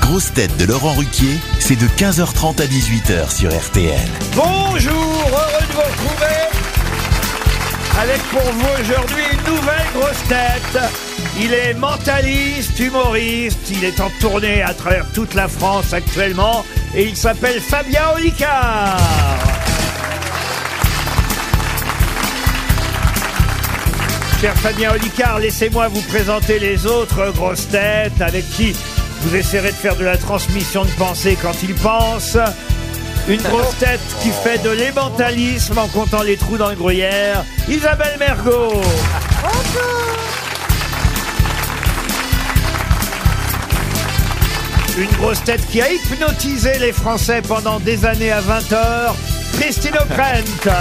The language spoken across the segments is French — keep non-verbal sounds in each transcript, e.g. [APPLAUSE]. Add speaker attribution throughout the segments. Speaker 1: grosses têtes de Laurent Ruquier, c'est de 15h30 à 18h sur RTL.
Speaker 2: [LAUGHS]
Speaker 3: Bonjour, heureux de vous retrouver avec pour vous aujourd'hui une nouvelle grosse tête. Il est mentaliste, humoriste, il est en tournée à travers toute la France actuellement et il s'appelle Fabien Olicard. Cher Fabien Olicard, laissez-moi vous présenter les autres grosses têtes avec qui vous essaierez de faire de la transmission de pensée quand ils pensent. Une grosse tête qui fait de l'émentalisme en comptant les trous dans le gruyère, Isabelle Mergot. Une grosse tête qui a hypnotisé les Français pendant des années à 20 heures, Christine O'Krent.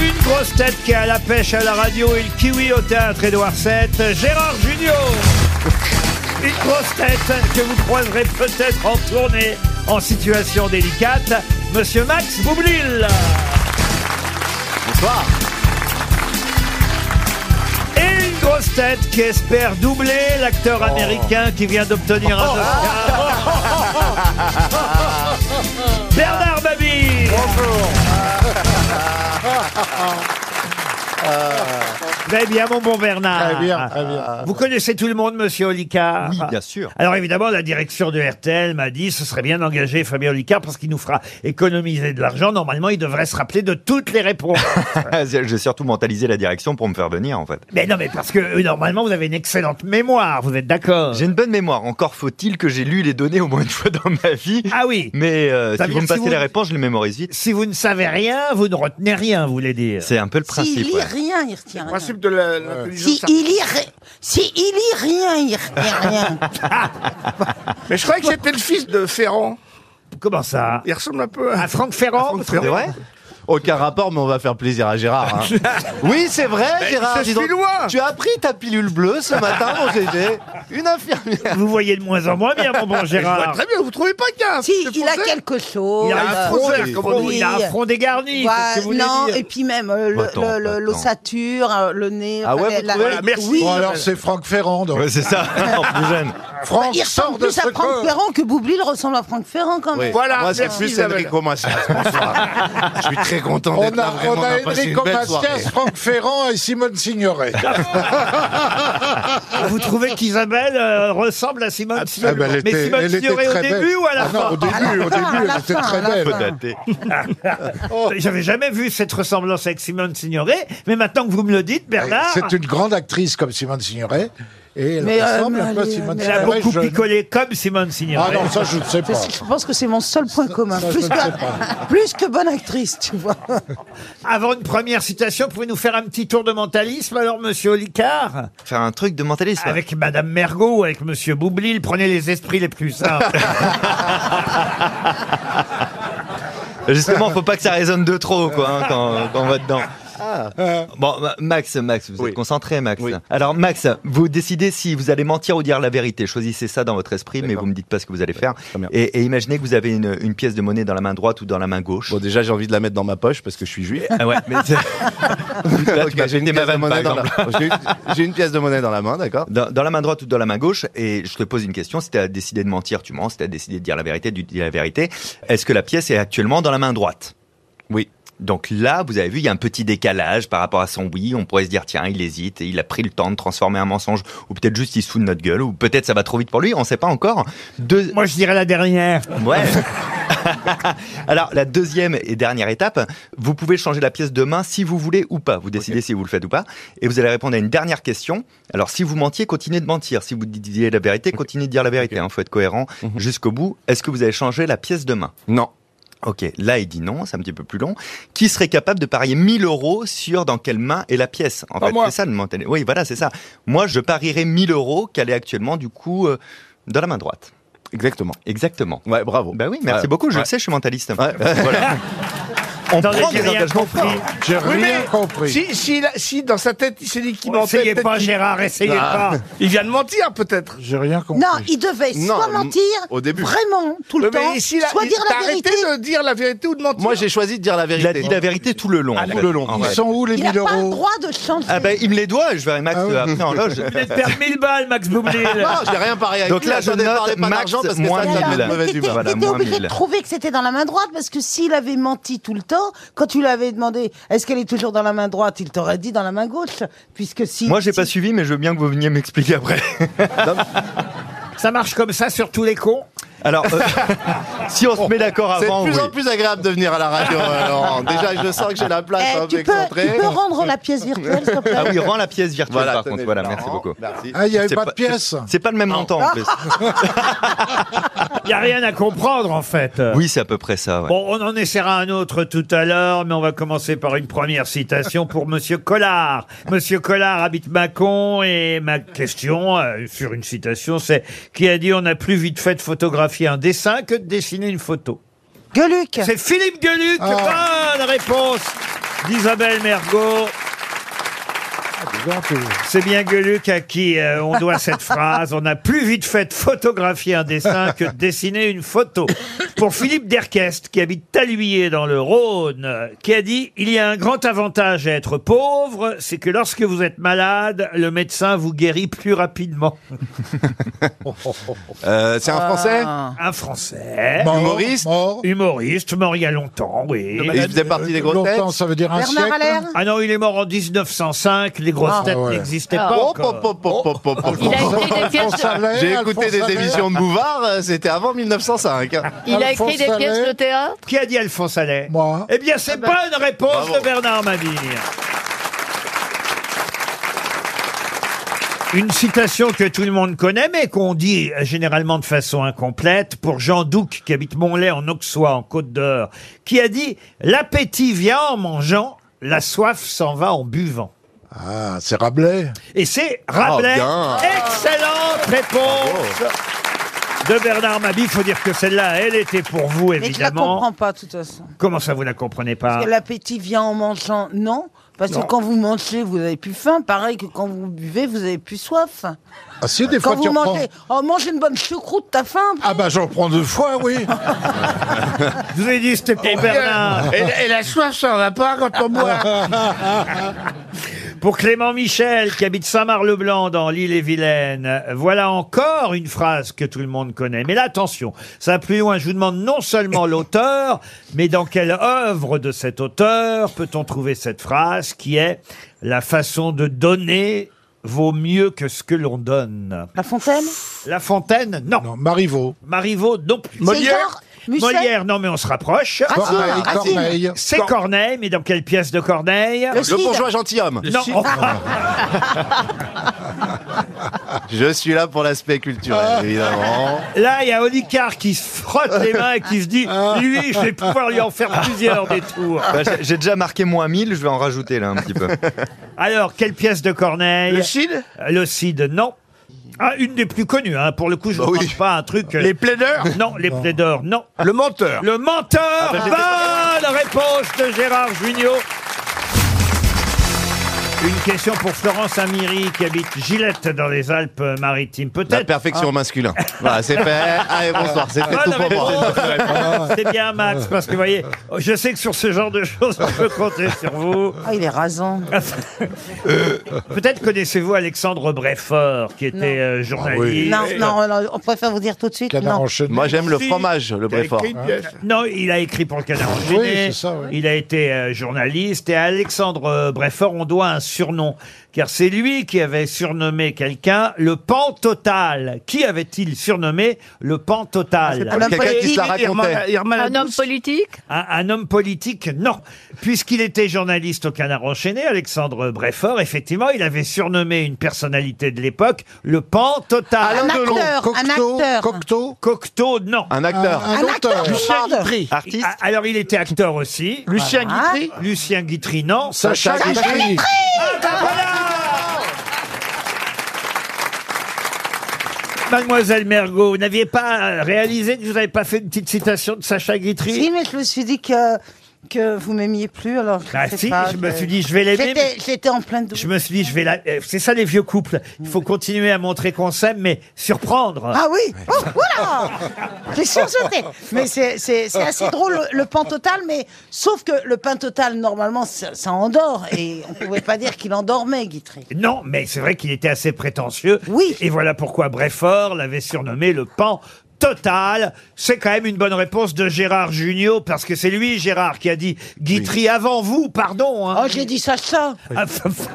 Speaker 3: Une grosse tête qui est à la pêche à la radio et le kiwi au théâtre Édouard VII, Gérard Junior. Une grosse tête que vous croiserez peut-être en tournée en situation délicate, Monsieur Max Boublil. Bonsoir. Et une grosse tête qui espère doubler l'acteur américain qui vient d'obtenir
Speaker 4: Oh.
Speaker 3: un Oscar, Bernard Mabille. Très bien, mon bon Bernard. Ah.
Speaker 4: Très bien, très bien.
Speaker 3: Vous connaissez tout le monde, monsieur Olicard Oui, bien sûr. Alors évidemment, la direction de RTL m'a dit ce serait bien d'engager Fabien Olicard parce qu'il nous fera économiser de l'argent. Normalement, il devrait se rappeler de toutes
Speaker 5: [LAUGHS]
Speaker 3: les réponses.
Speaker 5: J'ai surtout mentalisé la direction pour me faire venir, en fait.
Speaker 3: mais non, mais parce que euh, normalement, vous avez une excellente mémoire, vous êtes d'accord
Speaker 5: J'ai une bonne mémoire. Encore faut-il que j'ai lu les données au moins une fois dans ma vie.
Speaker 3: Ah oui
Speaker 5: Mais euh,
Speaker 3: Ça
Speaker 5: si vous
Speaker 3: veut dire
Speaker 5: me
Speaker 3: si
Speaker 5: passez
Speaker 3: vous-
Speaker 5: les réponses, je les mémorise vite.
Speaker 3: Si vous ne savez rien, vous ne retenez rien, vous voulez dire.
Speaker 5: C'est un peu le
Speaker 6: S'il
Speaker 5: principe.
Speaker 6: lit
Speaker 5: ouais.
Speaker 6: rien, il retient rien.
Speaker 4: principe de la- l'intelligence
Speaker 6: Si il lit, ri- si il lit rien, il
Speaker 3: Ah,
Speaker 6: retient rien.
Speaker 4: [LAUGHS] Mais je croyais que c'était le fils de Ferrand.
Speaker 3: Comment ça
Speaker 4: Il ressemble un peu à.
Speaker 3: À Franck Ferrand
Speaker 4: Franck Ferrand.
Speaker 5: C'est vrai
Speaker 2: Aucun rapport, mais on va faire plaisir à Gérard. [LAUGHS] hein. oui, c'est vrai, Gérard.
Speaker 4: c'est
Speaker 2: dis donc,
Speaker 4: Suédois.
Speaker 2: tu as appris ta pilule bleue ce matin, mon GG. Une infirmière.
Speaker 3: Vous voyez de moins en moins bien,
Speaker 5: [LAUGHS]
Speaker 3: mon bon
Speaker 4: Ouais,
Speaker 3: Gérard.
Speaker 4: très bien, vous trouvez pas qu'il y a un
Speaker 6: Si
Speaker 4: fils de
Speaker 6: il a
Speaker 4: Français
Speaker 6: quelque chose.
Speaker 3: Il a
Speaker 4: un
Speaker 6: euh,
Speaker 4: front vert,
Speaker 6: oui,
Speaker 4: comme on dit.
Speaker 3: Il a un front dégarni, c'est ce que
Speaker 6: Voilà,
Speaker 3: vous voulez
Speaker 6: non,
Speaker 3: dire.
Speaker 6: et puis même euh, le-
Speaker 5: Attends,
Speaker 6: le- le-
Speaker 5: attends.
Speaker 6: l'ossature, euh, le nez.
Speaker 2: Ah ouais,
Speaker 6: enfin,
Speaker 2: vous trouvez
Speaker 4: Ah, merci.
Speaker 6: Oui.
Speaker 4: Bon,
Speaker 6: Bah,
Speaker 4: alors,
Speaker 7: C'est Franck Ferrand. donc.
Speaker 5: Ouais, c'est
Speaker 7: [LAUGHS]
Speaker 5: ça, en plus jeune.
Speaker 4: Franck,
Speaker 6: il
Speaker 4: sort
Speaker 6: ressemble
Speaker 4: de
Speaker 6: plus
Speaker 4: ce
Speaker 6: à Franck
Speaker 4: corps.
Speaker 6: Ferrand que Boublil ressemble à Franck Ferrand quand même.
Speaker 4: Voilà,
Speaker 2: Moi, c'est
Speaker 4: merci,
Speaker 2: plus
Speaker 4: Isabelle.
Speaker 2: Enrico Macias. Bonsoir. Je suis très content d'être
Speaker 7: On
Speaker 2: là.
Speaker 7: a,
Speaker 2: Vraiment,
Speaker 7: on a
Speaker 2: passé une
Speaker 7: Enrico
Speaker 2: belle soirée.
Speaker 7: Macias, Franck Ferrand et
Speaker 2: [LAUGHS]
Speaker 7: Simone Signoret.
Speaker 3: Vous trouvez qu'Isabelle euh, ressemble à Simone
Speaker 7: Ah
Speaker 3: Signoret
Speaker 7: ben, elle
Speaker 3: Mais
Speaker 7: était-
Speaker 3: Simone
Speaker 7: elle était
Speaker 3: Signoret au
Speaker 7: très
Speaker 3: début
Speaker 7: belle.
Speaker 3: ou à la
Speaker 7: Ah non,
Speaker 3: fin
Speaker 7: Au début, au
Speaker 6: fin, à
Speaker 7: début,
Speaker 6: la
Speaker 7: elle était
Speaker 6: fin, à
Speaker 7: très
Speaker 6: la
Speaker 7: belle.
Speaker 5: Peu daté.
Speaker 3: [LAUGHS] Oh, J'avais jamais vu cette ressemblance avec Simone Signoret, mais maintenant que vous me le dites, Bernard,
Speaker 7: Ah, C'est une grande actrice comme Simone Signoret. Et elle
Speaker 6: Mais, euh,
Speaker 7: ressemble un peu à
Speaker 6: allez,
Speaker 7: Simone
Speaker 6: mais
Speaker 3: elle a
Speaker 7: Signoret.
Speaker 3: beaucoup hein.
Speaker 7: jeune.
Speaker 3: picolé comme Simone
Speaker 7: Ah
Speaker 3: Signoret.
Speaker 7: non, ça, je ne sais
Speaker 6: C'est-
Speaker 7: pas.
Speaker 6: Je pense que c'est mon seul point commun.
Speaker 7: ça, je
Speaker 6: plus,
Speaker 7: ne sais
Speaker 6: que,
Speaker 7: pas.
Speaker 6: [LAUGHS] plus que bonne actrice, tu vois.
Speaker 3: Avant une première citation, pouvez-nous faire un petit tour de mentalisme alors, monsieur Olicard
Speaker 5: Faire un truc de mentalisme.
Speaker 3: Avec madame Mergot, avec monsieur Boublil, prenez les esprits les plus
Speaker 5: [LAUGHS]
Speaker 3: simples.
Speaker 5: Justement, faut pas que ça résonne de trop, quoi, hein, quand, quand on va dedans.
Speaker 3: Ah.
Speaker 5: Bon, Ma- Max, Max, vous
Speaker 2: Oui.
Speaker 5: êtes concentré, Max.
Speaker 2: Oui.
Speaker 5: Alors, Max, vous décidez si vous allez mentir ou dire la vérité. Choisissez ça dans votre esprit, mais
Speaker 2: D'accord.
Speaker 5: vous me dites pas ce que vous allez faire.
Speaker 2: très bien.
Speaker 5: Et, et imaginez que vous avez une, une pièce de monnaie dans la main droite ou dans la main gauche.
Speaker 2: Bon, déjà, j'ai envie de la mettre dans ma poche parce que je suis juif.
Speaker 5: Ah ouais,
Speaker 2: [LAUGHS]
Speaker 5: mais c'est- [LAUGHS] Là, tu
Speaker 2: Ok,
Speaker 5: m'as
Speaker 2: j'ai une,
Speaker 5: pété
Speaker 2: pièce de
Speaker 5: ma vanne, par
Speaker 2: monnaie dans
Speaker 5: exemple.
Speaker 2: la... [LAUGHS] j'ai une- j'ai une pièce de monnaie dans la main, d'accord
Speaker 5: Dans, dans la main droite ou dans la main gauche, et je te pose une question, si tu as décidé de mentir, tu mens, si tu as décidé de dire la vérité, tu dis la vérité, est-ce que la pièce est actuellement dans la main droite
Speaker 2: Oui.
Speaker 5: Donc là, vous avez vu, il y a un petit décalage par rapport à son oui, on pourrait se dire, tiens, il hésite, et il a pris le temps de transformer un mensonge, ou peut-être juste il se fout de notre gueule, ou peut-être ça va trop vite pour lui, on sait pas encore. Deux...
Speaker 3: Moi, je dirais la dernière.
Speaker 5: Ouais. [LAUGHS] Alors, la deuxième et dernière étape, vous pouvez changer la pièce de main si vous voulez ou pas. Vous décidez si vous le faites ou pas. Et vous allez répondre à une dernière question. Alors, si vous mentiez, continuez de mentir. Si vous disiez la vérité, continuez de dire la vérité. Il faut être cohérent jusqu'au bout. Est-ce que vous avez changé la pièce de main
Speaker 2: Mhm. Non.
Speaker 5: Ok, là il dit non, c'est un petit peu plus long. Qui serait capable de parier 1000 euros sur dans quelle main est la pièce En
Speaker 4: Pas
Speaker 5: fait,
Speaker 4: moi.
Speaker 5: c'est ça le mental. Oui, voilà, c'est ça. Moi, je parierais 1000 euros qu'elle est actuellement, du coup, euh, dans la main droite.
Speaker 2: Exactement.
Speaker 5: Exactement.
Speaker 2: Ouais, bravo.
Speaker 5: Ben oui, merci
Speaker 2: Ouais.
Speaker 5: beaucoup, je
Speaker 2: Ouais.
Speaker 5: [LAUGHS] le sais, je suis mentaliste.
Speaker 2: Ouais.
Speaker 5: Voilà. On
Speaker 3: Attendez,
Speaker 5: prend
Speaker 3: j'ai
Speaker 5: des
Speaker 3: rien
Speaker 5: engagements
Speaker 3: compris.
Speaker 5: forts.
Speaker 7: J'ai rien compris.
Speaker 4: Si, si, là- si dans sa tête, il s'est dit qu'il mentait.
Speaker 3: Essayez
Speaker 4: peut-être
Speaker 3: pas,
Speaker 4: qu'il-
Speaker 3: Gérard, essayez
Speaker 4: Ah.
Speaker 3: pas.
Speaker 4: Il vient de mentir, peut-être.
Speaker 7: J'ai rien compris.
Speaker 6: Non, il devait soit
Speaker 2: Non,
Speaker 6: mentir,
Speaker 2: au début.
Speaker 6: vraiment, tout le temps,
Speaker 4: Mais ici, là,
Speaker 6: soit
Speaker 4: il-
Speaker 6: dire
Speaker 4: t'as
Speaker 6: la vérité.
Speaker 4: arrêté de dire la vérité ou de mentir.
Speaker 2: Moi, j'ai choisi de dire la
Speaker 5: Il
Speaker 2: vérité. Ah,
Speaker 5: a dit la vérité tout le long. en fait.
Speaker 2: tout le long.
Speaker 5: En
Speaker 7: Ils
Speaker 5: vrai.
Speaker 7: sont où les
Speaker 6: Il n'a
Speaker 7: 1000
Speaker 6: pas le
Speaker 7: euros
Speaker 6: droit de changer.
Speaker 5: Ah ben, il me les doit, je verrai Max
Speaker 7: Ah oui.
Speaker 5: euh, après en [LAUGHS] loge.
Speaker 3: [LAUGHS] Vous êtes perdre 1000 balles, Max
Speaker 2: [LAUGHS]
Speaker 3: Boublil.
Speaker 2: Non, j'ai rien parié avec
Speaker 5: Donc
Speaker 2: lui,
Speaker 5: là, je
Speaker 2: attendez,
Speaker 5: note
Speaker 2: parlez pas
Speaker 5: max
Speaker 2: d'argent parce que
Speaker 5: moins
Speaker 2: ça, ça me met de
Speaker 5: mille.
Speaker 6: Alors, mais
Speaker 2: mauvaise
Speaker 6: t'étais
Speaker 2: humeur.
Speaker 5: Voilà,
Speaker 6: t'étais
Speaker 5: moins
Speaker 6: obligé de
Speaker 5: mille.
Speaker 6: trouver que c'était dans la main droite parce que s'il avait menti tout le temps, quand tu lui avais demandé est-ce qu'elle est toujours dans la main droite, il t'aurait dit dans la main gauche. Puisque si.
Speaker 5: Moi, j'ai
Speaker 6: si-
Speaker 5: pas suivi, mais je veux bien que vous veniez
Speaker 2: [LAUGHS]
Speaker 5: m'expliquer après.
Speaker 3: Ça marche comme ça sur tous les cons
Speaker 5: Alors, euh, [LAUGHS] si on se met d'accord
Speaker 2: C'est
Speaker 5: avant,
Speaker 2: de plus
Speaker 5: oui.
Speaker 2: en plus agréable de venir à la radio,
Speaker 6: [LAUGHS]
Speaker 2: euh, Laurent. Déjà, je sens que j'ai la place
Speaker 6: Eh,
Speaker 2: un peu
Speaker 6: tu, peux, tu
Speaker 2: excentrée.
Speaker 6: peux rendre la pièce virtuelle, s'il te plaît
Speaker 5: Ah oui, rend la pièce virtuelle
Speaker 2: Voilà,
Speaker 5: par
Speaker 2: tenez,
Speaker 5: contre. Voilà,
Speaker 2: Laurent.
Speaker 5: merci beaucoup.
Speaker 2: Merci.
Speaker 7: Ah, il n'y avait
Speaker 5: C'est
Speaker 7: pas de
Speaker 5: pas-
Speaker 7: pièce.
Speaker 5: C'est pas le même montant en plus.
Speaker 3: [LAUGHS] Il n'y a rien à comprendre, en fait.
Speaker 5: Oui, c'est à peu près ça. ouais.
Speaker 3: Bon, on en essaiera un autre tout à l'heure, mais on va commencer par une première citation pour Monsieur Collard. Monsieur Collard habite Mâcon et ma question euh, sur une citation, c'est qui a dit on a plus vite fait de photographier un dessin que de dessiner une photo.
Speaker 6: Gueuluc
Speaker 3: C'est Philippe Gueluc. Bonne réponse d'Isabelle Mergot. C'est bien Gueluc à qui euh, on doit cette phrase. On a plus vite fait de photographier un dessin que de dessiner une photo. Pour Philippe Derquest, qui habite Taluyer dans le Rhône, euh, qui a dit Il y a un grand avantage à être pauvre, c'est que lorsque vous êtes malade, le médecin vous guérit plus rapidement.
Speaker 2: Euh, [LAUGHS]
Speaker 3: Ah.
Speaker 2: c'est un Français
Speaker 3: Un
Speaker 4: Eh?
Speaker 3: Français,
Speaker 7: Mort,
Speaker 2: Humoriste
Speaker 7: mort.
Speaker 3: humoriste, mort il y a longtemps, oui.
Speaker 2: Il faisait partie des grosses têtes
Speaker 7: Longtemps, ça veut dire un
Speaker 6: Bernard Allaire
Speaker 7: siècle.
Speaker 3: Ah non, il est mort en 1905, les grosses
Speaker 6: Ah,
Speaker 3: têtes
Speaker 7: ouais.
Speaker 3: n'existaient
Speaker 8: Ah.
Speaker 3: pas.
Speaker 2: Oh,
Speaker 3: encore.
Speaker 2: pop, pop, pop, pop, pop.
Speaker 8: Il a écrit des pièces
Speaker 7: Alphonse
Speaker 8: de,
Speaker 7: Allaire,
Speaker 2: J'ai écouté
Speaker 7: Alphonse
Speaker 2: des
Speaker 7: Allaire.
Speaker 2: émissions de Bouvard, euh, c'était avant 1905. hein.
Speaker 8: il a écrit des
Speaker 7: Alphonse
Speaker 8: pièces
Speaker 7: Allais.
Speaker 8: de théâtre.
Speaker 3: Qui a dit Alphonse Allais
Speaker 7: Moi.
Speaker 3: Eh bien, c'est pas une réponse
Speaker 2: Bravo.
Speaker 3: de Bernard Mabille. Une citation que tout le monde connaît, mais qu'on dit généralement de façon incomplète, pour Jean Douc, qui habite Montlay en Auxois, en Côte d'Or, qui a dit « L'appétit vient en mangeant, la soif s'en va en buvant
Speaker 7: Ah, c'est Rabelais. ». Ah,
Speaker 3: Et c'est Rabelais.
Speaker 7: Oh,
Speaker 2: bien.
Speaker 3: Excellente réponse de Bernard Mabille. Il faut dire que celle-là, elle était pour vous,
Speaker 6: Mais je la
Speaker 3: évidemment.
Speaker 6: comprends pas, de toute façon.
Speaker 3: Comment ça, vous la comprenez pas
Speaker 6: Parce
Speaker 7: Ah.
Speaker 6: que L'appétit vient en mangeant, non parce que quand vous mangez, vous avez plus faim, pareil que quand vous buvez, vous avez plus soif.
Speaker 7: Ah, si, des
Speaker 6: Quand
Speaker 7: fois tu
Speaker 6: vous
Speaker 7: reprends.
Speaker 6: mangez, oh, mange une bonne choucroute, t'as faim.
Speaker 7: Ah, bah, j'en prends deux fois, oui.
Speaker 3: [LAUGHS] Je vous ai dit, c'était pour Bernard.
Speaker 4: Eh Et, et la soif, ça va pas quand on boit.
Speaker 3: Pour Clément Michel, qui habite Saint-Marc-le-Blanc dans l'île-et-Vilaine. Voilà encore une phrase que tout le monde connaît. Mais là, attention, ça va plus loin. Je vous demande non seulement l'auteur, mais dans quelle œuvre de cet auteur peut-on trouver cette phrase qui est « La façon de donner vaut mieux que ce que l'on donne
Speaker 6: La Fontaine ».
Speaker 3: La Fontaine, non.
Speaker 7: Non, Marivaux.
Speaker 3: Marivaux, non plus.
Speaker 6: Molière Musset
Speaker 3: Molière, non, mais on se rapproche.
Speaker 6: Racine,
Speaker 7: Corneille,
Speaker 6: Racine.
Speaker 7: Corneille.
Speaker 3: C'est Corneille, mais dans quelle pièce de Corneille Ah.
Speaker 6: Le
Speaker 2: Le
Speaker 6: Cid.
Speaker 2: bourgeois gentilhomme.
Speaker 3: Non, [LAUGHS]
Speaker 2: [LAUGHS] Je suis là pour l'aspect
Speaker 3: [LAUGHS]
Speaker 2: culturel, évidemment.
Speaker 3: Là, il y a Olicard qui se frotte les mains et qui se dit
Speaker 2: Ah.
Speaker 3: Lui, je vais pouvoir lui en faire plusieurs des tours.
Speaker 5: Bah, j'ai- J'ai déjà marqué moins 1000, je vais en rajouter là un petit peu.
Speaker 3: [LAUGHS] Alors, quelle pièce de Corneille
Speaker 4: Le Cid
Speaker 3: Euh, Le Cid, non. Ah, une des plus connues, hein. pour le coup, je ne
Speaker 2: Bah oui.
Speaker 3: pense pas un truc. euh,
Speaker 4: Les plaideurs
Speaker 3: Non, les plaideurs, non.
Speaker 4: Le menteur Ah,
Speaker 3: Le menteur, bonne réponse de Gérard Junior. Une question pour Florence Amiri qui habite Gillette dans les Alpes-Maritimes.
Speaker 2: La
Speaker 3: Peut-être.
Speaker 2: perfection
Speaker 3: [LAUGHS]
Speaker 2: masculin. Voilà, c'est fait. Allez, bonsoir, c'était tout
Speaker 3: Bonne
Speaker 2: pour moi.
Speaker 3: réponse. C'est bien, Max, parce que vous voyez, je sais que sur ce genre de choses, on peut compter sur vous.
Speaker 6: Ah, il est rasant.
Speaker 3: Peut-être connaissez-vous Alexandre Breffort, qui était euh,
Speaker 7: Ah,
Speaker 3: journaliste.
Speaker 6: Non, non, non, on préfère vous dire tout de suite.
Speaker 7: Canard
Speaker 6: Non.
Speaker 7: enchaîné.
Speaker 2: Moi, j'aime le fromage, le Hein Bréfort.
Speaker 4: Écrit une pièce.
Speaker 3: Non, il a écrit pour le Canard enchaîné.
Speaker 7: Oui, c'est ça, oui.
Speaker 3: Il a été euh, journaliste. Et à Alexandre euh, Breffort, on doit un surnom. Car c'est lui qui avait surnommé quelqu'un le pan total. Qui avait-il surnommé le pan total Ah,
Speaker 6: Un homme
Speaker 2: Quelqu'un qui se
Speaker 6: politique.
Speaker 2: la racontait.
Speaker 8: Un homme politique
Speaker 3: Un, un homme politique, non. Puisqu'il était journaliste au Canard enchaîné, Alexandre Breffort, effectivement, il avait surnommé une personnalité de l'époque le pan total.
Speaker 6: Un acteur, un
Speaker 7: Cocteau,
Speaker 6: acteur.
Speaker 7: Cocteau.
Speaker 3: Cocteau, non.
Speaker 2: Un
Speaker 7: Un,
Speaker 2: acteur.
Speaker 7: un
Speaker 6: Un acteur,
Speaker 7: auteur.
Speaker 6: je demande.
Speaker 5: Artiste
Speaker 3: Ah, Alors, il était acteur aussi.
Speaker 4: Lucien
Speaker 6: Ah.
Speaker 4: Guitry
Speaker 3: Lucien Guitry, non.
Speaker 7: Sacha
Speaker 2: Sacha
Speaker 7: Guitry.
Speaker 3: Ah, bah voilà Mademoiselle Mergot, vous n'aviez pas réalisé que vous n'avez pas fait une petite citation de Sacha Guitry
Speaker 6: Si, mais je me suis dit que que vous m'aimiez plus, alors je
Speaker 3: Bah
Speaker 6: sais
Speaker 3: si,
Speaker 6: pas,
Speaker 3: je me suis dit, je vais l'aimer,
Speaker 6: J'étais-
Speaker 3: mais-
Speaker 6: J'étais en plein doute.
Speaker 3: Je me suis dit, je vais la... euh, C'est ça les vieux couples. Il faut continuer à montrer qu'on s'aime, mais surprendre.
Speaker 6: Ah oui Oh, voilà J'ai sursauté Mais c'est- c'est c'est assez drôle, le- le pain total, mais sauf que le pain total, normalement, ça, ça endort, et on pouvait pas dire qu'il endormait, Guitré.
Speaker 3: Non, mais c'est vrai qu'il était assez prétentieux.
Speaker 6: Oui.
Speaker 3: Et voilà pourquoi Bréfort l'avait surnommé le pan total. C'est quand même une bonne réponse de Gérard Junior, parce que c'est lui, Gérard, qui a dit Guitry avant vous, pardon. hein.
Speaker 6: Oh, j'ai dit ça, ça
Speaker 3: Ah, f- f-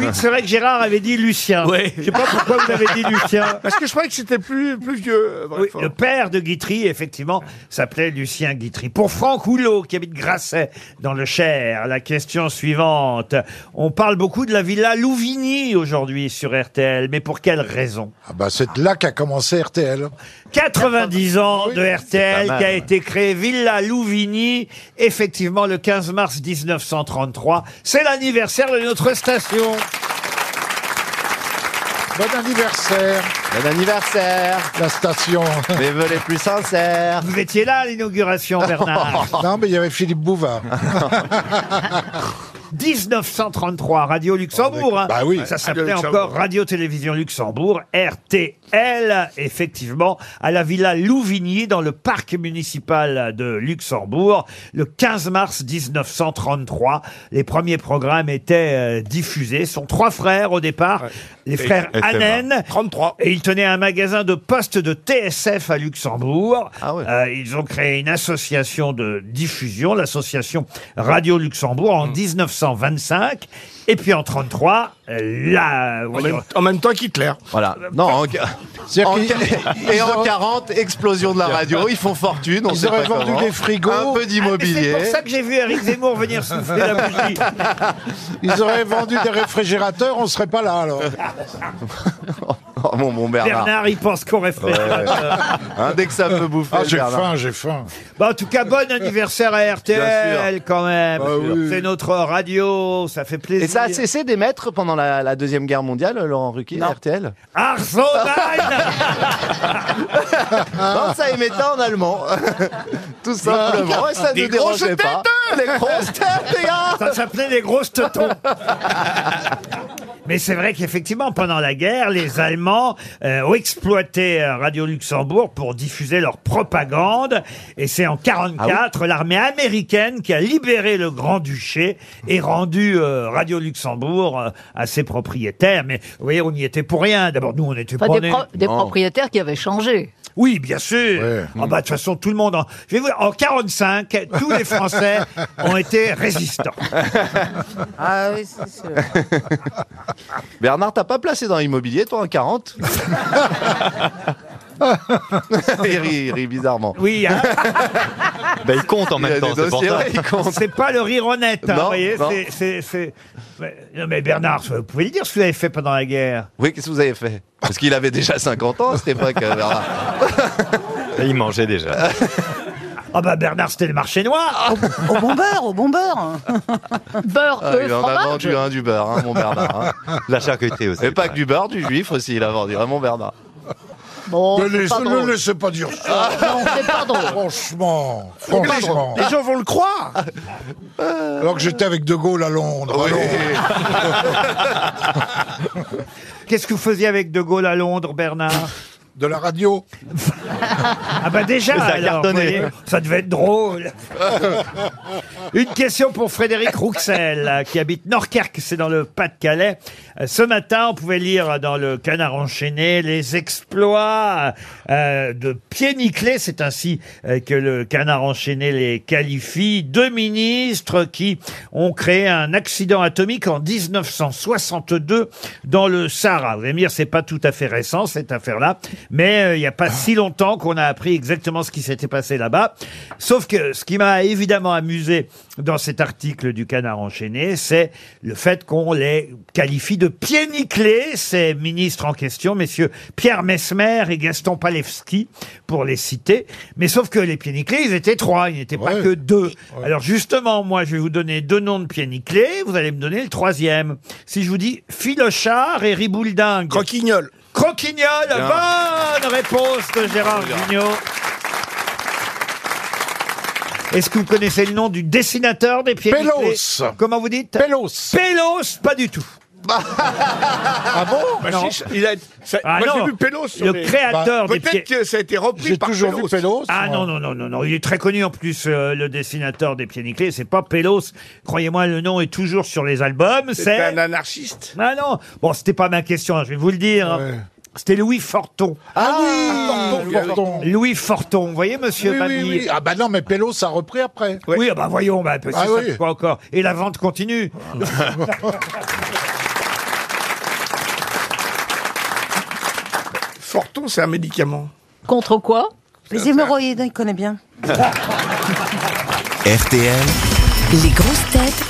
Speaker 3: oui, c'est vrai que Gérard avait dit Lucien. Je sais pas pourquoi vous avez dit Lucien.
Speaker 4: [LAUGHS] Parce que je croyais que c'était plus, plus vieux. euh,
Speaker 3: Oui,
Speaker 4: Bradford.
Speaker 3: le père de Guitry, effectivement, s'appelait Lucien Guitry. Pour Franck Houlot, qui habite Grasset, dans le Cher, la question suivante. On parle beaucoup de la villa Louvigny aujourd'hui sur RTL, mais pour quelle raison
Speaker 7: Ah [LAUGHS] bah c'est là qu'a commencé RTL.
Speaker 3: 90 ans de RTL
Speaker 5: mal,
Speaker 3: qui a
Speaker 5: ouais.
Speaker 3: été créée Villa Louvigny, effectivement le 15 mars 1933. C'est l'anniversaire de notre station.
Speaker 7: Bon anniversaire,
Speaker 2: Bon anniversaire
Speaker 7: la station.
Speaker 2: Mais venez plus sincère
Speaker 3: Vous étiez là à l'inauguration, Bernard.
Speaker 7: [LAUGHS] non, mais il y avait Philippe Bouvard.
Speaker 3: [LAUGHS] 1933, Radio Luxembourg. hein.
Speaker 7: Bah oui.
Speaker 3: Ça s'appelait
Speaker 4: Radio Luxembourg.
Speaker 3: encore Radio-Télévision Luxembourg, RTL, effectivement, à la Villa Louvigny, dans le parc municipal de Luxembourg, le 15 mars 1933. Les premiers programmes étaient euh, diffusés. Ce sont trois frères au départ, les frères
Speaker 5: FMA.
Speaker 3: Annen.
Speaker 4: 33.
Speaker 3: Et ils tenaient un magasin de poste de TSF à Luxembourg.
Speaker 2: Ah ouais.
Speaker 3: Euh, ils ont créé une association de diffusion, l'association Radio Luxembourg,
Speaker 2: Hmm.
Speaker 3: en 1925. Et puis en 33, euh, la...
Speaker 4: En même, en même temps qu'Hitler.
Speaker 2: Voilà. Non, [LAUGHS] en... en- Et en 40, explosion de la radio, ils font fortune, on
Speaker 7: Ils
Speaker 2: sait
Speaker 7: auraient
Speaker 2: pas
Speaker 7: vendu
Speaker 2: comment.
Speaker 7: des frigos.
Speaker 2: Un peu
Speaker 3: Ah, C'est pour
Speaker 2: d'immobilier.
Speaker 3: ça que j'ai vu Eric Zemmour venir souffler la bougie.
Speaker 7: [LAUGHS] Ils auraient vendu des réfrigérateurs, on serait pas là
Speaker 3: [LAUGHS]
Speaker 7: alors.
Speaker 2: Oh mon bon Bernard.
Speaker 3: Bernard, il pense qu'on réfléchit.
Speaker 2: Hein, dès que ça peut bouffer,
Speaker 7: Ah, j'ai
Speaker 2: Bernard.
Speaker 7: faim, j'ai faim.
Speaker 3: Bah, en tout cas, bon anniversaire à RTL quand même.
Speaker 7: Bien sûr.
Speaker 3: C'est notre radio, ça fait plaisir.
Speaker 2: Et ça a cessé d'émettre pendant la, la Deuxième Guerre mondiale, Laurent Ruquier, RTL
Speaker 3: Arsenal Ah.
Speaker 2: Non, ça émettait en allemand. [LAUGHS] Tout
Speaker 3: Ah.
Speaker 2: simplement, et ça ne dérangeait pas.
Speaker 3: hein,
Speaker 2: Les [LAUGHS] grosses têtes, les gars
Speaker 3: Ça s'appelait les grosses teutons. Mais c'est vrai qu'effectivement, pendant la guerre, les Allemands euh, ont exploité euh, Radio Luxembourg pour diffuser leur propagande. Et c'est en 44 l'armée américaine qui a libéré le Grand-Duché et rendu euh, Radio Luxembourg euh, à ses propriétaires. Mais vous voyez, on n'y était pour rien. D'abord, nous, on était
Speaker 8: Enfin,
Speaker 3: pour
Speaker 8: des, pro- des propriétaires qui avaient changé.
Speaker 3: oui, bien sûr.
Speaker 7: Ouais.
Speaker 3: Ah bah, de toute façon, tout le monde. En... Je vais vous dire, en 45, tous les Français ont été résistants.
Speaker 6: Ah oui, c'est sûr.
Speaker 2: [LAUGHS] Bernard, t'as pas placé dans l'immobilier, toi, en 40 [LAUGHS] il rit, il rit bizarrement. Ben,
Speaker 3: Oui,
Speaker 2: [LAUGHS]
Speaker 3: hein.
Speaker 5: Bah, il compte en
Speaker 2: Il a
Speaker 5: même temps,
Speaker 2: des
Speaker 5: c'est pour
Speaker 2: dossiers,
Speaker 5: ça.
Speaker 2: ouais, il compte.
Speaker 3: C'est pas le rire honnête, hein,
Speaker 2: Non,
Speaker 3: vous voyez.
Speaker 2: non.
Speaker 3: c'est- c'est- c'est- Ouais, Non, mais Bernard, vous pouvez le dire ce que vous avez fait pendant la guerre.
Speaker 2: Oui, qu'est-ce que vous avez fait Parce qu'il avait déjà 50 ans à cette époque, euh, Bernard.
Speaker 5: Il mangeait déjà.
Speaker 3: Ah bah Bernard, c'était le marché noir.
Speaker 6: Au bon beurre, au bon beurre
Speaker 8: [LAUGHS] Beurre,
Speaker 2: Ah,
Speaker 8: œufs,
Speaker 2: il en a
Speaker 8: fromage.
Speaker 2: vendu un du beurre, hein, mon Bernard. hein.
Speaker 5: La charcuterie aussi.
Speaker 2: Et pas que du beurre, du juif aussi, il a vendu, hein, mon Bernard.
Speaker 8: Bon,
Speaker 7: Ne
Speaker 8: c'est
Speaker 7: laisse-
Speaker 8: pas
Speaker 7: Oh, ne
Speaker 8: drôle.
Speaker 7: laissez pas dire
Speaker 3: Ah,
Speaker 7: ça.
Speaker 8: Non, c'est pas drôle.
Speaker 7: [LAUGHS]
Speaker 3: Oh.
Speaker 7: Franchement, franchement.
Speaker 4: Les gens vont le croire.
Speaker 3: Euh.
Speaker 7: Alors que j'étais avec De Gaulle à Londres. à Londres.
Speaker 3: Qu'est-ce que vous faisiez avec De Gaulle à Londres, Bernard
Speaker 7: De la radio.
Speaker 3: Ah bah déjà,
Speaker 5: Ça a
Speaker 3: alors,
Speaker 5: cartonné.
Speaker 3: vous voyez, ça devait être drôle. Une question pour Frédéric Rouxel, euh, qui habite Norquerque, c'est dans le Pas-de-Calais. Euh, Ce matin, on pouvait lire euh, dans le Canard enchaîné les exploits euh, de pieds nickelés. C'est ainsi euh, que le Canard enchaîné les qualifie. Deux ministres qui ont créé un accident atomique en 1962 dans le Sahara. Vous allez me dire, c'est pas tout à fait récent, cette affaire-là, mais euh, il n'y a pas si longtemps qu'on a appris exactement ce qui s'était passé là-bas. Sauf que ce qui m'a évidemment amusé dans cet article du Canard enchaîné, c'est le fait qu'on les qualifie de pieds nickelés, ces ministres en question, messieurs Pierre Mesmer et Gaston Palevski, pour les citer. Mais sauf que les pieds nickelés, ils étaient trois, ils n'étaient pas
Speaker 7: Ouais.
Speaker 3: que deux. Alors justement, moi, je vais vous donner deux noms de pieds nickelés, vous allez me donner le troisième. Si je vous dis Filochard et Ribouldingue.
Speaker 4: Croquignol.
Speaker 3: Croquignol, bonne réponse de Gérard Junior. Est-ce que vous connaissez le nom du dessinateur des pieds
Speaker 7: Pélos.
Speaker 3: nickelés Comment vous dites
Speaker 7: Pélos.
Speaker 3: Pélos, pas du tout.
Speaker 7: Ah bon
Speaker 4: Bah, si, il a- ça-
Speaker 3: Ah
Speaker 4: moi,
Speaker 3: non.
Speaker 4: j'ai vu Pélos. sur
Speaker 3: Le
Speaker 4: les-
Speaker 3: créateur des pieds...
Speaker 4: Peut-être que ça a été
Speaker 3: Oh,
Speaker 4: repris
Speaker 7: Bah, J'ai
Speaker 4: par
Speaker 7: toujours vu Pélos.
Speaker 3: Ah non, non, non, non, non. Il est très connu en plus, euh, le dessinateur des pieds nickelés. C'est pas Pélos. Croyez-moi, le nom est toujours sur les albums.
Speaker 4: C'est
Speaker 3: C'est.
Speaker 4: un anarchiste.
Speaker 3: Ah non Bon, c'était pas ma question, hein, je vais vous le dire. hein.
Speaker 7: Ouais.
Speaker 3: C'était Louis Forton.
Speaker 7: Ah oui
Speaker 4: Louis
Speaker 7: Porton.
Speaker 3: Louis Forton, vous voyez, monsieur
Speaker 7: Oui,
Speaker 3: Mamie
Speaker 7: oui, oui. Ah bah non, mais Pélos a repris après.
Speaker 3: Oui, ah bah voyons, bah, parce que
Speaker 7: Ah
Speaker 3: ça
Speaker 7: oui.
Speaker 3: fait pas encore. Et la
Speaker 7: [LAUGHS]
Speaker 3: vente continue.
Speaker 4: Forton, c'est un médicament.
Speaker 8: Contre quoi
Speaker 6: Les hémorroïdes, il connaît bien.
Speaker 1: RTL,
Speaker 9: Les grosses têtes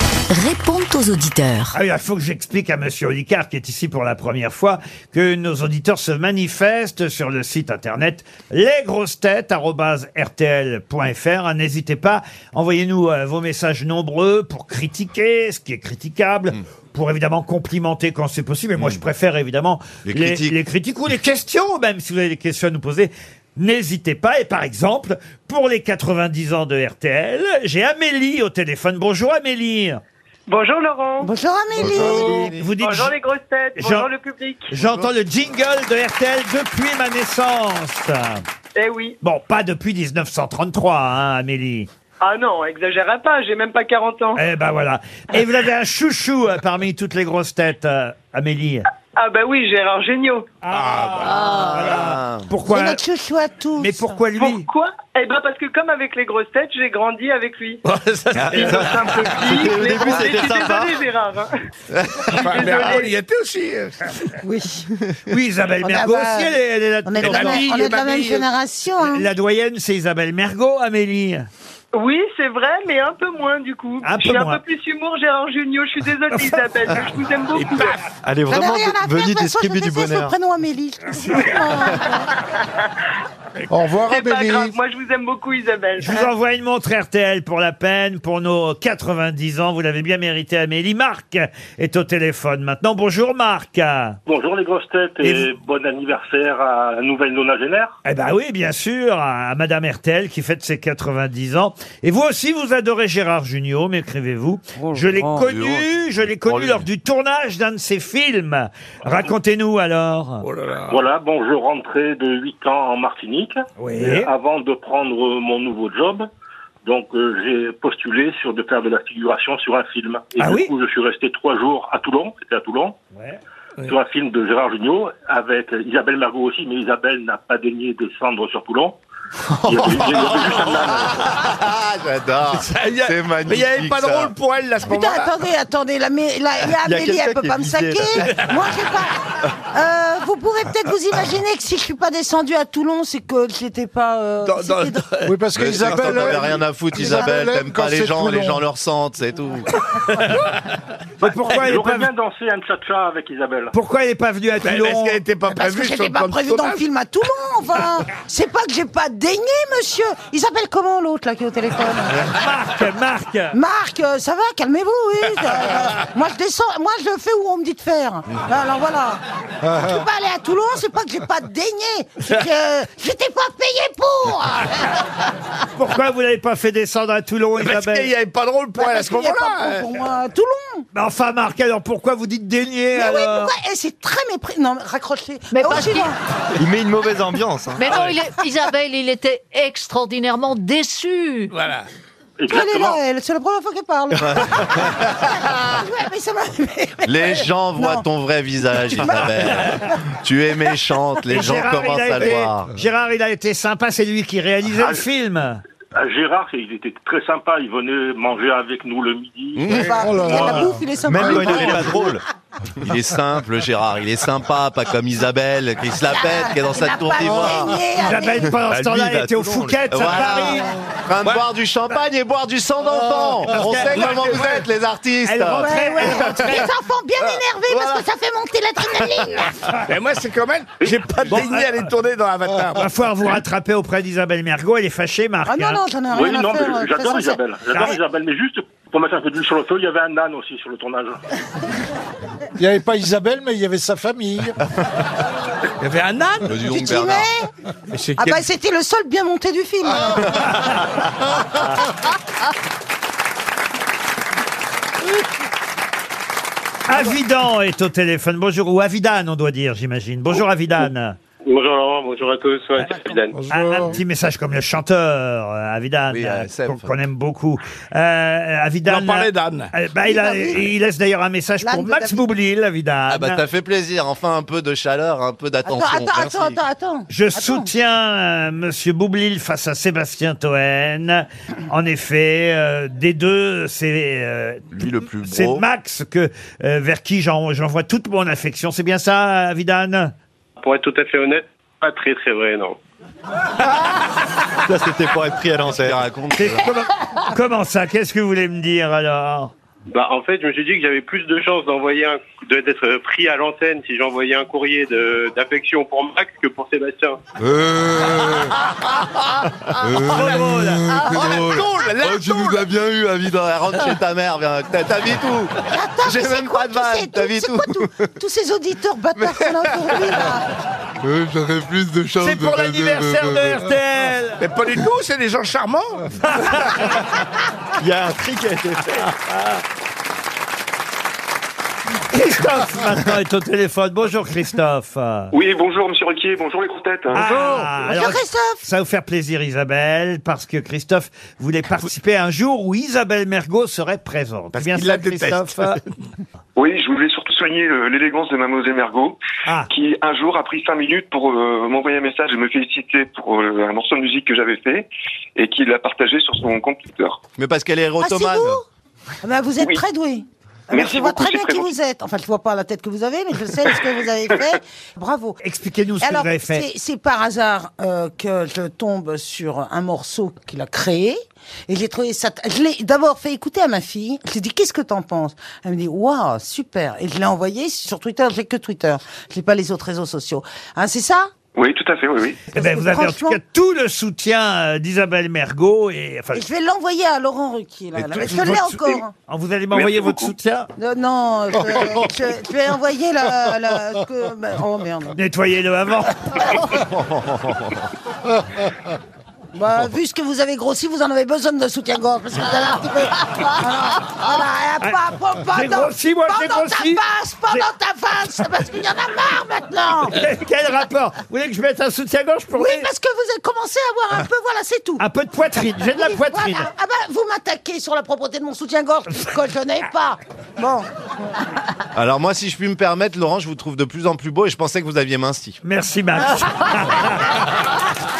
Speaker 9: répondent aux auditeurs.
Speaker 3: Ah oui, il faut que j'explique à Monsieur Olicard, qui est ici pour la première fois, que nos auditeurs se manifestent sur le site internet lesgrossetêtes.rtl.fr. Hein, N'hésitez pas, envoyez-nous euh, vos messages nombreux pour critiquer ce qui est critiquable. Pour évidemment complimenter quand c'est possible. Et moi, je préfère évidemment les,
Speaker 2: Les critiques.
Speaker 3: les critiques ou les questions, même si vous avez des questions à nous poser. N'hésitez pas. Et par exemple, pour les 90 ans de RTL, j'ai Amélie au téléphone. Bonjour Amélie.
Speaker 10: Bonjour Laurent.
Speaker 6: Bonjour Amélie.
Speaker 3: Vous dites
Speaker 10: Bonjour les grosses têtes.
Speaker 3: Jean-
Speaker 10: Bonjour le public.
Speaker 3: J'entends le jingle de RTL depuis ma naissance.
Speaker 10: Eh oui.
Speaker 3: Bon, pas depuis 1933, hein, Amélie.
Speaker 10: Ah non, exagérez pas, j'ai même pas 40 ans.
Speaker 3: Eh ben voilà. Et vous avez un chouchou euh, parmi toutes les grosses têtes, euh, Amélie.
Speaker 10: Ah bah oui, Gérard Géniaux.
Speaker 6: Ah. C'est
Speaker 3: Ah, ben Pourquoi
Speaker 6: notre chouchou à tous.
Speaker 3: Mais pourquoi lui
Speaker 10: Pourquoi Eh ben parce que comme avec les grosses têtes, j'ai grandi avec lui.
Speaker 3: [LAUGHS]
Speaker 10: Il me simplifie,
Speaker 2: Au
Speaker 10: mais
Speaker 2: début,
Speaker 10: bon,
Speaker 2: c'était
Speaker 10: je suis
Speaker 2: sympa.
Speaker 10: désolée, Gérard. hein.
Speaker 4: Enfin, mais
Speaker 10: Désolé.
Speaker 4: Apple y était aussi. euh.
Speaker 3: Oui, Isabelle
Speaker 6: On
Speaker 3: Mergot
Speaker 6: a-
Speaker 3: aussi, elle est, elle est là-
Speaker 6: Ah bah, On est de la,
Speaker 3: Mamie,
Speaker 6: on est de la même
Speaker 10: euh,
Speaker 4: mamie.
Speaker 6: génération. hein.
Speaker 3: La doyenne, c'est Isabelle Mergot, Amélie.
Speaker 10: Oui, c'est vrai, mais un peu moins du coup.
Speaker 3: Un
Speaker 10: je
Speaker 3: peu
Speaker 10: suis
Speaker 3: moins.
Speaker 10: un peu plus humour, Gérard Géniaux. Je suis désolée,
Speaker 3: [LAUGHS]
Speaker 10: Isabelle. mais Je vous aime beaucoup.
Speaker 5: Elle est
Speaker 6: J'en ai
Speaker 5: vraiment
Speaker 6: rien à faire, de
Speaker 5: venue
Speaker 6: toute façon, je
Speaker 5: distribuer du
Speaker 6: déteste le
Speaker 5: bonheur.
Speaker 6: prénom
Speaker 2: [LAUGHS]
Speaker 6: Amélie. Oh.
Speaker 7: Au revoir
Speaker 10: C'est pas grave.
Speaker 7: Amélie.
Speaker 10: Moi, je vous aime beaucoup, Isabelle.
Speaker 3: Je
Speaker 6: Euh.
Speaker 3: vous envoie une montre RTL pour la peine, pour nos 90 ans. Vous l'avez bien mérité, Amélie. Marc est au téléphone maintenant. Bonjour, Marc. Eh
Speaker 11: Bonjour les grosses têtes et,
Speaker 3: Et
Speaker 11: bon anniversaire à la nouvelle nonagénaire.
Speaker 3: Eh ben oui, bien sûr, à à Madame Hertel qui fête ses 90 ans. Et vous aussi, vous adorez Gérard Jugnot, m'écrivez-vous.
Speaker 6: Oh,
Speaker 3: je l'ai
Speaker 4: oh,
Speaker 3: connu, je l'ai connu lors du tournage d'un de ses films. Racontez-nous alors.
Speaker 4: Oh
Speaker 11: Voilà, bon, je rentrais de 8 ans en Martinique
Speaker 3: Oui.
Speaker 11: Et avant de prendre mon nouveau job. Donc euh, j'ai postulé sur de faire de la figuration sur un film. Et
Speaker 3: Ah
Speaker 11: du
Speaker 3: oui
Speaker 11: coup, je suis resté trois jours à Toulon, c'était à Toulon,
Speaker 3: Ouais.
Speaker 11: sur un film de Gérard Jugnot, avec Isabelle Margot aussi, mais Isabelle n'a pas daigné descendre sur
Speaker 3: [LAUGHS]
Speaker 11: Toulon. Il y avait- il y avait juste un âne.
Speaker 2: Ah, j'adore. C'est magnifique.
Speaker 4: Mais il n'y avait pas de
Speaker 2: ça.
Speaker 4: rôle pour elle là, à ce
Speaker 6: Putain,
Speaker 4: moment-là.
Speaker 6: attendez, attendez, la, mé- la- la
Speaker 5: Il y a
Speaker 6: Amélie, elle
Speaker 5: quelqu'un
Speaker 6: peut
Speaker 5: qui
Speaker 6: pas
Speaker 5: est
Speaker 6: me
Speaker 5: visé,
Speaker 6: saquer. Moi, j'ai pas. Euh, vous pourrez peut-être vous imaginer que si je suis pas descendue à Toulon, c'est que j'étais pas. euh,
Speaker 4: Dans- dans-
Speaker 6: c'était dans-
Speaker 7: Oui, parce que
Speaker 2: Mais c'est quand
Speaker 7: Isabelle,
Speaker 2: t'en avais
Speaker 7: elle-
Speaker 2: rien à foutre,
Speaker 7: Isabelle
Speaker 2: Isabelle.
Speaker 7: aime
Speaker 2: T'aimes
Speaker 7: quand
Speaker 2: pas les
Speaker 7: c'est
Speaker 2: gens,
Speaker 7: tout
Speaker 2: les
Speaker 7: long.
Speaker 2: gens le ressentent, c'est tout.
Speaker 3: Mais Bah, pourquoi il est
Speaker 11: eh, J'aurais
Speaker 3: pas,
Speaker 11: bien dansé un cha-cha avec Isabelle.
Speaker 3: pourquoi il est pas venu à
Speaker 4: Parce
Speaker 3: Toulon
Speaker 4: qu'elle n'était pas
Speaker 6: Parce que
Speaker 4: prévue sur
Speaker 6: j'étais
Speaker 4: le
Speaker 6: pas
Speaker 4: plan de
Speaker 6: prévue dans le
Speaker 4: tournage.
Speaker 6: film à Toulon, enfin. C'est pas que j'ai pas daigné, monsieur. Il s'appelle comment l'autre là qui est au téléphone
Speaker 3: Marc, Marc.
Speaker 6: Marc, euh, ça va, calmez-vous, oui. ça- euh, moi je descends, moi je le fais où on me dit de faire. Alors voilà. Je peux pas aller à Toulon, c'est pas que j'ai pas daigné, c'est que j'étais pas payé pour.
Speaker 3: Pourquoi vous l'avez pas fait descendre à Toulon,
Speaker 4: Parce qu'il n'y
Speaker 3: Isabelle
Speaker 4: avait pas de rôle pour elle à
Speaker 6: Bah, Parce
Speaker 4: ce
Speaker 6: qu'il y a pas
Speaker 4: moment-là. hein.
Speaker 6: pour-
Speaker 3: hein.
Speaker 6: pour moi à Toulon.
Speaker 3: Mais Enfin, Marc, alors pourquoi vous dites dénier
Speaker 6: Mais oui,
Speaker 3: alors
Speaker 6: pourquoi Eh, C'est très mépris. Non, mais raccrochez.
Speaker 8: Mais
Speaker 6: Au
Speaker 8: parce
Speaker 6: suivant.
Speaker 5: Il met une mauvaise ambiance. hein.
Speaker 8: Mais non, il est- Isabelle, il était extraordinairement déçu.
Speaker 4: Voilà.
Speaker 6: Elle est là,
Speaker 11: Exactement.
Speaker 6: elle. C'est la première fois qu'elle parle.
Speaker 8: [LAUGHS]
Speaker 6: Ah, ouais, mais ça m'a. [LAUGHS]
Speaker 2: [LAUGHS] Les gens voient
Speaker 6: Non.
Speaker 2: ton vrai
Speaker 3: [LAUGHS]
Speaker 2: visage, Isabelle. tu es méchante, les gens
Speaker 3: Gérard, il
Speaker 2: commencent
Speaker 3: a
Speaker 2: à le
Speaker 3: été-
Speaker 2: voir.
Speaker 3: Gérard, il a été sympa, c'est lui qui réalisait
Speaker 11: Ah,
Speaker 3: le
Speaker 11: je-
Speaker 3: film.
Speaker 11: Ah, Gérard, il était très sympa. Il venait manger avec nous le midi.
Speaker 6: Enfin,
Speaker 7: Oh là
Speaker 6: il y a
Speaker 7: là.
Speaker 6: Mmh. la bouffe, il est sympa.
Speaker 5: Même quand il n'est pas drôle.
Speaker 2: Il est simple, Gérard, il est sympa, pas comme Isabelle, qui se la pète, qui est dans sa tour d'ivoire.
Speaker 3: Isabelle, pendant
Speaker 5: Bah,
Speaker 3: ce
Speaker 5: lui,
Speaker 3: temps-là,
Speaker 5: il va
Speaker 3: elle
Speaker 5: à
Speaker 3: était au
Speaker 5: Toulon, lui.
Speaker 3: Fouquet, à
Speaker 2: Voilà.
Speaker 3: Paris.
Speaker 2: En train de boire du champagne et boire du sang d'enfant. On sait comment vous êtes, les artistes.
Speaker 3: Elle rentrait, elle rentrait.
Speaker 6: Les enfants bien énervés parce que ça fait monter l'adrénaline.
Speaker 4: [LAUGHS]
Speaker 3: [LAUGHS]
Speaker 4: Mais moi, c'est quand même. euh, J'ai pas daigné à les tourner dans Avatar.
Speaker 3: Va falloir vous rattraper auprès d'Isabelle Mergot. Elle est fâchée, Marc.
Speaker 6: Ah non,
Speaker 3: hein.
Speaker 6: non, j'en ai rien
Speaker 11: Oui,
Speaker 6: à
Speaker 11: non,
Speaker 6: faire. euh,
Speaker 11: mais
Speaker 6: de toute
Speaker 11: j'adore
Speaker 6: façon,
Speaker 11: Isabelle. J'adore
Speaker 3: Ah.
Speaker 11: Isabelle, mais juste pour mettre un peu d'huile sur le feu, il y avait un âne aussi sur le tournage.
Speaker 7: Il n'y avait pas Isabelle, mais il y avait sa famille.
Speaker 12: Il y avait un âne
Speaker 6: dis donc, Tu t'y Bernard. Ah bah c'était le seul bien monté du film.
Speaker 3: Avidan est au téléphone. Bonjour, ou Avidan, on doit dire, j'imagine. Bonjour, Avidan.
Speaker 13: Bonjour Laurent, bonjour à tous. Ouais,
Speaker 3: Ah,
Speaker 13: c'est Zidane.
Speaker 3: Un, un petit message comme le chanteur, euh, Avidan,
Speaker 13: Oui,
Speaker 3: euh,
Speaker 13: ASF.
Speaker 3: qu'on qu'on aime beaucoup. Euh, Avidan.
Speaker 13: On en parlait d'Anne.
Speaker 3: Euh, bah, il, a-
Speaker 13: Oui, bah oui.
Speaker 3: il laisse d'ailleurs un message
Speaker 6: L'âne
Speaker 3: pour
Speaker 6: de
Speaker 3: Max
Speaker 6: David.
Speaker 3: Boublil, Avidan.
Speaker 2: Ah bah t'as fait plaisir, enfin un peu de chaleur, un peu
Speaker 6: Attends,
Speaker 2: d'attention.
Speaker 6: attends,
Speaker 2: Merci.
Speaker 6: attends, attends, attends.
Speaker 3: Je soutiens euh, Monsieur Boublil face à Sébastien Toen. En effet, euh, des deux, c'est euh, c'est Max que euh, vers qui j'en- j'envoie toute mon affection. C'est bien ça, Avidan
Speaker 13: Ah, Pour être tout à fait honnête, pas très très vrai, non.
Speaker 5: Ça, c'était pour être pris à l'enfer.
Speaker 3: C'est-
Speaker 13: euh,
Speaker 3: comment, comment ça Qu'est-ce que vous voulez me dire alors
Speaker 13: Bah, en fait, je me suis dit que j'avais plus de chances d'envoyer un, de- d'être pris à l'antenne si j'envoyais un courrier de- d'affection pour Max que pour Sébastien.
Speaker 2: Euh,
Speaker 3: Ah,
Speaker 6: Ah,
Speaker 2: Oh, tu nous as bien eu, Avidan. Rentre chez ta mère, viens. T'as t'as vu tout. J'ai même pas de vanne, t'as vu tout.
Speaker 6: Tous ces auditeurs
Speaker 2: [LAUGHS]
Speaker 6: bâtards qu'on a aujourd'hui, là.
Speaker 2: J'aurais plus de chance.
Speaker 4: C'est pour
Speaker 3: l'anniversaire de RTL.
Speaker 4: Mais pas du tout, c'est des gens
Speaker 3: [LAUGHS]
Speaker 4: charmants.
Speaker 5: Il y a un tri qui a été fait.
Speaker 3: Christophe maintenant est au téléphone. Bonjour Christophe.
Speaker 6: Ah,
Speaker 14: Oui, bonjour Monsieur Ruquier, bonjour les grosses têtes.
Speaker 3: Ah, alors, Ça va vous faire plaisir Isabelle, parce que Christophe voulait participer à un jour où Isabelle Mergot serait présente. Parce
Speaker 14: qu'il la déteste. Oui, je voulais surtout soigner euh, l'élégance de Mademoiselle Mergot,
Speaker 3: Ah.
Speaker 14: qui un jour a pris cinq minutes pour euh, m'envoyer un message et me féliciter pour euh, un morceau de musique que j'avais fait et qui l'a partagé sur son compte Twitter.
Speaker 2: Mais parce qu'elle est
Speaker 6: Ah, c'est
Speaker 2: érotomane.
Speaker 6: vous Ah bah, Vous êtes très doué. Ah,
Speaker 14: Merci
Speaker 6: je vois
Speaker 14: beaucoup,
Speaker 6: très
Speaker 14: c'est
Speaker 6: bien
Speaker 14: très
Speaker 6: qui
Speaker 14: gentil.
Speaker 6: vous êtes. Enfin, je vois pas la tête que vous avez, mais je sais ce que vous avez
Speaker 14: [LAUGHS]
Speaker 6: fait. Bravo.
Speaker 3: Expliquez-nous ce que
Speaker 6: Alors,
Speaker 3: vous avez fait.
Speaker 6: c'est- C'est par hasard euh, que je tombe sur un morceau qu'il a créé. Et j'ai trouvé ça. t- Je l'ai d'abord fait écouter à ma fille. Je lui ai dit qu'est-ce que t'en penses Elle me dit waouh super. Et je l'ai envoyé sur Twitter. J'ai que Twitter. Je n'ai pas les autres réseaux sociaux. Hein, c'est ça
Speaker 14: Oui, tout à fait, oui, oui.
Speaker 3: Eh ben, vous avez en tout
Speaker 6: Franchement-
Speaker 3: cas tout le soutien euh, d'Isabelle Mergot et enfin.
Speaker 6: Et je vais l'envoyer à Laurent Ruquier. Là,
Speaker 3: et
Speaker 6: là.
Speaker 3: tout-
Speaker 6: Mais je
Speaker 3: tout
Speaker 6: l'ai
Speaker 3: votre sou-
Speaker 6: encore. hein.
Speaker 3: Ah, Vous allez
Speaker 6: Merci
Speaker 3: m'envoyer votre
Speaker 6: beaucoup.
Speaker 3: soutien
Speaker 6: Euh, non,
Speaker 3: [LAUGHS]
Speaker 6: je, je- je vais envoyer la. la- que- bah, oh merde. [LAUGHS]
Speaker 3: Nettoyez-le avant.
Speaker 6: Bah, vu ce que vous avez grossi, vous en avez besoin de soutien-gorge. Parce que vous allez un petit peu. Ah, Voilà, voilà, et après, après,
Speaker 3: Ah, J'ai
Speaker 6: pendant,
Speaker 3: grossi, moi, j'ai
Speaker 6: pendant ta
Speaker 3: grossi.
Speaker 6: face, pendant ta face, parce qu'il y en a marre maintenant.
Speaker 3: Quel rapport Vous voulez que je mette un soutien-gorge pour
Speaker 6: Oui,
Speaker 3: les-
Speaker 6: parce que vous avez commencé à avoir un peu, voilà, c'est tout.
Speaker 3: Un peu de poitrine, j'ai de la
Speaker 6: Oui,
Speaker 3: poitrine.
Speaker 6: voilà. Ah bah, vous m'attaquez sur la propreté de mon soutien-gorge, que je n'ai pas. Bon.
Speaker 2: Alors moi, si je puis me permettre, Laurent, je vous trouve de plus en plus beau et je pensais que vous aviez minci.
Speaker 6: [LAUGHS]
Speaker 3: Merci Max.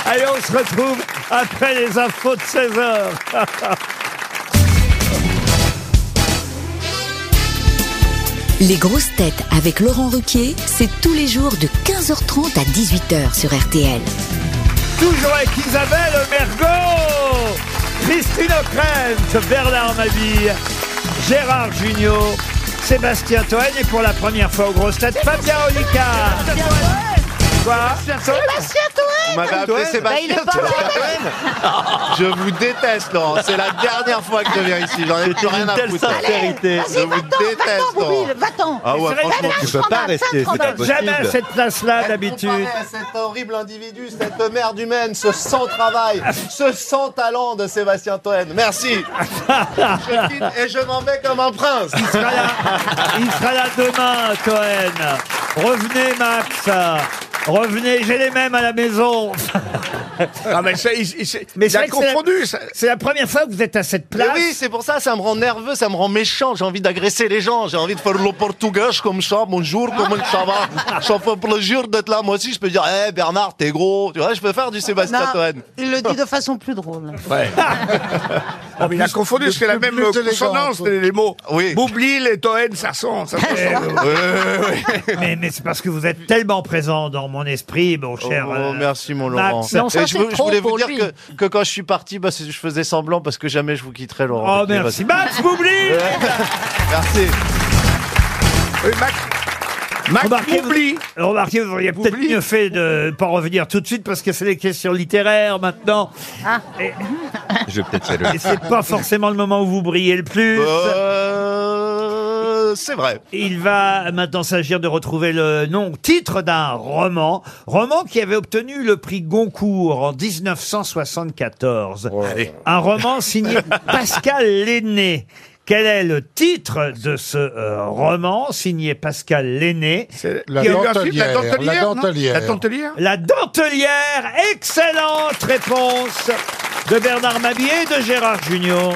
Speaker 3: Allez, on se retrouve après les infos de 16h.
Speaker 9: Les grosses têtes avec Laurent Ruquier, c'est tous les jours de 15h30 à 18h sur RTL.
Speaker 3: [LAUGHS] Toujours avec Isabelle Mergot, Christine O'Krent, Bernard Mabille, Gérard Junior, Sébastien Toen et pour la première fois au Grosse Tête, Fabien Olicard. Quoi
Speaker 6: Sébastien Toen
Speaker 2: Vous m'avez appelé Sébastien Toen. Je vous déteste, Laurent. C'est la dernière fois que je viens ici. J'en ai plus rien à foutre. Je
Speaker 6: Vas-y,
Speaker 2: vous
Speaker 6: va-t'en,
Speaker 2: déteste,
Speaker 6: va-t'en,
Speaker 2: Laurent.
Speaker 6: Bobby, va-t'en.
Speaker 2: Ah ouais,
Speaker 6: Mais
Speaker 2: franchement,
Speaker 6: Fabien,
Speaker 2: tu peux
Speaker 6: prends
Speaker 2: Bah, pas
Speaker 6: ma-
Speaker 2: rester,
Speaker 6: prends
Speaker 2: c'est
Speaker 6: ma-
Speaker 2: pas possible.
Speaker 3: Jamais à cette place-là d'habitude.
Speaker 2: Cet horrible individu, cette merde humaine, ce sans travail, ce sans talent de Sébastien Toen. Merci. Je quitte et je m'en vais comme un prince.
Speaker 3: Il sera là, il sera là demain, Toen. Revenez, Max. Revenez, j'ai les mêmes à la maison.
Speaker 4: mais il a
Speaker 3: vrai que c'est la-
Speaker 4: confondu, ça.
Speaker 3: C'est la première fois que vous êtes à cette
Speaker 2: Mais
Speaker 3: place.
Speaker 2: oui, c'est pour ça, ça me rend nerveux, ça me rend méchant. J'ai envie d'agresser les gens, j'ai envie de faire le portugais comme ça, bonjour, comment ça
Speaker 3: [LAUGHS]
Speaker 2: va Ça me fait plaisir d'être là. Moi aussi, je peux dire, hé Bernard, t'es gros, tu vois, je peux faire du Sébastien
Speaker 6: Non,
Speaker 2: Toen.
Speaker 6: Il le
Speaker 2: [LAUGHS]
Speaker 6: dit de façon plus drôle.
Speaker 4: Ah, mais il a confondu, parce que la même
Speaker 2: plus élégant,
Speaker 4: consonance,
Speaker 2: quoi.
Speaker 4: les les mots.
Speaker 2: Oui.
Speaker 4: Boublil et Toen, ça sonne. Ça
Speaker 3: [LAUGHS]
Speaker 2: Eh,
Speaker 4: fait-
Speaker 3: mais mais c'est parce que vous êtes tellement présent dans mon esprit, mon cher.
Speaker 2: Oh,
Speaker 3: euh,
Speaker 2: merci mon
Speaker 3: Max.
Speaker 2: Laurent.
Speaker 3: Non, ça,
Speaker 2: Et je,
Speaker 3: c'est
Speaker 2: vou- je
Speaker 3: trop
Speaker 2: voulais vous
Speaker 3: pour
Speaker 2: dire
Speaker 3: lui.
Speaker 2: que, que quand je suis parti, bah, c'est- je faisais semblant parce que jamais je vous quitterai Laurent.
Speaker 3: Oh, merci. Max, vous oubliez
Speaker 2: Merci.
Speaker 4: Oui, Max,
Speaker 3: Remarquez, vous, remarquez, vous auriez peut-être mieux fait de ne pas revenir tout de suite parce que c'est les questions littéraires maintenant. Et,
Speaker 5: Je vais peut-être
Speaker 3: et c'est pas forcément le moment où vous brillez le plus.
Speaker 2: Euh, c'est vrai.
Speaker 3: Il va maintenant s'agir de retrouver le nom, titre d'un roman. Roman qui avait obtenu le prix Goncourt en 1974. Un
Speaker 7: [LAUGHS]
Speaker 3: roman signé Pascal Lenné. Quel est le titre de ce euh, roman signé Pascal Lenné
Speaker 7: La
Speaker 3: qui a eu un
Speaker 7: Dentelière,
Speaker 3: film,
Speaker 7: La
Speaker 3: non
Speaker 7: Dentelière. La Dentelière
Speaker 3: La Dentelière. Excellente réponse de Bernard Mabier et de Gérard Junior.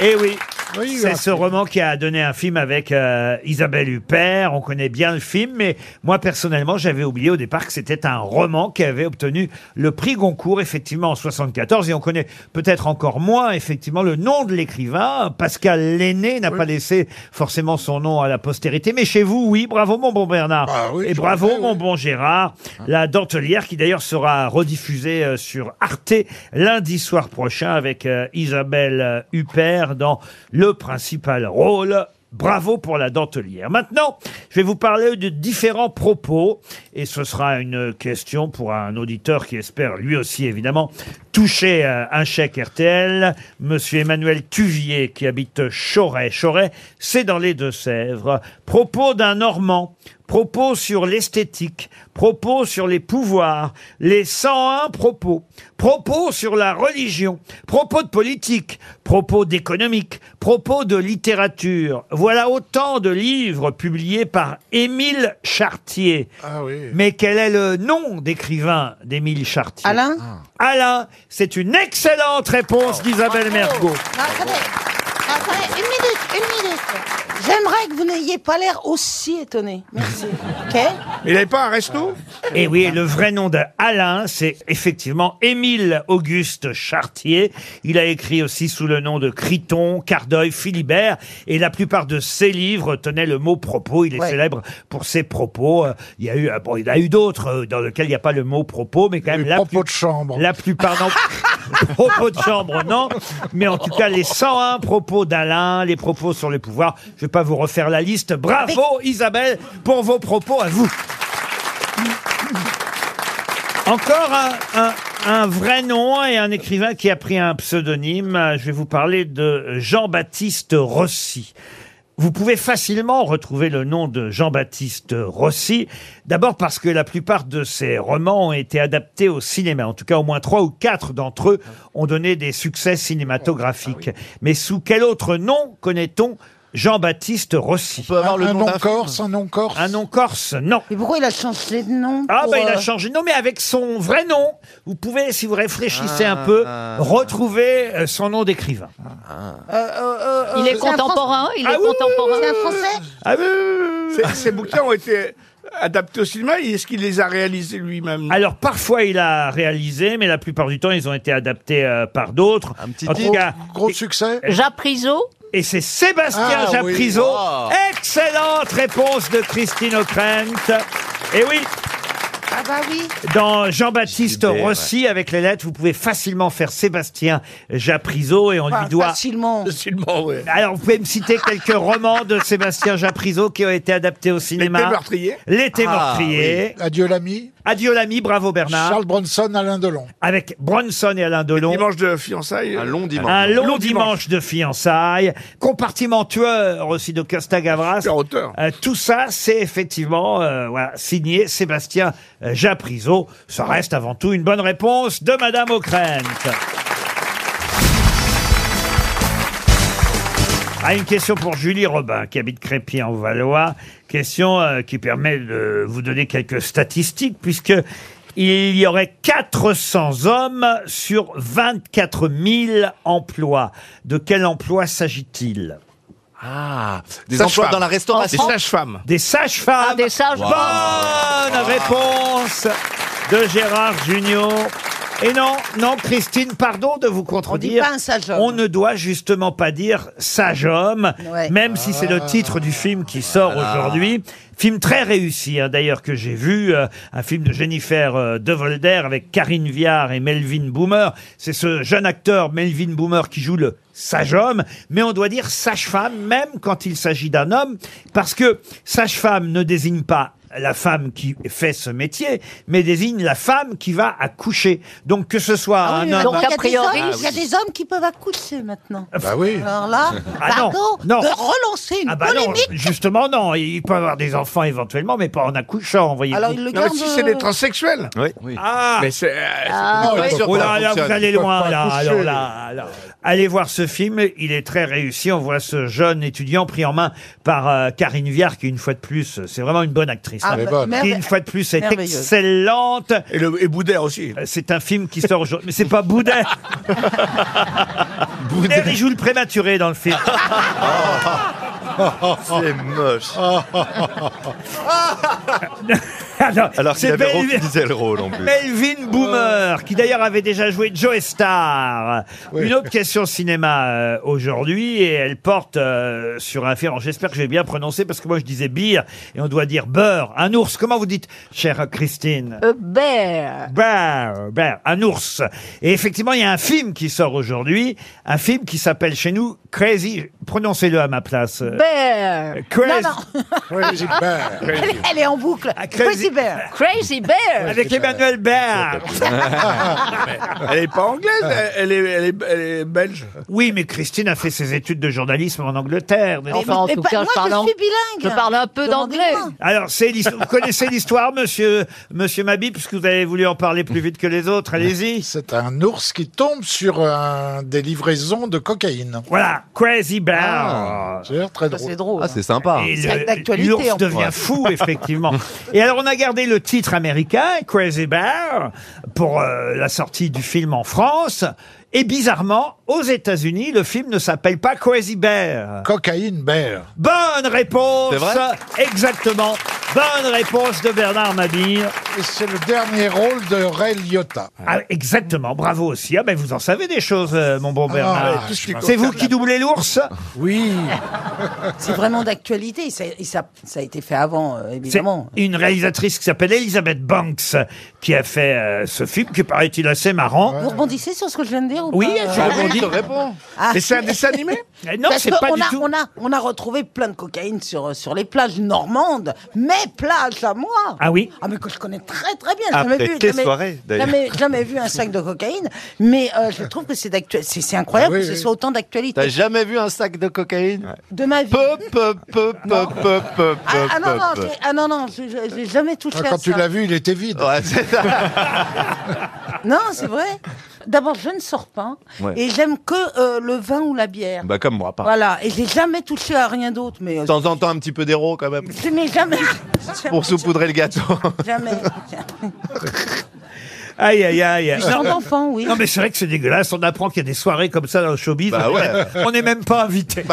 Speaker 3: Eh oui.
Speaker 7: il y a eu un
Speaker 3: C'est ce
Speaker 7: film.
Speaker 3: roman qui a donné un film avec euh, Isabelle Huppert. On connaît bien le film, mais moi personnellement, j'avais oublié au départ que c'était un roman qui avait obtenu le prix Goncourt effectivement en 74 et on connaît peut-être encore moins effectivement le nom de l'écrivain. Pascal Lenné n'a pas laissé forcément son nom à la postérité, mais chez vous, oui, bravo mon bon Bernard et bravo mon bon Gérard. La dentelière qui d'ailleurs sera rediffusée euh, sur Arte lundi soir prochain avec euh, Isabelle Huppert dans le principal rôle. Bravo pour la dentelière. Maintenant, je vais vous parler de différents propos et ce sera une question pour un auditeur qui espère lui aussi évidemment toucher euh, un chèque RTL. Monsieur Emmanuel Tuvier qui habite Choret. Choret, c'est dans les Deux-Sèvres. Propos d'un Normand propos sur l'esthétique, propos sur les pouvoirs, les 101 propos, propos sur la religion, propos de politique, propos d'économique, propos de littérature. Voilà autant de livres publiés par Émile Chartier. Mais quel est le nom d'écrivain d'Émile Chartier
Speaker 6: Alain
Speaker 3: Alain, c'est une excellente réponse d'Isabelle Mergo.
Speaker 6: Non, Ah, attendez. Attendez, une minute, une minute. J'aimerais que vous n'ayez pas l'air aussi étonné. Merci. OK
Speaker 3: Il n'avait pas un resto Et Eh oui, et le vrai nom d'Alain, c'est effectivement Émile Auguste Chartier. Il a écrit aussi sous le nom de Criton, Cardeuil, Philibert, et la plupart de ses livres tenaient le mot propos. Il est célèbre pour ses propos. Euh, Il y a eu, euh, bon, il y en a eu d'autres euh, dans lesquels il n'y a pas le mot propos, mais quand même la propos de chambre. La plupart [LAUGHS] non. propos de chambre, non. Mais en tout cas, les 101 propos d'Alain, les propos sur le pouvoir. Je vais pas vous refaire la liste. Bravo, Isabelle, pour vos propos à vous. Encore un, un- un vrai nom et un écrivain qui a pris un pseudonyme. Euh, Je vais vous parler de Jean-Baptiste Rossi. Vous pouvez facilement retrouver le nom de Jean-Baptiste Rossi, d'abord parce que la plupart de ses romans ont été adaptés au cinéma. En tout cas, au moins trois ou quatre d'entre eux ont donné des succès cinématographiques.
Speaker 7: Ah
Speaker 3: Mais sous quel autre nom connaît-on Jean-Baptiste Rossi On peut
Speaker 7: avoir le Un nom nom d'un film. corse, un nom corse
Speaker 3: Un nom corse, non.
Speaker 6: Mais pourquoi il a changé de nom
Speaker 3: Ah,
Speaker 6: pour,
Speaker 3: bah, il a
Speaker 6: euh,
Speaker 3: changé. Non, mais avec son vrai nom, vous pouvez, si vous réfléchissez un
Speaker 6: Ah,
Speaker 3: peu,
Speaker 6: ah,
Speaker 3: retrouver euh, son nom d'écrivain.
Speaker 8: Il est
Speaker 4: c'est un
Speaker 8: contemporain,
Speaker 4: Fran-
Speaker 8: il
Speaker 4: Ah
Speaker 8: est
Speaker 4: oui,
Speaker 8: contemporain.
Speaker 4: c'est un Français
Speaker 3: Ah
Speaker 4: Ces- Ces bouquins ont été adaptés au cinéma. et Est-ce qu'il les a réalisés lui-même
Speaker 3: Alors, parfois, il a réalisé, mais la plupart du temps, ils ont été adaptés euh, par d'autres. Un petit
Speaker 7: titre. Gros succès
Speaker 3: Japrizo Et c'est Sébastien
Speaker 7: Ah, oui.
Speaker 3: Japrizo.
Speaker 7: Wow.
Speaker 3: Excellente réponse de Christine O'Krent. Et oui,
Speaker 6: Ah bah oui.
Speaker 3: Dans Jean-Baptiste
Speaker 6: Gilbert,
Speaker 3: Rossi, avec les lettres, vous pouvez facilement faire Sébastien Japrizo et on
Speaker 6: Enfin,
Speaker 3: lui doit...
Speaker 6: Facilement.
Speaker 4: Facilement, oui.
Speaker 3: Alors, vous pouvez me citer quelques romans de Sébastien Japrizo qui ont été adaptés au cinéma.
Speaker 7: L'été meurtrier.
Speaker 3: L'été
Speaker 7: Ah,
Speaker 3: meurtrier. Adieu l'ami. Adieu l'ami, bravo Bernard.
Speaker 7: Charles Bronson, Alain Delon.
Speaker 3: Avec Bronson et Alain Delon.
Speaker 4: Dimanche de fiançailles. Un long
Speaker 3: Un long, dimanche. de fiançailles, compartiment tueur aussi de Castagavras. Euh, tout ça, c'est effectivement euh, voilà, signé Sébastien euh, Japrizo. Ça reste avant tout une bonne réponse de Madame O'Krent. Ah, une question pour Julie Robin, qui habite Crépy en Valois. Question euh, qui permet de vous donner quelques statistiques, puisque il y aurait 400 hommes sur 24 000 emplois. De quel emploi s'agit-il Ah,
Speaker 2: des emplois dans la restauration Des
Speaker 3: sages-femmes. Des sages-femmes. Ah, des sages Bonne réponse de Gérard Junior. Et non, non, Christine, pardon de vous contredire. On, ne doit justement pas dire sage homme,
Speaker 6: Ouais.
Speaker 3: même si c'est le titre du film qui sort
Speaker 6: Voilà.
Speaker 3: aujourd'hui. Film très réussi, hein, d'ailleurs, que j'ai vu. euh, un film de Jennifer euh, De Volder avec Karine Viard et Melvin Boomer. C'est ce jeune acteur, Melvin Boomer, qui joue le sage homme. Mais on doit dire sage femme, même quand il s'agit d'un homme, parce que sage femme ne désigne pas la femme qui fait ce métier, mais désigne la femme qui va accoucher. Donc que ce soit
Speaker 6: Ah oui,
Speaker 3: un homme...
Speaker 6: donc il y a des hommes- il y a des hommes qui peuvent accoucher maintenant.
Speaker 3: Bah oui.
Speaker 6: Alors là,
Speaker 3: Ah
Speaker 6: pardon
Speaker 3: non, non.
Speaker 6: de relancer une
Speaker 3: Ah bah non,
Speaker 6: polémique.
Speaker 3: justement non, il peut avoir des enfants éventuellement, mais pas en accouchant, voyez.
Speaker 6: Alors, il le euh,
Speaker 4: Non, mais si c'est des transsexuels.
Speaker 3: Oui. Ah
Speaker 4: Mais c'est.
Speaker 3: Ah,
Speaker 4: c'est-
Speaker 3: ouais.
Speaker 4: c'est-
Speaker 3: Oh là, là,
Speaker 4: fonctionne.
Speaker 3: vous allez
Speaker 4: Ils peuvent
Speaker 3: loin,
Speaker 4: pas
Speaker 3: là,
Speaker 4: accoucher.
Speaker 3: alors là, alors. Allez voir ce film, il est très réussi. On voit ce jeune étudiant pris en main par euh, Karine Viard, qui une fois de plus, euh, c'est vraiment une bonne actrice,
Speaker 4: Ah,
Speaker 3: hein,
Speaker 4: Elle est bonne.
Speaker 3: qui
Speaker 4: merveille-
Speaker 3: une fois de plus est
Speaker 4: merveilleuse.
Speaker 3: excellente. Et, le, aussi. C'est un film qui sort aujourd'hui. Mais c'est
Speaker 5: [LAUGHS]
Speaker 3: pas Boudet Boudet, il joue le prématuré dans le film.
Speaker 5: [LAUGHS] C'est
Speaker 3: [LAUGHS]
Speaker 5: moche.
Speaker 3: Alors,
Speaker 5: Alors qu'il
Speaker 3: c'est
Speaker 5: avait
Speaker 3: Belleville-
Speaker 5: refusé le rôle en plus.
Speaker 3: Melvin Boomer, qui d'ailleurs avait déjà joué Joe Star. Une autre question cinéma euh, aujourd'hui, et elle porte euh, sur un fer. J'espère que j'ai bien prononcé, parce que moi je disais beer, et on doit dire beurre. Un ours, comment vous dites, chère Christine
Speaker 8: Euh, bear.
Speaker 3: Bear, bear, un ours. Et effectivement, il y a un film qui sort aujourd'hui, un film qui s'appelle chez nous Crazy. Prononcez-le à ma place. euh,
Speaker 8: Bear.
Speaker 3: Crazy.
Speaker 8: Crazy
Speaker 3: Bear.
Speaker 6: [LAUGHS]
Speaker 3: Ah,
Speaker 6: Elle, est- elle est en boucle. Crazy Bear.
Speaker 8: Crazy Bear.
Speaker 3: Avec Emmanuel Baird.
Speaker 4: [LAUGHS] Elle est pas anglaise, elle- elle est, elle est- elle est belge.
Speaker 3: Oui, mais Christine a fait ses études de journalisme en Angleterre. n'est-ce
Speaker 8: Enfin,
Speaker 3: pas
Speaker 8: en tout cas, je parle, en- je parle un peu d'anglais.
Speaker 3: Alors, c'est l'histoire- vous connaissez l'histoire, monsieur, monsieur Mabi, puisque vous avez voulu en parler plus vite que les autres. Allez-y.
Speaker 7: C'est un ours qui tombe sur un- des livraisons de cocaïne.
Speaker 3: Voilà, Crazy
Speaker 7: Ah,
Speaker 3: Bear.
Speaker 7: c'est très drôle.
Speaker 2: Ah, c'est sympa.
Speaker 3: Et
Speaker 7: C'est
Speaker 3: le-
Speaker 7: d'actualité,
Speaker 3: l'ours
Speaker 7: en plus.
Speaker 3: devient
Speaker 7: Ouais.
Speaker 3: [LAUGHS] fou, effectivement. Et alors, on a gardé le titre américain, Crazy Bear, pour euh, la sortie du film en France. Et bizarrement, aux États-Unis, le film ne s'appelle pas Crazy Bear.
Speaker 7: Cocaine Bear.
Speaker 3: Bonne réponse.
Speaker 7: C'est vrai
Speaker 3: Exactement. Bonne réponse de Bernard Mabille.
Speaker 7: Et c'est le dernier rôle de Ray Liotta.
Speaker 3: Ah, exactement, bravo aussi. Ah ben vous en savez des choses, euh, mon bon
Speaker 7: Ah,
Speaker 3: Bernard.
Speaker 7: ouais, tout ce qui
Speaker 3: c'est
Speaker 7: concerne
Speaker 3: vous qui doublez l'ours
Speaker 7: Oui.
Speaker 6: C'est vraiment d'actualité. Ça, et ça- ça a été fait avant, euh,
Speaker 3: C'est
Speaker 6: évidemment.
Speaker 3: une réalisatrice qui s'appelle Elizabeth Banks qui a fait euh, ce film qui paraît-il assez marrant.
Speaker 6: Vous rebondissez sur ce que je viens de dire ou
Speaker 3: Oui,
Speaker 6: pas
Speaker 3: je Ah, rebondis. je te
Speaker 6: réponds.
Speaker 3: Mais c'est un dessin animé [LAUGHS] Eh non, c'est pas
Speaker 6: on
Speaker 3: du
Speaker 6: a,
Speaker 3: tout.
Speaker 6: On a, on a retrouvé plein de cocaïne sur, sur les plages normandes. Mes plages à moi
Speaker 3: Ah oui
Speaker 6: Ah mais que je connais très très bien.
Speaker 5: Ah,
Speaker 6: J'ai jamais
Speaker 5: peut-être
Speaker 6: vu,
Speaker 5: tes
Speaker 6: jamais,
Speaker 5: soirées, d'ailleurs.
Speaker 6: jamais, jamais vu un sac de cocaïne. Mais euh, je trouve que c'est d'actu- c'est c'est incroyable
Speaker 2: Ah oui,
Speaker 6: que ce
Speaker 2: oui.
Speaker 6: soit autant d'actualité.
Speaker 2: T'as jamais vu un sac de cocaïne
Speaker 6: De ma vie.
Speaker 2: Peu, peu, peu, peu, peu,
Speaker 6: Ah, ah non,
Speaker 2: peu,
Speaker 6: non,
Speaker 2: peu.
Speaker 6: j'ai- ah non, non, je- je- j'ai jamais touché
Speaker 7: Ah,
Speaker 6: à
Speaker 7: Quand tu
Speaker 6: ça.
Speaker 7: l'as vu, il était vide.
Speaker 6: Non, c'est vrai. D'abord, je ne sors pas
Speaker 2: Ouais.
Speaker 6: et j'aime que euh, le vin ou la bière.
Speaker 2: [LAUGHS] Bah comme moi, pas.
Speaker 6: Voilà, et j'ai jamais touché à rien d'autre, mais euh,
Speaker 2: De temps en temps, un petit peu d'héros quand même.
Speaker 6: je n'ai jamais.
Speaker 2: Pour saupoudrer le gâteau.
Speaker 6: Jamais.
Speaker 3: Aïe, aïe, aïe.
Speaker 6: Du sang d'enfant, oui.
Speaker 3: Non, mais c'est vrai que c'est dégueulasse. On apprend qu'il y a des soirées comme ça dans le showbiz.
Speaker 2: Bah
Speaker 3: On est-
Speaker 2: ouais. Bah.
Speaker 3: On n'est même pas invité.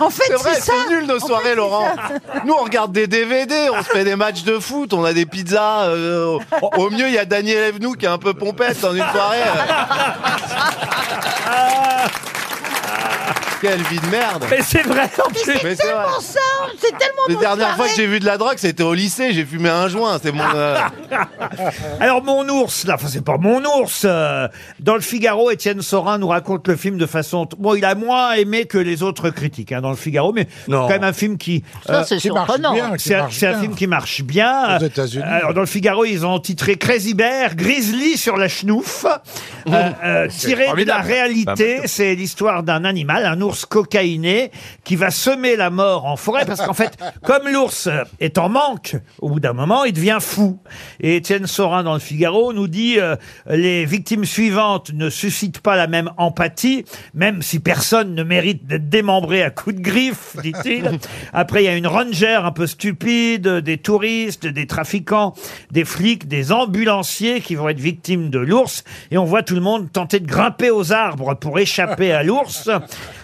Speaker 6: En fait,
Speaker 2: [LAUGHS] c'est vrai,
Speaker 6: c'est ça.
Speaker 2: nul nos soirées, Laurent. Nous, on regarde des DVD, on se fait des matchs de foot, on a des pizzas. euh, au- au mieux, il y a Daniel Evenou qui est un peu pompette dans une soirée. euh. Quelle vie de merde.
Speaker 3: Ah. Mais c'est vrai, en
Speaker 6: Mais c'est
Speaker 2: Mais c'est vrai.
Speaker 6: tellement ça, c'est tellement.
Speaker 2: La
Speaker 6: nos
Speaker 2: dernière fois que
Speaker 6: soirées.
Speaker 2: j'ai vu de la drogue, c'était au lycée, j'ai fumé un joint, c'est mon...
Speaker 3: [LAUGHS]
Speaker 2: euh,
Speaker 3: Alors mon ours, là, enfin c'est pas mon ours. euh, dans le Figaro, Étienne Sorin nous raconte le film de façon. t- Bon, il a moins aimé que les autres critiques hein, dans le Figaro, mais c'est quand même un film qui. euh,
Speaker 8: Ça, c'est Qui marche surprenant. bien, qui
Speaker 3: C'est un,
Speaker 8: marche
Speaker 3: c'est un
Speaker 8: bien.
Speaker 3: film qui marche bien. Euh,
Speaker 7: Aux États-Unis.
Speaker 3: Alors dans le Figaro, ils ont titré Crazy Bear, Grizzly sur la chenouf, euh, euh,
Speaker 12: C'est
Speaker 3: tiré de la
Speaker 12: formidable. Pas
Speaker 2: Bah,
Speaker 3: réalité.
Speaker 12: mal.
Speaker 3: C'est l'histoire d'un animal, un ours cocaïné, qui va semer la mort en forêt parce qu'en fait, comme l'ours est en manque, au bout d'un moment, il devient fou. Et Étienne Sorin dans le Figaro nous dit euh, les victimes suivantes ne suscitent pas la même empathie, même si personne ne mérite d'être démembré à coups de griffe, dit-il. Après, il y a une rangère un peu stupide, des touristes, des trafiquants, des flics, des ambulanciers qui vont être victimes de l'ours. Et on voit tout le monde tenter de grimper aux arbres pour échapper à l'ours.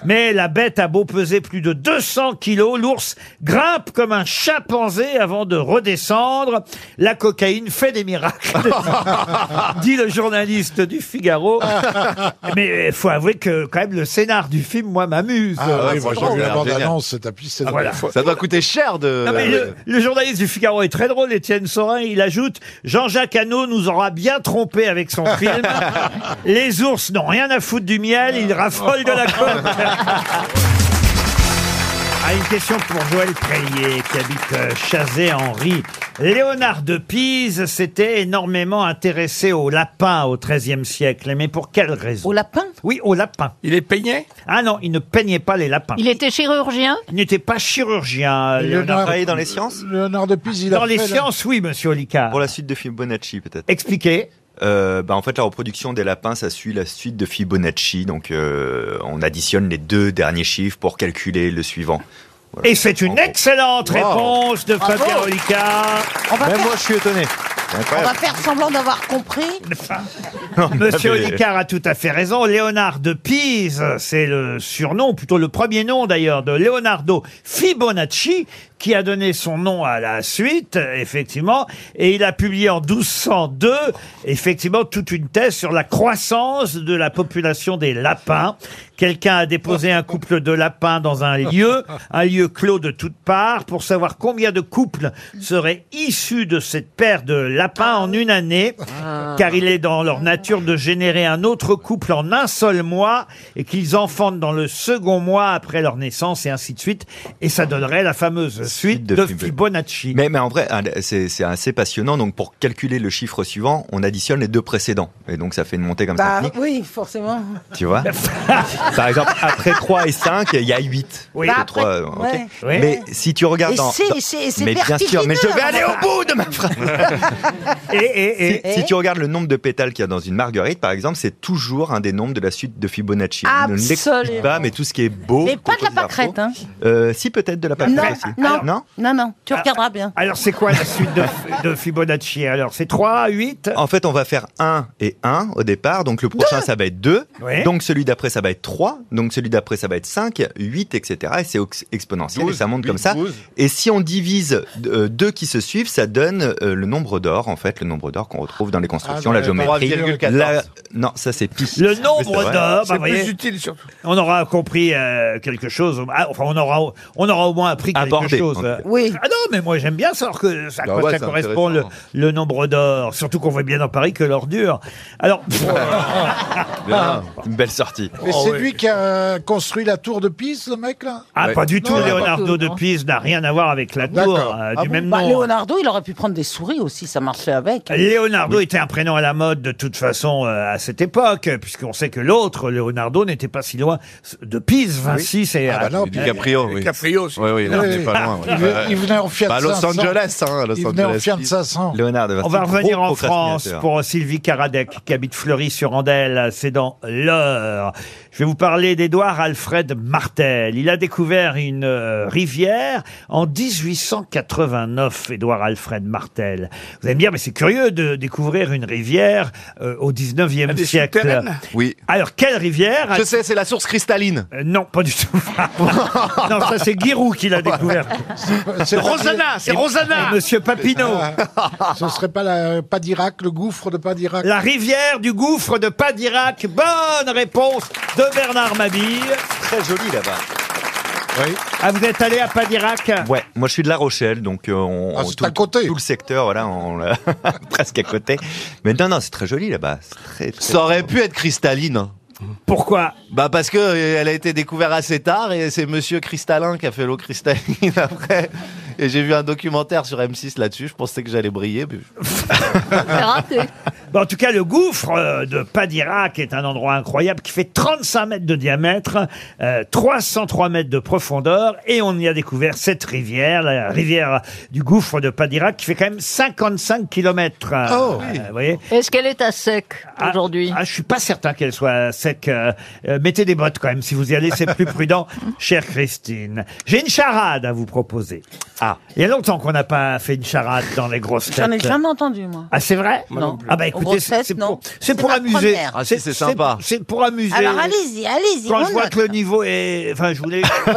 Speaker 3: Mais la bête a beau peser plus de 200 kilos, l'ours grimpe comme un chimpanzé avant de redescendre. La cocaïne fait des miracles,
Speaker 7: [LAUGHS]
Speaker 4: Ah.
Speaker 3: dit le journaliste du Figaro. Mais il faut avouer que quand même le scénar du film, moi, m'amuse.
Speaker 7: Ah, oui, moi, j'ai
Speaker 3: Franchement,
Speaker 7: vu la
Speaker 3: euh,
Speaker 7: bande-annonce, c'est à piste.
Speaker 3: Ah, voilà.
Speaker 2: Ça doit coûter cher de...
Speaker 3: non, mais le, le journaliste du Figaro est très drôle, Étienne Sorin. Il ajoute Jean-Jacques Hano nous aura bien trompé avec son [LAUGHS] film. Les [LAUGHS] ours n'ont rien à foutre du miel, ils raffolent de la côte. Ah, une question pour Joël Treillet, qui habite euh, Chazé-Henri. Léonard de Pise s'était énormément intéressé aux lapins au XIIIe siècle. Mais pour quelle raison Aux
Speaker 6: lapins
Speaker 3: Oui, aux lapins. Il les peignait Ah non, il ne peignait pas les lapins.
Speaker 8: Il était chirurgien
Speaker 3: Il n'était pas chirurgien. Léonard
Speaker 5: travaillé dans les sciences
Speaker 7: Léonard de Pise, il a
Speaker 3: Dans les
Speaker 7: fait, là.
Speaker 3: sciences, oui, monsieur Olicard.
Speaker 5: Pour la suite de Fibonacci, peut-être.
Speaker 3: Expliquez.
Speaker 5: Euh, bah, en fait, la reproduction des lapins, ça suit la suite de Fibonacci. Donc, euh, on additionne les deux derniers chiffres pour calculer le suivant. Voilà.
Speaker 3: Et c'est une excellente
Speaker 5: Wow.
Speaker 3: réponse de
Speaker 6: Bravo.
Speaker 3: Fabien Olicard.
Speaker 6: On va Même faire- moi,
Speaker 5: je suis étonné.
Speaker 6: On va faire semblant d'avoir compris.
Speaker 3: Monsieur
Speaker 6: mais-
Speaker 3: Olicard a tout à fait raison. Léonard de Pise, c'est le surnom, plutôt le premier nom d'ailleurs, de Leonardo Fibonacci, qui a donné son nom à la suite, euh, effectivement. Et il a publié en 1202, effectivement, toute une thèse sur la croissance de la population des lapins. Quelqu'un a déposé un couple de lapins dans un lieu, un lieu clos de toutes parts, pour savoir combien de couples seraient issus de cette paire de lapins en une année, car il est dans leur nature de générer un autre couple en un seul mois et qu'ils enfantent dans le second mois après leur naissance et ainsi de suite. Et ça donnerait la fameuse suite de Fibonacci.
Speaker 5: Mais, mais en vrai, hein, c'est c'est assez passionnant. Donc, pour calculer le chiffre suivant, on additionne les deux précédents. Et donc, ça fait une montée comme
Speaker 6: Bah
Speaker 5: ça.
Speaker 6: oui, forcément.
Speaker 5: Tu
Speaker 6: [LAUGHS]
Speaker 5: vois [LAUGHS] Par exemple, après 3 et 5, il y a 8.
Speaker 6: Oui. Bah, après- ouais. Ouais.
Speaker 5: Mais si tu regardes
Speaker 6: Et
Speaker 5: dans-
Speaker 6: c'est-
Speaker 5: dans-
Speaker 6: c'est- c'est
Speaker 5: Mais bien sûr, mais je vais aller
Speaker 6: vertigineux, hein,
Speaker 5: au bout de ma
Speaker 6: [LAUGHS]
Speaker 5: phrase
Speaker 3: et, et,
Speaker 5: si, si tu regardes le nombre de pétales qu'il y a dans une marguerite, par exemple, c'est toujours un des nombres de la suite de Fibonacci. On ne l'explique
Speaker 6: Absolument.
Speaker 5: pas, mais tout ce qui est beau.
Speaker 6: Mais pas de la
Speaker 5: composé d'infos.
Speaker 6: pâquerette, hein.
Speaker 5: Euh, si, peut-être de la
Speaker 6: Non,
Speaker 5: pâquerette Ah, aussi.
Speaker 6: non, non, non, tu regarderas bien.
Speaker 3: Alors, c'est quoi la suite de, de Fibonacci Alors, c'est 3, 8
Speaker 5: En fait, on va faire 1 et 1 au départ. Donc, le prochain, ça va être 2.
Speaker 3: Ouais.
Speaker 5: Donc, celui d'après, ça va être 3. Donc, celui d'après, ça va être 5, 8, etc. Et c'est ox- exponentiel et ça monte comme ça. Et si on divise euh, deux qui se suivent, ça donne euh, le nombre d'or, en fait, le nombre d'or qu'on retrouve dans les constructions,
Speaker 2: Ah,
Speaker 5: la
Speaker 2: bah,
Speaker 5: géométrie.
Speaker 2: 3,14.
Speaker 5: la- Non, ça, c'est pi.
Speaker 3: Le
Speaker 5: Mais c'est
Speaker 3: nombre
Speaker 5: vrai.
Speaker 3: d'or, bah, vous voyez, On aura compris euh, quelque chose. Ah, Enfin, on aura, on aura au moins appris quelque
Speaker 5: Abordé,
Speaker 3: chose.
Speaker 5: en tout cas.
Speaker 6: Oui.
Speaker 3: Ah non, mais moi j'aime bien savoir que ça,
Speaker 5: Bah ouais,
Speaker 3: ça
Speaker 5: c'est
Speaker 3: correspond le, le nombre d'or. Surtout qu'on voit bien dans Paris que l'or dure.
Speaker 5: [LAUGHS]
Speaker 3: Alors.
Speaker 5: Bien. Une belle sortie.
Speaker 7: Mais
Speaker 3: Oh,
Speaker 7: c'est lui qui
Speaker 3: Euh,
Speaker 7: a construit la tour de Pise, le mec, là
Speaker 3: Ah, pas du tout.
Speaker 7: Non,
Speaker 3: Leonardo
Speaker 7: pas
Speaker 3: de
Speaker 7: tout, non.
Speaker 3: Pise n'a rien à voir avec la tour euh,
Speaker 7: Ah
Speaker 3: du même
Speaker 6: Bah,
Speaker 3: nom.
Speaker 6: Leonardo, il aurait pu prendre des souris aussi, ça marchait avec.
Speaker 3: Leonardo était un prénom à la mode de toute façon euh, à cette époque, euh, puisqu'on sait que l'autre, Leonardo, n'était pas si loin de Pise, Vinci, c'est...
Speaker 2: Ah bah non,
Speaker 3: euh,
Speaker 2: DiCaprio, oui. DiCaprio, oui. Oui, oui, là, on
Speaker 7: Oui,
Speaker 2: n'est pas
Speaker 7: oui.
Speaker 2: loin. ouais.
Speaker 7: Il ve- il venait en Fiat
Speaker 2: Bah, à Los
Speaker 7: 500.
Speaker 2: Angeles, hein, à Los
Speaker 7: Il venait en
Speaker 2: Angeles.
Speaker 7: Fiat 500.
Speaker 5: Leonard de
Speaker 3: On
Speaker 5: Vinci,
Speaker 3: va revenir
Speaker 5: gros
Speaker 3: en France
Speaker 5: procrastinateur.
Speaker 3: pour Sylvie Karadec, qui habite Fleury-sur-Andelle, c'est dans l'heure. Je vais vous parler d'Édouard Alfred Martel. Il a découvert une euh, rivière en 1889, Édouard Alfred Martel. Vous allez me dire, mais c'est curieux de découvrir une rivière euh, au 19e
Speaker 2: Des
Speaker 3: siècle.
Speaker 2: souterraines Oui.
Speaker 3: Alors, quelle rivière
Speaker 2: Je sais, c'est la source cristalline.
Speaker 3: Euh, non, pas du tout. [LAUGHS] non, ça c'est Giroud
Speaker 2: [LAUGHS]
Speaker 3: qui l'a découvert.
Speaker 7: C'est pas-
Speaker 3: Et- et Monsieur Papineau.
Speaker 7: Ah, Ce serait pas la Padirac, le gouffre de Padirac
Speaker 3: La rivière du gouffre de Padirac. Bonne réponse de Bernard Mabille.
Speaker 5: Très joli là-bas.
Speaker 7: Oui.
Speaker 3: Ah, vous êtes allé à Padirac
Speaker 5: Ouais, moi je suis de La Rochelle, donc euh, on,
Speaker 7: Ah,
Speaker 5: on-
Speaker 7: c'est
Speaker 5: tout,
Speaker 7: à côté.
Speaker 5: tout le secteur, voilà, on l'a [LAUGHS] presque à côté. Mais non, non, c'est très joli là-bas. c'est Très, très...
Speaker 2: Ça aurait pu être cristalline. hein.
Speaker 3: Pourquoi
Speaker 2: Bah parce que euh, elle a été découverte assez tard et c'est Monsieur Cristallin qui a fait l'eau cristalline [LAUGHS] après. Et j'ai vu un documentaire sur M6 là-dessus. Je pensais que j'allais briller. mais-
Speaker 3: Bon, en tout cas, le gouffre euh, de Padirac est un endroit incroyable qui fait 35 mètres de diamètre, euh, 303 mètres de profondeur, et on y a découvert cette rivière, la rivière du gouffre de Padirac, qui fait quand même 55 kilomètres. euh,
Speaker 6: Ah
Speaker 8: Oh, oui.
Speaker 3: euh, vous voyez
Speaker 8: Est-ce qu'elle est à sec aujourd'hui
Speaker 3: Ah, je suis pas certain qu'elle soit sec. euh, euh, mettez des bottes quand même si vous y allez,
Speaker 6: [LAUGHS]
Speaker 3: c'est plus prudent, chère Christine. J'ai une charade à vous proposer. Ah, il y a longtemps qu'on n'a pas fait une charade dans les grosses têtes.
Speaker 6: J'en ai jamais entendu, moi.
Speaker 3: Ah, c'est vrai
Speaker 6: Moi non plus.
Speaker 3: Ah bah
Speaker 6: Aux
Speaker 3: écoutez,
Speaker 6: grosses
Speaker 3: c'est
Speaker 6: têtes,
Speaker 3: c'est
Speaker 6: non.
Speaker 3: pour, c'est
Speaker 6: C'est
Speaker 3: pour
Speaker 6: ma
Speaker 3: amuser.
Speaker 6: première.
Speaker 2: Ah si, c'est sympa.
Speaker 3: C'est pour amuser.
Speaker 6: Alors, allez-y, allez-y,
Speaker 3: Quand
Speaker 6: on
Speaker 3: je
Speaker 6: note.
Speaker 3: vois
Speaker 6: ah,
Speaker 3: que le niveau est... Enfin, je voulais... Oh.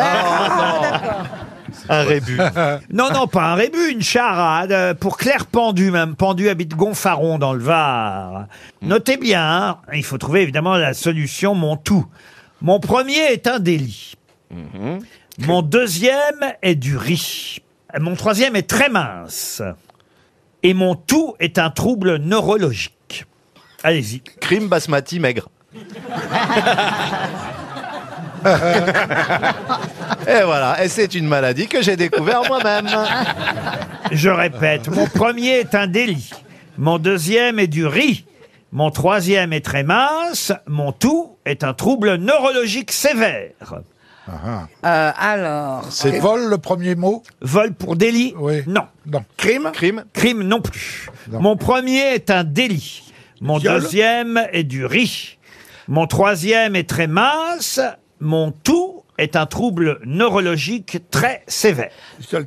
Speaker 3: un rébut. [LAUGHS] non, non, pas un rébut, une charade euh, pour Claire Pendu. Même Pendu habite Gonfaron dans le Var. Notez bien, hein, il faut trouver évidemment la solution, mon tout. Mon premier est un délit. Mhm. Mon deuxième est du riz. Mon troisième est très mince. Et mon tout est un trouble neurologique. Allez-y.
Speaker 2: Crime basmati maigre. et voilà, et c'est une maladie que j'ai découvert moi-même.
Speaker 3: Je répète, mon premier est un délit. Mon deuxième est du riz. Mon troisième est très mince. Mon tout est un trouble neurologique sévère.
Speaker 6: Euh,
Speaker 7: alors. Ah. C'est vol le premier mot
Speaker 3: Vol pour délit
Speaker 7: Oui.
Speaker 3: Non.
Speaker 4: Crime
Speaker 3: Crime Crime non plus. Mon premier est un délit. Mon
Speaker 7: Viol
Speaker 3: deuxième est du riz. Mon troisième est très mince. Mon tout est un trouble neurologique très sévère.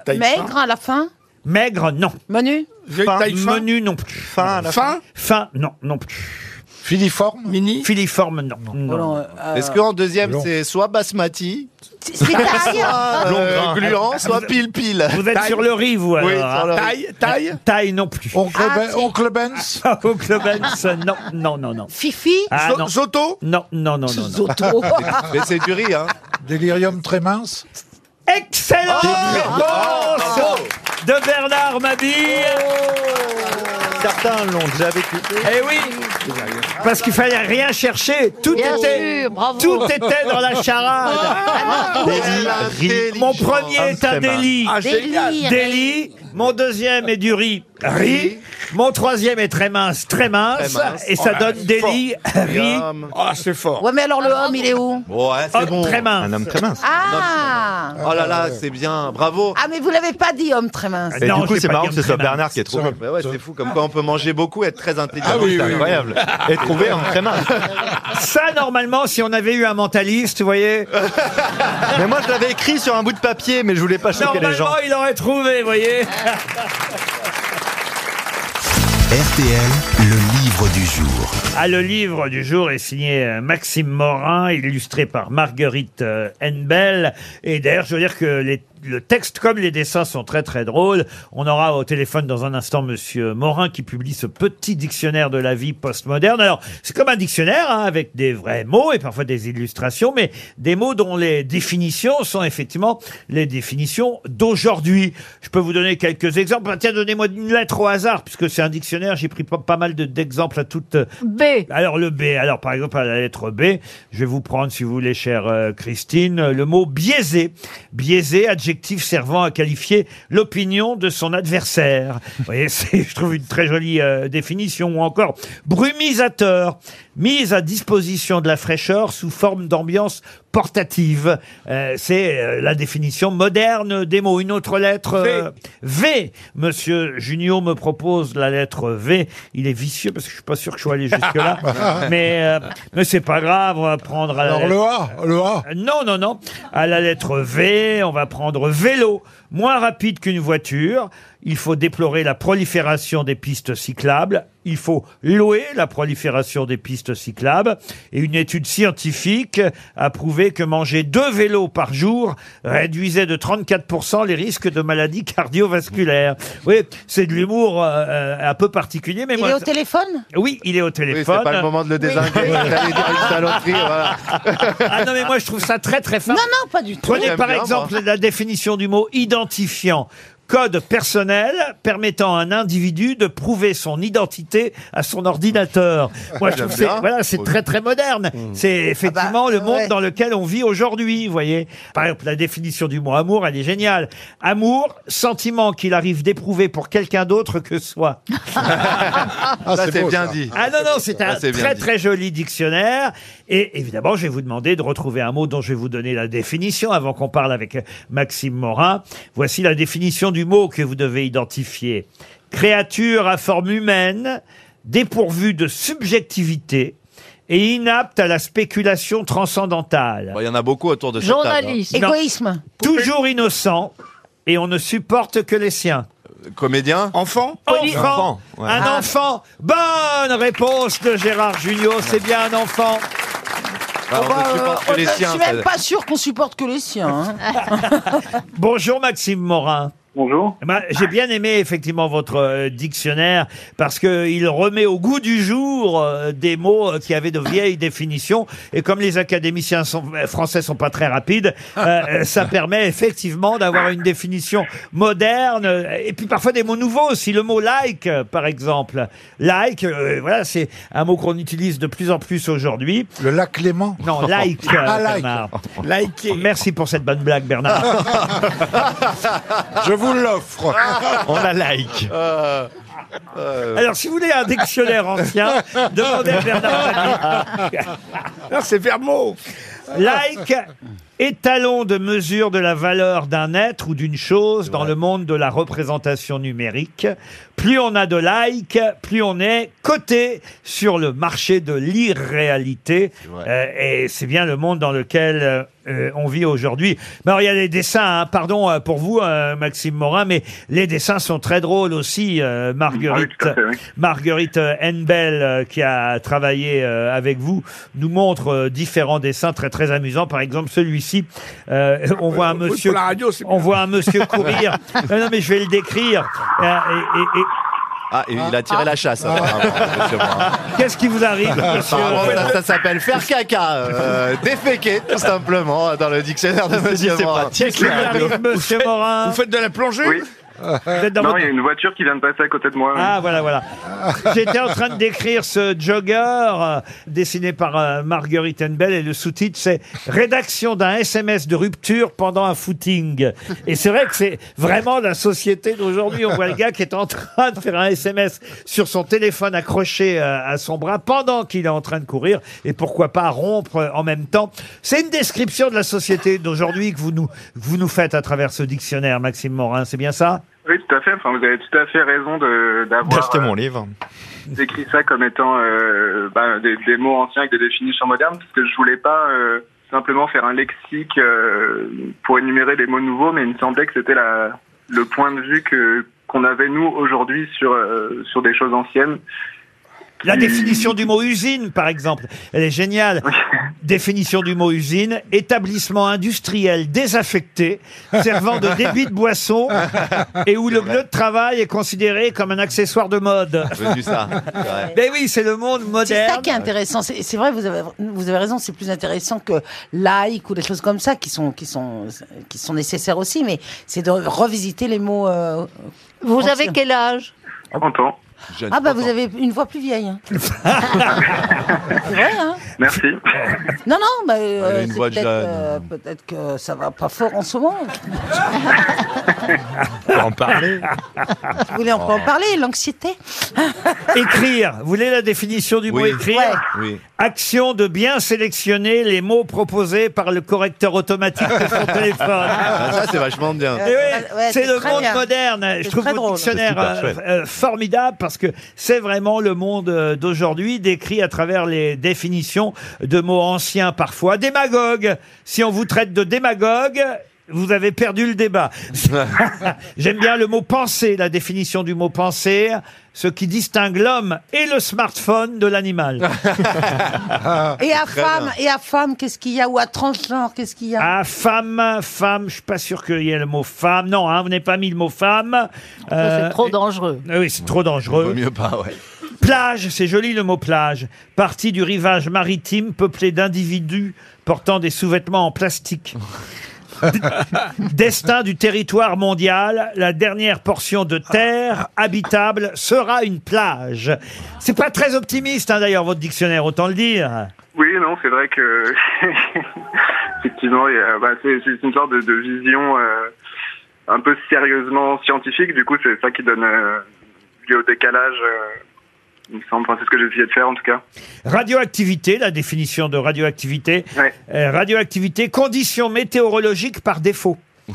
Speaker 6: Maigre à la fin
Speaker 3: Maigre, non.
Speaker 6: Menu
Speaker 3: Fin,
Speaker 6: taille fin
Speaker 3: menu, non plus. Fin,
Speaker 6: la Fin
Speaker 3: Fin, non, non plus. Filiforme Mini Filiforme, non. non.
Speaker 2: Oh non, euh, Est-ce qu'en deuxième, Long. c'est soit basmati
Speaker 3: c'est taille.
Speaker 2: Soit euh,
Speaker 3: Long grain.
Speaker 2: gluant,
Speaker 3: Ah,
Speaker 2: soit
Speaker 3: vous-
Speaker 2: pile-pile.
Speaker 3: Vous êtes
Speaker 2: Taille.
Speaker 3: sur le riz, vous, alors.
Speaker 2: Oui, sur le riz.
Speaker 3: Taille, taille Taille, non plus. Oncle,
Speaker 2: Ah, Ben- si.
Speaker 3: Benz [LAUGHS] Oncle Benz, non, non, non, non.
Speaker 6: Fifi
Speaker 3: Ah, non.
Speaker 4: Zoto
Speaker 3: Non, non, non, non.
Speaker 6: Zoto.
Speaker 7: Mais c'est
Speaker 2: du riz, hein.
Speaker 7: Délirium très mince
Speaker 3: Excellente
Speaker 4: Oh,
Speaker 3: réponse
Speaker 7: bravo.
Speaker 3: de Bernard Mabille
Speaker 5: Certains l'ont déjà vécu.
Speaker 3: Eh oui Parce qu'il fallait rien chercher, tout
Speaker 8: Bien
Speaker 3: était,
Speaker 8: sûr, bravo. Ah,
Speaker 3: tout était dans
Speaker 8: [LAUGHS]
Speaker 3: la charade.
Speaker 8: Délit,
Speaker 3: Mon premier est un
Speaker 8: intelligent.
Speaker 3: délit.
Speaker 8: Ah, génial. Délit,
Speaker 3: Délit. Mon deuxième est du riz. Riz. Mon troisième est très mince, très mince.
Speaker 4: Très mince.
Speaker 3: Et ça
Speaker 4: Oh,
Speaker 5: ah,
Speaker 3: donne délit, riz.
Speaker 4: Ah, c'est fort.
Speaker 6: Ouais, mais alors le homme, il est où
Speaker 2: Ouais, c'est
Speaker 3: Homme
Speaker 2: bon.
Speaker 3: très mince. Un
Speaker 2: homme très mince.
Speaker 6: Ah
Speaker 2: Oh là là, c'est bien, bravo.
Speaker 6: Ah, mais vous l'avez pas dit, homme très mince.
Speaker 3: Euh,
Speaker 5: Et du coup, Ah, c'est marrant que ce soit Bernard qui ait trouvé.
Speaker 2: Bah ouais, c'est fou, comme quoi on peut manger beaucoup, être très intelligent.
Speaker 5: Ah oui,
Speaker 2: c'est
Speaker 5: oui,
Speaker 2: incroyable.
Speaker 5: oui.
Speaker 2: Et trouver un très mince.
Speaker 3: [LAUGHS] Ça, normalement, si on avait eu un mentaliste, vous voyez.
Speaker 5: [LAUGHS] Mais moi, je l'avais écrit sur un bout de papier, mais je voulais pas choquer les gens.
Speaker 3: Normalement, il aurait trouvé,
Speaker 5: [LAUGHS]
Speaker 3: vous voyez.
Speaker 1: RTL, le livre du jour.
Speaker 3: Ah, le livre du jour est signé euh, Maxime Morin, illustré par Marguerite euh, Henbel. Et d'ailleurs, je veux dire que les- le texte comme les dessins sont très très drôles. On aura au téléphone dans un instant Monsieur Morin qui publie ce petit dictionnaire de la vie postmoderne. Alors, c'est comme un dictionnaire hein, avec des vrais mots et parfois des illustrations, mais des mots dont les définitions sont effectivement les définitions d'aujourd'hui. Je peux vous donner quelques exemples. Ah, Tiens, donnez-moi une lettre au hasard, puisque c'est un dictionnaire. J'ai pris pas, pas mal de- d'exemples à toutes
Speaker 8: B.
Speaker 3: alors le B, alors par exemple à la lettre B, je vais vous prendre si vous voulez chère euh, Christine, euh, le mot biaisé. Biaisé, adjectif servant à qualifier l'opinion de son adversaire. Vous voyez, [LAUGHS] c'est, je trouve une très jolie euh, définition. Ou encore brumisateur, mise à disposition de la fraîcheur sous forme d'ambiance portative. Euh, c'est euh, la définition moderne des mots. Une autre lettre euh, v. Monsieur Junio me propose la lettre V. Il est vicieux parce que je suis pas sûr que je sois allé jusque-là.
Speaker 7: [LAUGHS]
Speaker 3: mais euh, mais c'est pas grave, on va prendre euh, à la
Speaker 7: Alors le
Speaker 3: lettre-
Speaker 7: A, le A.
Speaker 3: euh, Non, non, non. À la lettre V, on va prendre vélo, moins rapide qu'une voiture. Il faut déplorer la prolifération des pistes cyclables. Il faut louer la prolifération des pistes cyclables. Et une étude scientifique a prouvé que manger deux vélos par jour réduisait de 34% les risques de maladies cardiovasculaires. Oui, c'est de l'humour euh, euh, un peu particulier, mais
Speaker 6: Il
Speaker 3: moi.
Speaker 6: est au téléphone
Speaker 3: Oui, il est au
Speaker 2: Oui,
Speaker 3: téléphone.
Speaker 2: c'est pas le moment de le désinguer.
Speaker 3: [LAUGHS]
Speaker 2: J'allais dire une saloperie, voilà.
Speaker 3: Ah non, mais moi, je trouve ça très, très fin.
Speaker 6: Non, non, pas du tout.
Speaker 3: Prenez par
Speaker 2: bien,
Speaker 3: exemple
Speaker 2: moi.
Speaker 3: la définition du mot identifiant. Code personnel permettant à un individu de prouver son identité à son ordinateur. Moi,
Speaker 2: Ah, J'aime
Speaker 3: je trouve que c'est-
Speaker 2: bien. Hmm.
Speaker 3: voilà, c'est très très moderne.
Speaker 6: Ah
Speaker 3: C'est
Speaker 6: bah,
Speaker 3: effectivement le monde dans lequel on vit aujourd'hui, vous voyez. Par exemple, la définition du mot amour, elle est géniale. Amour, sentiment qu'il arrive d'éprouver pour quelqu'un d'autre que soi.
Speaker 2: Ah, Ça, c'est c'est beau, bien ça. dit.
Speaker 3: Ah non, non, c'est
Speaker 2: Ah,
Speaker 3: un
Speaker 2: c'est bien
Speaker 3: très
Speaker 2: dit.
Speaker 3: très joli dictionnaire. Et évidemment, je vais vous demander de retrouver un mot dont je vais vous donner la définition avant qu'on parle avec Maxime Morin. Voici la définition du mot que vous devez identifier. Créature à forme humaine, dépourvue de subjectivité et inapte à la spéculation transcendantale.
Speaker 2: Bon, Bah, Il y en a beaucoup autour de cette
Speaker 6: Journaliste.
Speaker 2: table, hein.
Speaker 6: Égoïsme.
Speaker 3: Toujours innocent et on ne supporte que les siens.
Speaker 2: Comédien
Speaker 4: Enfant
Speaker 2: Poli-
Speaker 3: Enfant,
Speaker 2: Enfant, ouais.
Speaker 3: un
Speaker 2: Ah.
Speaker 3: enfant. Bonne réponse de Gérard Junior, c'est bien un enfant. Bah,
Speaker 2: Ah, on ne supporte que les
Speaker 6: Euh, Je
Speaker 2: siens.
Speaker 6: suis même
Speaker 2: ça-
Speaker 6: pas sûr qu'on supporte que les siens. hein.
Speaker 3: Bonjour Maxime Morin. Bonjour. J'ai bien aimé effectivement votre euh, dictionnaire parce que il remet au goût du jour euh, des mots euh, qui avaient de vieilles définitions et comme les académiciens sont, euh, français sont pas très rapides, euh, ça permet effectivement d'avoir une définition moderne euh, et puis parfois des mots nouveaux aussi. Le mot like euh, par exemple, like, euh, voilà, c'est un mot qu'on utilise de plus en plus aujourd'hui. Le lac Clément. [LAUGHS] Non, like. euh,
Speaker 7: Ah, like.
Speaker 3: Bernard. Merci pour cette bonne blague, [LAUGHS] Bernard.
Speaker 7: Je vous l'offre.
Speaker 3: On la like.
Speaker 11: Euh.
Speaker 7: Euh.
Speaker 3: Alors, si vous voulez un
Speaker 11: [LAUGHS]
Speaker 3: dictionnaire ancien, demandez à Bernard Mabie.
Speaker 4: Non, c'est Vermo.
Speaker 3: Like, étalon de mesure de la valeur d'un être ou d'une chose dans le monde de la représentation numérique. Plus on a de likes, plus on est coté sur le marché de l'irréalité. Euh, et c'est bien le monde dans lequel euh, euh, on vit aujourd'hui. Mais alors, il y a les dessins, hein. pardon euh, pour vous, euh, Maxime Morin, mais les dessins sont très drôles aussi, euh,
Speaker 11: Ah
Speaker 3: Marguerite.
Speaker 11: oui, tout à fait, oui.
Speaker 3: Marguerite euh, Henbel, euh, qui a travaillé euh, avec vous, nous montre euh, différents dessins très très amusants. Par exemple, celui-ci, euh, on voit un
Speaker 4: Ah, oui,
Speaker 3: monsieur,
Speaker 4: pour la radio, c'est
Speaker 3: on
Speaker 4: bien.
Speaker 3: voit un monsieur
Speaker 4: [LAUGHS]
Speaker 3: courir. non, non, mais je vais le décrire. Euh, et- et- et-
Speaker 2: Ah, et il a tiré la chasse. apparemment, monsieur Morin.
Speaker 3: Qu'est-ce qui vous arrive, monsieur
Speaker 2: Apparemment, [LAUGHS] ça, ça s'appelle faire caca, euh,
Speaker 5: [LAUGHS]
Speaker 2: déféquer tout simplement dans le dictionnaire de Monsieur Morin.
Speaker 3: Qu'est-ce qui vous arrive, monsieur Morin
Speaker 4: Vous faites de la plongée
Speaker 14: Oui.
Speaker 3: êtes dans
Speaker 14: non,
Speaker 3: votre-
Speaker 14: il y a une voiture qui vient de passer à côté de moi. oui.
Speaker 3: Ah
Speaker 5: [LAUGHS]
Speaker 3: voilà voilà. J'étais en train de décrire ce jogger euh, dessiné par euh, Marguerite Henbel et le sous-titre c'est rédaction d'un SMS de rupture pendant un footing. Et c'est vrai que c'est vraiment la société d'aujourd'hui. On voit le gars qui est en train de faire un SMS sur son téléphone accroché euh, à son bras pendant qu'il est en train de courir et pourquoi pas rompre euh, en même temps. C'est une description de la société d'aujourd'hui que vous nous que vous nous faites à travers ce dictionnaire Maxime Morin, c'est bien ça
Speaker 14: Oui, tout à fait. Enfin, vous avez tout à fait raison de- d'avoir
Speaker 5: Achetez
Speaker 14: euh,
Speaker 5: mon livre.
Speaker 14: décrit ça comme étant euh, bah, des, des mots anciens avec des définitions modernes, parce que je voulais pas euh, simplement faire un lexique euh, pour énumérer des mots nouveaux, mais il me semblait que c'était la le point de vue que qu'on avait nous aujourd'hui sur euh, sur des choses anciennes.
Speaker 3: La définition du mot usine, par exemple, elle est géniale. Définition du mot usine, établissement industriel désaffecté, servant de débit de
Speaker 2: [LAUGHS]
Speaker 3: boisson et où le bleu de travail est considéré comme un accessoire de mode.
Speaker 2: J'ai vu ça, c'est vrai.
Speaker 3: Ben oui, c'est le monde
Speaker 6: C'est
Speaker 3: moderne.
Speaker 6: ça qui est intéressant. C'est c'est vrai, vous avez, vous avez raison. C'est plus intéressant que like ou des choses comme ça qui sont, qui sont, qui sont nécessaires aussi. Mais c'est de revisiter les mots. euh,
Speaker 8: Vous
Speaker 6: anciens.
Speaker 8: avez quel âge
Speaker 14: 30 ans.
Speaker 6: Ah bah vous avez une voix plus vieille.
Speaker 8: [LAUGHS]
Speaker 6: hein. c'est vrai. Hein
Speaker 14: Merci.
Speaker 6: non non, bah, euh,
Speaker 14: Elle a une
Speaker 6: c'est
Speaker 14: voix de
Speaker 6: peut-être
Speaker 14: jeune.
Speaker 6: euh, peut-être que ça va pas fort en ce moment. [LAUGHS]
Speaker 5: en parler.
Speaker 6: Vous voulez on peut en parler l'anxiété.
Speaker 3: Écrire. Vous voulez la définition du mot
Speaker 6: Oui.
Speaker 3: écrire
Speaker 6: Ouais.
Speaker 2: Oui.
Speaker 3: Action de bien sélectionner les mots proposés par le correcteur automatique de
Speaker 2: [LAUGHS]
Speaker 3: son téléphone.
Speaker 2: Ah, ça, c'est vachement bien.
Speaker 3: Eh oui, c'est le monde moderne. Je
Speaker 2: C'est
Speaker 3: trouve
Speaker 2: très
Speaker 3: votre
Speaker 2: drôle.
Speaker 3: dictionnaire
Speaker 2: C'est super
Speaker 3: euh,
Speaker 2: chouette.
Speaker 3: euh, formidable parce que c'est vraiment le monde euh, d'aujourd'hui décrit à travers les définitions de mots anciens parfois. Démagogue. Si on vous traite de démagogue, vous avez perdu
Speaker 2: [LAUGHS]
Speaker 3: le débat. J'aime bien le mot penser, la définition du mot penser, ce qui distingue l'homme et le smartphone
Speaker 2: [LAUGHS]
Speaker 3: de l'animal.
Speaker 6: Et à femme et à femme qu'est-ce qu'il y a ou à transgenre qu'est-ce qu'il y a.
Speaker 3: Ah, femme, femme, je suis pas sûr qu'il y ait le mot femme. Non, hein, vous n'avez pas mis le mot femme.
Speaker 8: c'est trop
Speaker 3: dangereux. oui, c'est trop dangereux.
Speaker 2: mieux pas, ouais.
Speaker 3: Plage, c'est joli le mot plage. Partie du rivage maritime peuplé d'individus portant des sous-vêtements
Speaker 2: [LAUGHS]
Speaker 3: en plastique. D- Destin du territoire mondial, la dernière portion de terre habitable sera une plage. C'est pas très optimiste hein, d'ailleurs votre dictionnaire, autant le dire.
Speaker 14: Oui, non, c'est vrai que [LAUGHS] effectivement, il y a- bah, c'est c'est une sorte de, de vision euh, un peu sérieusement scientifique. Du coup, c'est ça qui donne euh, lieu au décalage. euh, il me semble, Enfin, c'est ce que j'ai essayé de faire en tout cas.
Speaker 3: Radioactivité, la définition de radioactivité.
Speaker 14: Ouais.
Speaker 3: Euh, radioactivité, condition météorologique par défaut. [LAUGHS]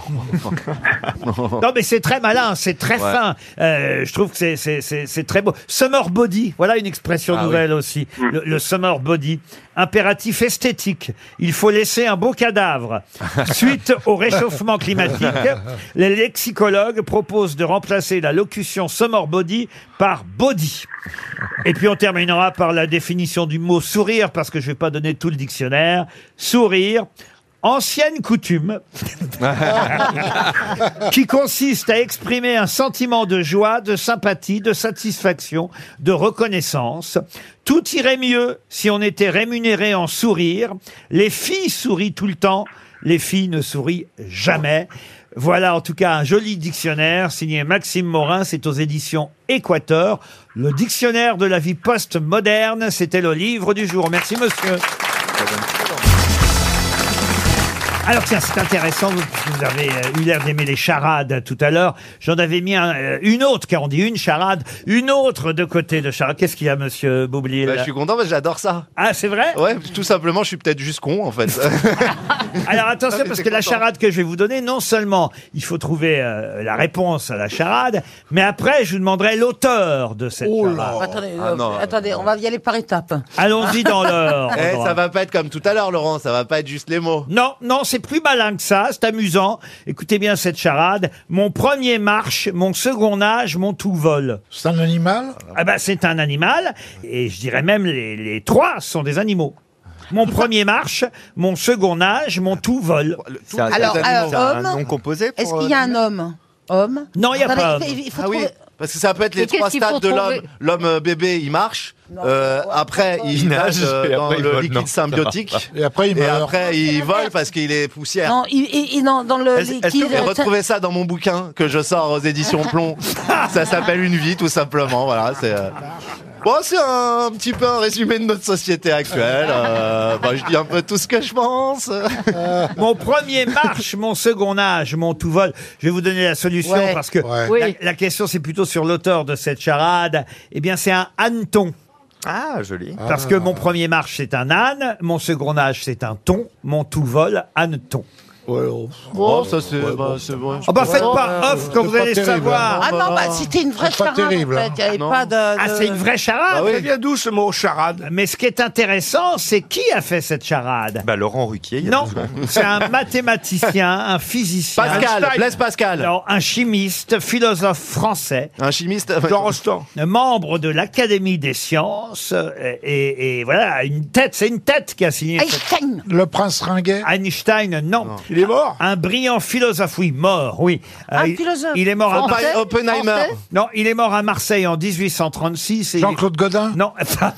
Speaker 3: Non mais c'est très malin, c'est très
Speaker 2: Ouais.
Speaker 3: fin. Euh, je trouve que c'est- c'est- c'est c'est très beau. Summer body, voilà une expression
Speaker 2: Ah
Speaker 3: nouvelle aussi. Le, le summer body, impératif esthétique. Il faut laisser un beau cadavre. Suite au réchauffement climatique,
Speaker 11: [LAUGHS]
Speaker 3: les lexicologues proposent de remplacer la locution summer body par body. Et puis on terminera par la définition du mot sourire parce que je vais pas donner tout le dictionnaire. Sourire.
Speaker 2: [LAUGHS]
Speaker 3: Ancienne coutume [LAUGHS] qui consiste à exprimer un sentiment de joie, de sympathie, de satisfaction, de reconnaissance. Tout irait mieux si on était rémunéré en sourire. Les filles sourient tout le temps, les filles ne sourient jamais. Voilà en tout cas un joli dictionnaire signé Maxime Morin, c'est aux éditions Équateur. Le dictionnaire de la vie post-moderne, c'était le livre du jour. Merci monsieur. Alors tiens, c'est intéressant, vous, vous avez euh, eu l'air d'aimer les charades tout à l'heure. J'en avais mis un, euh, une autre, car on dit une charade, une autre de côté de charade. Qu'est-ce qu'il y a,
Speaker 2: [LAUGHS]
Speaker 3: monsieur Boublier
Speaker 2: Bah, je suis content parce que j'adore ça.
Speaker 3: Ah, c'est vrai
Speaker 2: Ouais, tout simplement, je suis peut-être juste con en fait.
Speaker 3: [LAUGHS] Alors attention,
Speaker 2: Ah, mais
Speaker 3: parce que
Speaker 2: t'es
Speaker 3: la
Speaker 2: content.
Speaker 3: charade que je vais vous donner, non seulement il faut trouver euh, la réponse à la charade, mais après, je vous demanderai l'auteur de cette charade.
Speaker 6: Attendez,
Speaker 2: Ah,
Speaker 6: euh,
Speaker 2: non.
Speaker 6: attendez, on va y aller par étapes.
Speaker 3: Allons-y dans l'heure.
Speaker 2: Eh, ça va pas être comme tout à l'heure, Laurent, ça va pas être juste les mots.
Speaker 3: Non, non, c'est plus malin que ça, c'est amusant. Écoutez bien cette charade. Mon premier marche, mon second nage, mon tout vol. C'est un animal Ah bah c'est un animal, et je dirais même les, les trois sont des animaux. Mon premier marche, mon second nage, mon tout vol.
Speaker 6: un- c'est Alors, des
Speaker 2: euh,
Speaker 6: animaux. alors, C'est un homme, nom euh,
Speaker 3: composé
Speaker 6: Est-ce qu'il y a un homme Homme
Speaker 3: Non, il n'y a
Speaker 6: Attendez,
Speaker 3: pas
Speaker 6: il faut- il faut
Speaker 2: ah oui,
Speaker 6: trouver-
Speaker 2: parce que ça peut être
Speaker 6: Mais
Speaker 2: les
Speaker 6: qu'est-ce
Speaker 2: trois
Speaker 6: qu'il faut
Speaker 2: stades de l'homme.
Speaker 6: trouver
Speaker 2: L'homme euh, bébé, il marche. euh, après, il
Speaker 5: Il
Speaker 2: nage
Speaker 5: nage,
Speaker 2: euh,
Speaker 5: et
Speaker 2: dans
Speaker 5: après, il
Speaker 2: le
Speaker 5: vole.
Speaker 2: liquide
Speaker 5: Non, ça va
Speaker 2: symbiotique.
Speaker 5: pas. Et après, il meurt.
Speaker 2: après, il vole parce qu'il est poussière.
Speaker 6: Non, il, il- il- non, dans le
Speaker 2: Est-ce est-ce que
Speaker 6: liquide.
Speaker 2: vous pouvez retrouver ça dans mon bouquin que je sors aux éditions
Speaker 3: [LAUGHS]
Speaker 2: Plomb Ça s'appelle Une vie, tout simplement. Voilà, c'est. euh, Bon, c'est un, petit peu un résumé de notre société actuelle. euh, bah, je dis un peu tout ce que je pense.
Speaker 3: Euh, mon premier marche, mon second âge, mon tout vol. Je vais vous donner la solution
Speaker 2: Ouais.
Speaker 3: parce que
Speaker 2: Ouais.
Speaker 3: la,
Speaker 2: Oui.
Speaker 3: la question c'est plutôt sur l'auteur de cette charade. Eh bien, c'est un hanneton.
Speaker 5: Ah, joli.
Speaker 3: Parce que mon premier marche, c'est un âne, mon second âge, c'est un ton, mon tout vol, hanneton.
Speaker 2: Bon, ça c'est. bah, c'est bon.
Speaker 3: Ah bah faites pas off quand vous allez savoir.
Speaker 6: Ah non, bah, c'était une vraie charade. en fait. Il y avait pas de,
Speaker 3: Ah,
Speaker 6: de-
Speaker 3: c'est une vraie charade.
Speaker 6: Ah oui.
Speaker 3: vient d'où ce mot charade Mais ce qui est intéressant, c'est qui a fait cette charade
Speaker 5: Bah, Laurent Ruquier. il y a
Speaker 3: Non,
Speaker 5: deux secondes.
Speaker 3: c'est un mathématicien, un physicien.
Speaker 5: Pascal,
Speaker 3: Einstein.
Speaker 5: Blaise
Speaker 2: Pascal.
Speaker 3: Non, un chimiste, philosophe français.
Speaker 2: Un chimiste
Speaker 3: Jean Rostand. Membre de l'Académie des sciences. euh, Et, et voilà, une tête, c'est une tête qui a signé.
Speaker 6: Einstein
Speaker 3: Le prince Ringuet Einstein, non. Il est mort Un brillant philosophe, oui, mort, oui. Euh,
Speaker 6: Un
Speaker 3: il-
Speaker 6: philosophe.
Speaker 3: Il est mort
Speaker 6: Français
Speaker 3: à
Speaker 6: Oppenheimer. Français
Speaker 3: Non, il est mort à Marseille en 1836. Jean-Claude Godin Non. [LAUGHS]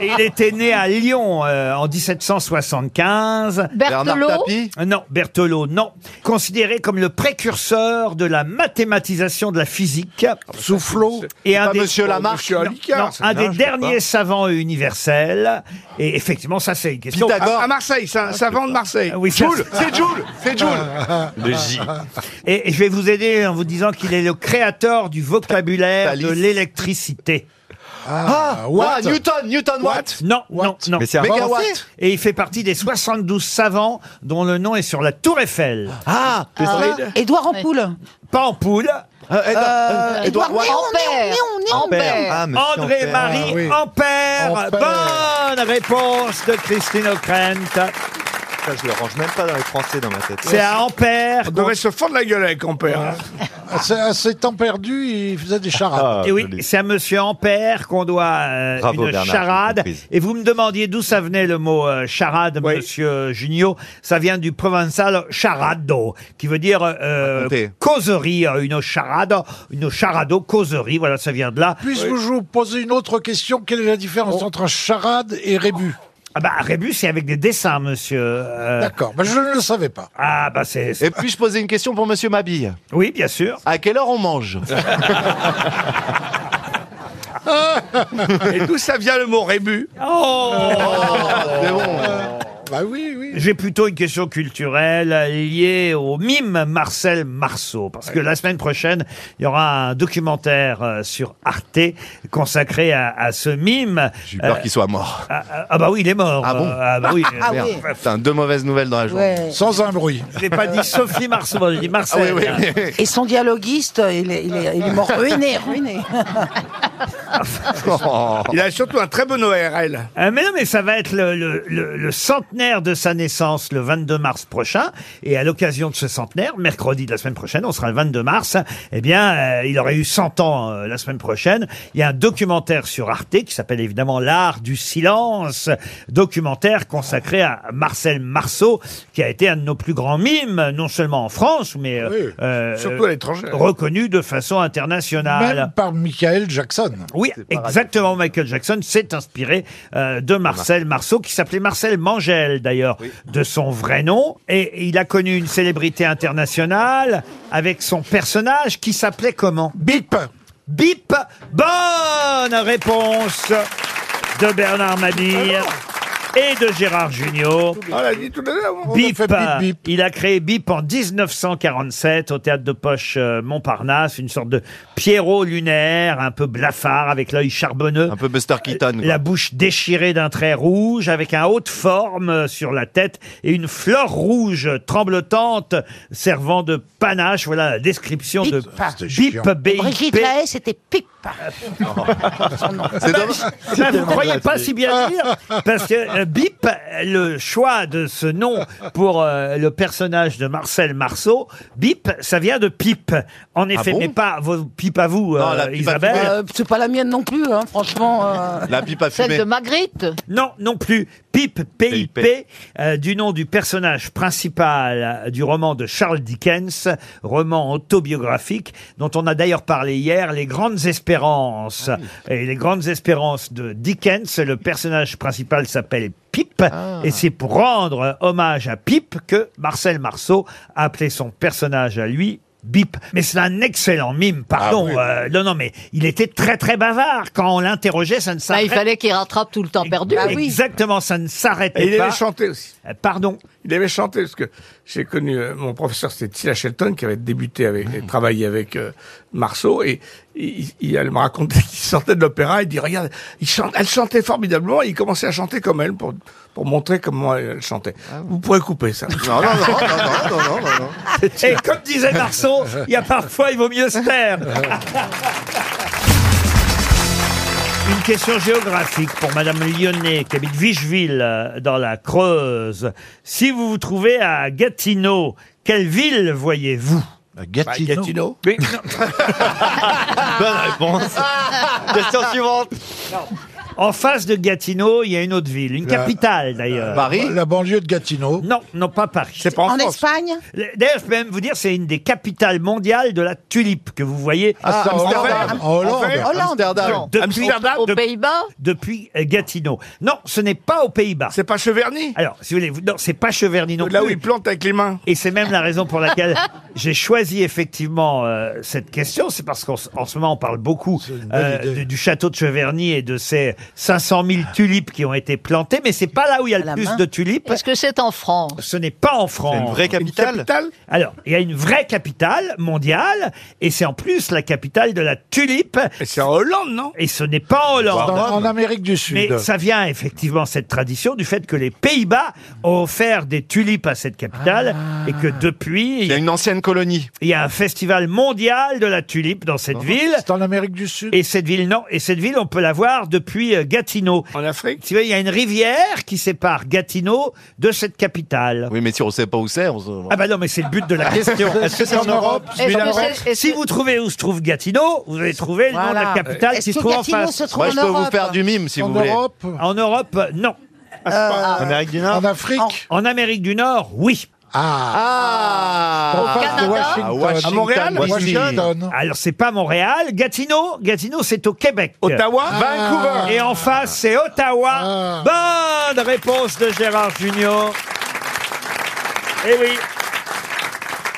Speaker 3: Et il était né à Lyon euh, en 1775.
Speaker 8: Berthelot Bernard Tapie
Speaker 3: Non, Berthelot, non. Considéré comme le précurseur de la mathématisation de la
Speaker 2: Ah,
Speaker 3: physique.
Speaker 2: bah
Speaker 3: Soufflot. Et un
Speaker 2: pas
Speaker 3: des,
Speaker 2: Monsieur Lamarck
Speaker 3: Non,
Speaker 2: Monsieur Alicard,
Speaker 3: non,
Speaker 2: c'est-
Speaker 3: un
Speaker 2: non,
Speaker 3: des
Speaker 2: je sais
Speaker 3: derniers
Speaker 2: pas.
Speaker 3: savants universels. Et effectivement, ça c'est une question. Ah,
Speaker 4: À, à Marseille,
Speaker 2: Ah,
Speaker 4: ça, ça vend de Marseille.
Speaker 3: Oui, ça-
Speaker 4: Joule, c'est Joule, c'est Joule.
Speaker 3: Le J. Et, et je vais vous aider en vous disant qu'il est le créateur du vocabulaire de l'électricité.
Speaker 2: Ah, Watt. ah, Newton, Newton Watt.
Speaker 3: Non, non, non.
Speaker 2: Mais c'est un Mégawatt. Français
Speaker 3: Et il fait partie des 72 savants dont le nom est sur la Tour Eiffel.
Speaker 2: Ah,
Speaker 6: euh, Édouard Ampoule.
Speaker 3: Pas Ampoule.
Speaker 6: Euh, Édouard Ah, Néon, Néon, Néon, Néon.
Speaker 3: Ampère.
Speaker 6: Ah,
Speaker 3: André-Marie Ampère. Bonne réponse de Christine O'Krent.
Speaker 5: Ça, [LAUGHS] je le range même pas dans les Français dans ma tête.
Speaker 3: C'est à Ampère.
Speaker 4: On devrait se fendre la gueule avec Ampère. hein.
Speaker 7: À ses- à ses temps perdus, il faisait des charades.
Speaker 3: Ah, Et Eh oui, c'est à Monsieur Ampère qu'on doit euh,
Speaker 7: Ah, Bravo,
Speaker 3: une
Speaker 7: Bernard, j'ai
Speaker 3: charade.
Speaker 7: comprise.
Speaker 3: Et vous me demandiez d'où ça venait le mot euh, charade, Monsieur Junio. Ça vient du provençal charado, qui veut dire euh, causerie, euh, une charade, une charado, causerie. Voilà, ça vient de là. Oh.
Speaker 7: Puis-je vous poser une autre question Quelle est la différence entre un charade et rébus
Speaker 3: Ah bah rébus, c'est avec des dessins, monsieur. euh.
Speaker 7: D'accord, bah, je ne le savais pas.
Speaker 3: Ah bah c'est.
Speaker 2: Et puis je posais une question pour Monsieur Mabille.
Speaker 3: Oui, bien sûr.
Speaker 2: À quelle heure on
Speaker 3: [LAUGHS]
Speaker 2: mange
Speaker 4: [LAUGHS] Et d'où ça vient le mot rébus
Speaker 3: Ah. Oh,
Speaker 4: C'est bon.
Speaker 7: Bah oui, oui.
Speaker 3: J'ai plutôt une question culturelle liée au mime Marcel Marceau. Parce que la semaine prochaine, il y aura un documentaire euh, sur Arte consacré à, à ce mime.
Speaker 2: J'ai peur
Speaker 3: Euh,
Speaker 2: qu'il soit mort.
Speaker 3: Ah, ah, ah bah oui, il est mort.
Speaker 2: Ah bon
Speaker 3: Euh, Ah bah oui.
Speaker 2: [LAUGHS] Ah merde. Putain, deux mauvaises nouvelles dans la journée.
Speaker 6: Ouais.
Speaker 7: Sans un bruit.
Speaker 3: Je n'ai pas dit Sophie Marceau, j'ai dit Marcel.
Speaker 2: Ah oui, [LAUGHS] oui.
Speaker 6: Et son dialoguiste, il est, il est, il est mort ruiné, ruiné.
Speaker 4: Il a surtout un très bon ORL.
Speaker 3: Euh, mais non, mais ça va être le, le- le- le centenaire de sa naissance le 22 mars prochain. Et à l'occasion de ce centenaire, mercredi de la semaine prochaine, on sera le 22 mars, eh bien, euh, il aurait eu 100 ans euh, la semaine prochaine. Il y a un documentaire sur Arte qui s'appelle évidemment L'Art du Silence, documentaire consacré à Marcel Marceau, qui a été un de nos plus grands mimes, non seulement en France, mais euh,
Speaker 7: Oui,
Speaker 3: euh,
Speaker 7: surtout à l'étranger.
Speaker 3: reconnu de façon internationale.
Speaker 7: Même par Michael Jackson.
Speaker 3: Oui, exactement. Michael Jackson s'est inspiré euh, de Marcel Marceau, qui s'appelait Marcel Mangel d'ailleurs, de son vrai nom. Et il a connu une célébrité internationale avec son personnage qui s'appelait comment Bip. Bip. Bonne réponse de Bernard
Speaker 4: Ah
Speaker 3: Mabille et de Gérard Junior.
Speaker 4: On l'a dit tout à l'heure. on Ah, a
Speaker 3: Bip.
Speaker 4: fait bip, bip.
Speaker 3: Il a créé Bip en 1947 au théâtre de poche euh, Montparnasse, une sorte de Pierrot lunaire, un peu blafard, avec l'œil charbonneux. Un peu Buster Keaton. La bouche déchirée d'un trait rouge, avec un haut de forme euh, sur la tête et une fleur rouge tremblotante servant de panache. Voilà la description de Bip. Bip.
Speaker 6: Brigitte Lahaye, c'était pipe.
Speaker 3: Ah bah, bah, vous ne croyez pas
Speaker 6: [LAUGHS]
Speaker 3: si bien dire Parce que euh, Bip, le choix de ce nom pour euh, le personnage de Marcel Marceau, Bip, ça vient de pipe. En effet,
Speaker 6: Ah bon
Speaker 3: mais pas vos pipes à vous,
Speaker 6: Non, [LAUGHS]
Speaker 3: euh,
Speaker 6: la pipe à
Speaker 3: Isabelle.
Speaker 6: fumer. Euh, c'est pas la mienne non plus, hein, franchement. euh.
Speaker 8: Celle de Magritte
Speaker 3: Non, non plus. Pipe, PIP, euh, du nom du personnage principal euh, du roman de Charles Dickens, roman autobiographique, dont on a d'ailleurs parlé hier, Les Grandes Espérances. Et Les Grandes Espérances de Dickens, le personnage principal s'appelle Pipe, et c'est pour rendre euh, hommage à Pipe que Marcel Marceau a appelé son personnage à lui Bip. Mais c'est un excellent mime, pardon. euh, non, non, mais il était très, très bavard. Quand on l'interrogeait, ça Bah ne
Speaker 8: Bah,
Speaker 3: s'arrêtait
Speaker 8: Il fallait qu'il rattrape tout le temps perdu.
Speaker 3: Exactement, ça ne
Speaker 4: Et
Speaker 3: s'arrêtait
Speaker 4: il
Speaker 3: pas. Euh,
Speaker 4: aimait chanter aussi.
Speaker 3: Pardon
Speaker 4: Il aimait chanter, parce que j'ai connu euh, mon professeur, c'était Tila Shelton, qui avait débuté avec, et travaillé avec euh, Marceau, et il, il- elle me racontait [LAUGHS] qu'il sortait de l'opéra, il dit, regarde, il chante, elle chantait formidablement, et il commençait à chanter comme elle, pour, pour montrer comment elle chantait.
Speaker 3: Ah
Speaker 4: Vous pourrez couper ça.
Speaker 2: Non, non, non,
Speaker 4: [LAUGHS]
Speaker 2: non, non, non, non, non.
Speaker 3: [LAUGHS] Et comme disait Marceau, il y a parfois, il vaut mieux se taire. [LAUGHS] Une question géographique pour Madame Lyonnais, qui habite Vicheville, euh, dans la Creuse. Si vous vous trouvez à Gatineau, quelle ville voyez-vous
Speaker 7: Bah,
Speaker 4: Gatineau. Gatineau.
Speaker 3: Oui, non.
Speaker 5: Bonne réponse. Question suivante.
Speaker 3: En face de Gatineau, il y a une autre ville, une
Speaker 7: La-
Speaker 3: capitale d'ailleurs.
Speaker 7: Paris La banlieue de Gatineau.
Speaker 3: Non, non, pas Paris. C'est pas
Speaker 6: En Espagne
Speaker 3: D'ailleurs, je peux même vous dire, c'est une des capitales mondiales de la tulipe que vous voyez.
Speaker 7: Ah, c'est en Hollande. En Hollande. Hollande.
Speaker 3: Amsterdam.
Speaker 7: Amsterdam.
Speaker 8: Amsterdam. Aux Pays-Bas
Speaker 3: Depuis euh, Gatineau. Non, ce n'est pas aux Pays-Bas. C'est
Speaker 4: pas Cheverny
Speaker 3: Alors, si vous voulez, vous- non, c'est pas Cheverny non
Speaker 4: Là
Speaker 3: plus.
Speaker 4: où il plante avec les mains.
Speaker 3: Et c'est même la raison pour laquelle [LAUGHS] j'ai choisi effectivement euh, cette question. C'est parce qu'en ce- en ce moment, on parle beaucoup euh, du, du château de Cheverny et de ces 500 000 tulipes qui ont été plantées. Mais c'est pas là où il y a le plus
Speaker 8: main.
Speaker 3: de tulipes.
Speaker 8: Est-ce que c'est en France
Speaker 3: Ce n'est pas en France.
Speaker 5: une vraie capitale Une
Speaker 3: Alors, il y a une vraie capitale mondiale, et c'est en plus la capitale de la tulipe.
Speaker 4: c'est en Hollande, non
Speaker 3: Et ce n'est pas en Hollande.
Speaker 7: Dans- en Amérique du Sud.
Speaker 3: Mais ça vient effectivement, cette tradition, du fait que les Pays-Bas ont offert des tulipes à cette capitale, et que depuis... Il y a
Speaker 2: une ancienne colonie.
Speaker 3: Il y a un festival mondial de la tulipe dans cette ville. C'est
Speaker 7: en Amérique du Sud
Speaker 3: Et cette ville, non. Et cette ville, on peut la voir depuis euh, Gatineau.
Speaker 4: En Afrique
Speaker 3: Tu vois, il y a une rivière qui sépare Gatineau de cette capitale.
Speaker 2: Oui, mais si on sait pas où c'est, on se...
Speaker 3: Ah bah non, mais c'est le but de la question.
Speaker 2: Est-ce que c'est en Europe
Speaker 3: Celui-là,
Speaker 2: Est-ce que
Speaker 3: Europe
Speaker 2: c'est-
Speaker 3: Si vous trouvez où se trouve Gatineau, vous allez trouver le nom de
Speaker 2: Voilà.
Speaker 3: la capitale
Speaker 2: Est-ce
Speaker 3: qui se
Speaker 2: que
Speaker 3: trouve en
Speaker 2: Gatineau
Speaker 3: face.
Speaker 2: se trouve Moi, je en peux vous Europe faire du mime, si En vous voulez. Europe
Speaker 3: En Europe, non.
Speaker 2: pas- En Amérique du Nord
Speaker 3: En Afrique En, Amérique du Nord, oui.
Speaker 2: Ah. Au face de Canada Washington. À Washington, Washington.
Speaker 3: Alors, c'est pas Montréal. Gatineau, Gatineau, c'est au Québec.
Speaker 4: Ottawa
Speaker 2: Ah.
Speaker 4: Vancouver.
Speaker 3: Et en face, c'est Ottawa. Bonne réponse de Gérard Junior. Eh oui.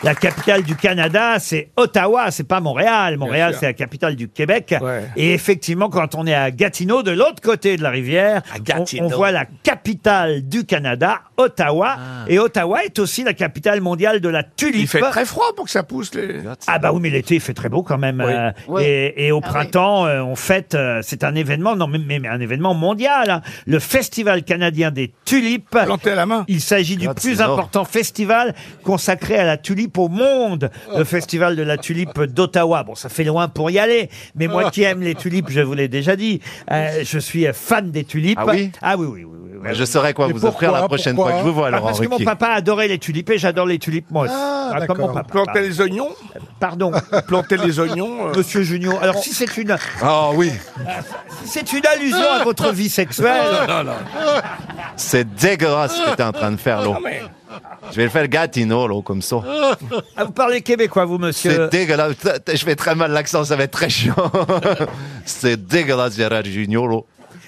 Speaker 3: La capitale du Canada, c'est Ottawa, c'est pas Montréal. Montréal,
Speaker 12: sûr.
Speaker 3: c'est la capitale du Québec. Et effectivement, quand on est à Gatineau, de l'autre côté de la rivière, on, on voit la capitale du Canada, Ottawa. Et Ottawa est aussi la capitale mondiale de la tulipe.
Speaker 4: Ah. Il fait très froid pour que ça pousse les...
Speaker 3: Ah bah oui, mais l'été, il fait très beau quand même.
Speaker 4: Oui.
Speaker 3: euh,
Speaker 4: Oui.
Speaker 3: Et, et au printemps, euh, on fête, euh, c'est un événement, non mais, mais- mais un événement mondial, hein. le Festival canadien des tulipes.
Speaker 4: Planté à la main.
Speaker 3: Il s'agit du
Speaker 4: Gratte,
Speaker 3: plus
Speaker 4: c'est énorme.
Speaker 3: important festival consacré à la tulipe tulipe au monde,
Speaker 4: Oh.
Speaker 3: le festival de la tulipe d'Ottawa. Bon, ça fait loin pour y aller, mais
Speaker 4: Oh.
Speaker 3: moi qui aime les tulipes, je vous l'ai déjà dit, euh, je suis fan des tulipes.
Speaker 2: Ah oui
Speaker 3: Ah oui, oui, oui. oui.
Speaker 2: Mais Euh, je saurai quoi
Speaker 3: Et
Speaker 2: vous offrir
Speaker 3: pourquoi,
Speaker 2: la prochaine
Speaker 3: pourquoi
Speaker 2: fois que je vous vois,
Speaker 3: Ah,
Speaker 2: Laurent
Speaker 3: Parce que mon
Speaker 2: Ruquier.
Speaker 3: papa adorait les tulipes et j'adore les tulipes, moi aussi.
Speaker 4: Ah,
Speaker 3: comme mon
Speaker 4: d'accord.
Speaker 3: papa. Euh,
Speaker 4: Planter les oignons
Speaker 3: Pardon.
Speaker 4: [LAUGHS] Planter les oignons, euh.
Speaker 3: Monsieur Junior, alors si c'est une...
Speaker 2: Ah oui.
Speaker 3: C'est une allusion à votre vie sexuelle.
Speaker 2: Non, non, non. C'est dégueulasse Ah, ce que t'es en train de faire, l'eau. Je vais le faire Gatineau, l'eau, comme ça.
Speaker 3: Ah, vous parlez québécois, vous, monsieur
Speaker 2: C'est dégueulasse. T- t- Je fais très mal l'accent, ça va être très
Speaker 3: [LAUGHS]
Speaker 2: chiant. c'est dégueulasse, Gérard Junior, l'eau.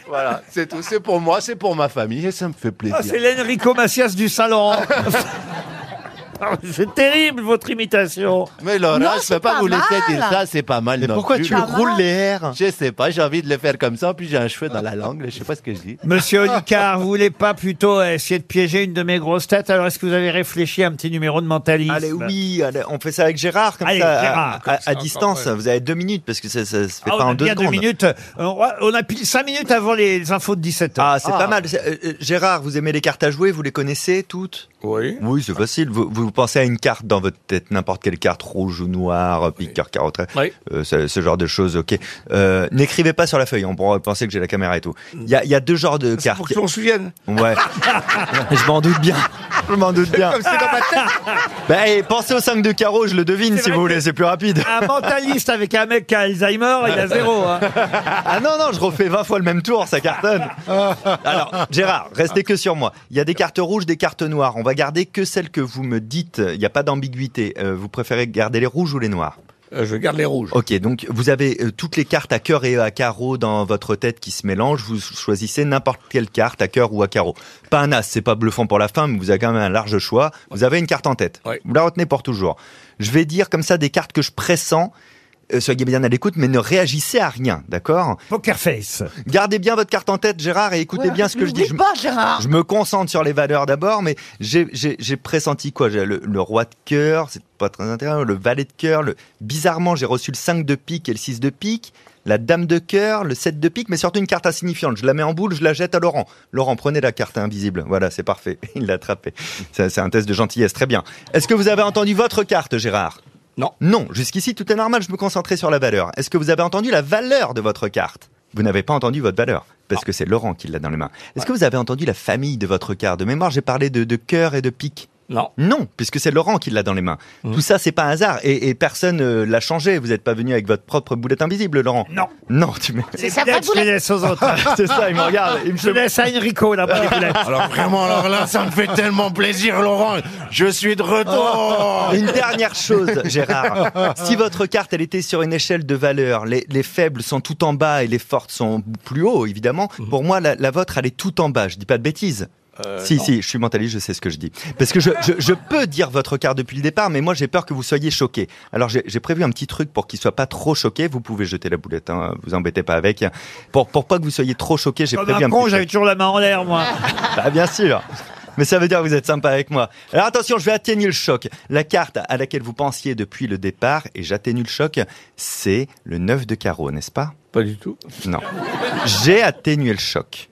Speaker 2: Voilà, c'est tout. C'est pour moi, c'est pour ma famille et ça me fait plaisir.
Speaker 3: Ah, c'est l'Enrico Macias
Speaker 4: [LAUGHS]
Speaker 3: du salon. c'est terrible votre imitation.
Speaker 2: Mais Laura,
Speaker 3: Non,
Speaker 2: je
Speaker 3: c'est
Speaker 2: peux pas,
Speaker 3: pas
Speaker 2: vous laisser
Speaker 3: mal.
Speaker 2: dire ça, c'est pas mal.
Speaker 3: Mais
Speaker 2: non
Speaker 3: pourquoi
Speaker 2: plus.
Speaker 3: tu Pas roules mal. les airs
Speaker 2: Je sais pas, j'ai envie de le faire comme ça, puis j'ai un cheveu dans la langue, là, je sais pas ce que je dis.
Speaker 3: Monsieur Olicard, vous voulez pas plutôt euh, essayer de piéger une de mes grosses têtes Alors est-ce que vous avez réfléchi à un petit numéro de mentalisme
Speaker 5: Allez, oui, allez, on fait ça avec Gérard, comme
Speaker 3: Allez,
Speaker 5: ça, à-
Speaker 3: Gérard,
Speaker 5: à,
Speaker 3: comme
Speaker 5: à
Speaker 3: ça,
Speaker 5: distance.
Speaker 3: encore,
Speaker 5: Vous avez deux minutes, parce que ça, ça se fait
Speaker 3: Ah,
Speaker 5: pas
Speaker 3: on a
Speaker 5: en deux
Speaker 3: bien
Speaker 5: secondes.
Speaker 3: deux minutes. Euh, On a- on a pile cinq minutes avant les infos de 17 h
Speaker 5: Ah, c'est pas mal. C'est- euh, euh, Gérard, vous aimez les cartes à jouer Vous les connaissez toutes
Speaker 4: Oui.
Speaker 5: Oui, c'est facile. Vous, vous pensez à une carte dans votre tête, n'importe quelle carte, rouge ou noire, pique, cœur, carotte, euh, ce, ce genre de choses, ok. Euh, N'écrivez pas sur la feuille, on pourra penser que j'ai la caméra et tout. Il y a, il y a deux genres de cartes.
Speaker 4: Ah, pour que je m'en souvienne. [LAUGHS]
Speaker 5: Ouais. je m'en doute bien. Je m'en doute bien.
Speaker 4: Comme c'est dans ma tête.
Speaker 5: Bah, et pensez aux 5 de carreau, je le devine si vous voulez, c'est plus rapide.
Speaker 3: Un mentaliste avec un mec qui a Alzheimer, il a zéro. hein.
Speaker 5: Ah non, non, je refais 20 fois le même tour, ça cartonne. Alors, Gérard, restez que sur moi. Il y a des cartes rouges, des cartes noires. On va garder que celles que vous me dites. Il n'y a pas d'ambiguïté. Euh, vous préférez garder les rouges ou les noirs
Speaker 4: Euh, je garde les rouges.
Speaker 5: Ok, donc vous avez euh, toutes les cartes à cœur et à carreau dans votre tête qui se mélangent. Vous choisissez n'importe quelle carte à cœur ou à carreau. Pas un as, c'est pas bluffant pour la fin, mais vous avez quand même un large choix. Vous avez une carte en tête. Vous la retenez pour toujours. Je vais dire comme ça des cartes que je pressens. Euh, soyez bien à l'écoute, mais ne réagissez à rien, d'accord
Speaker 3: Poker face.
Speaker 5: Gardez bien votre carte en tête, Gérard, et écoutez
Speaker 6: Ouais,
Speaker 5: bien ce que je dis.
Speaker 6: n'oublie
Speaker 5: Je me-
Speaker 6: pas, Gérard.
Speaker 5: Je me concentre sur les valeurs d'abord, mais j'ai- j'ai j'ai pressenti quoi J'ai le, le roi de cœur, c'est pas très intéressant, le valet de cœur. Le... Bizarrement, j'ai reçu le 5 de pique et le 6 de pique, la dame de cœur, le 7 de pique, mais surtout une carte insignifiante. Je la mets en boule, je la jette à Laurent. Laurent, prenez la carte invisible. Voilà, c'est parfait. [LAUGHS] Il l'a attrapé. Ça, C'est un test de gentillesse, très bien. Est-ce que vous avez entendu votre carte, Gérard
Speaker 4: non.
Speaker 5: Non, jusqu'ici tout est normal, je me concentrais sur la valeur. Est-ce que vous avez entendu la valeur de votre carte Vous n'avez pas entendu votre valeur, parce que c'est Laurent qui l'a dans les mains. Est-ce que vous avez entendu la famille de votre carte De mémoire, j'ai parlé de, de cœur et de pique.
Speaker 4: Non. Mmh.
Speaker 5: Non, puisque c'est Laurent qui l'a dans les mains. Tout ça, c'est pas un hasard, et, et personne euh, l'a changé. Vous n'êtes pas venu avec votre propre boulette invisible, Laurent
Speaker 3: Non.
Speaker 5: Non, tu me...
Speaker 3: Les boulettes, je les [LAUGHS] laisse aux
Speaker 4: Ah,
Speaker 3: autres.
Speaker 5: c'est ça, il me regarde. Il me...
Speaker 3: Je laisse à Enrico là-bas les
Speaker 4: [LAUGHS]
Speaker 3: boulettes.
Speaker 2: Alors vraiment, alors là, ça me fait tellement plaisir, Laurent. Je suis de
Speaker 3: Oh.
Speaker 2: retour.
Speaker 5: Une dernière
Speaker 4: [LAUGHS]
Speaker 5: chose,
Speaker 3: [LAUGHS]
Speaker 5: Gérard. Si votre carte, elle était sur une échelle de valeur, les, les faibles sont tout en bas et les fortes sont plus haut, évidemment.
Speaker 3: Mhm.
Speaker 5: Pour moi, la, la vôtre, elle est tout en bas. Je dis pas de bêtises.
Speaker 4: Euh,
Speaker 5: si,
Speaker 4: non.
Speaker 5: si, je suis mentaliste, je sais ce que je dis. Parce que je, je- je peux dire votre carte depuis le départ, mais moi j'ai peur que vous soyez choqués. Alors j'ai j'ai prévu un petit truc pour qu'il soit pas trop choqué. Vous pouvez jeter la boulette, hein, vous embêtez pas avec. Pour, pour pas que vous soyez trop choqués, j'ai
Speaker 3: Comme
Speaker 5: prévu
Speaker 3: un
Speaker 5: un petit
Speaker 3: con,
Speaker 5: truc.
Speaker 3: j'avais toujours la main en l'air, moi.
Speaker 5: Bah, bien sûr. Mais ça veut dire que vous êtes sympa avec moi. Alors attention, je vais atténuer le choc. La carte à laquelle vous pensiez depuis le départ, et j'atténue le choc, c'est le 9 de carreau, n'est-ce pas
Speaker 4: Pas du tout.
Speaker 5: Non. J'ai atténué le choc.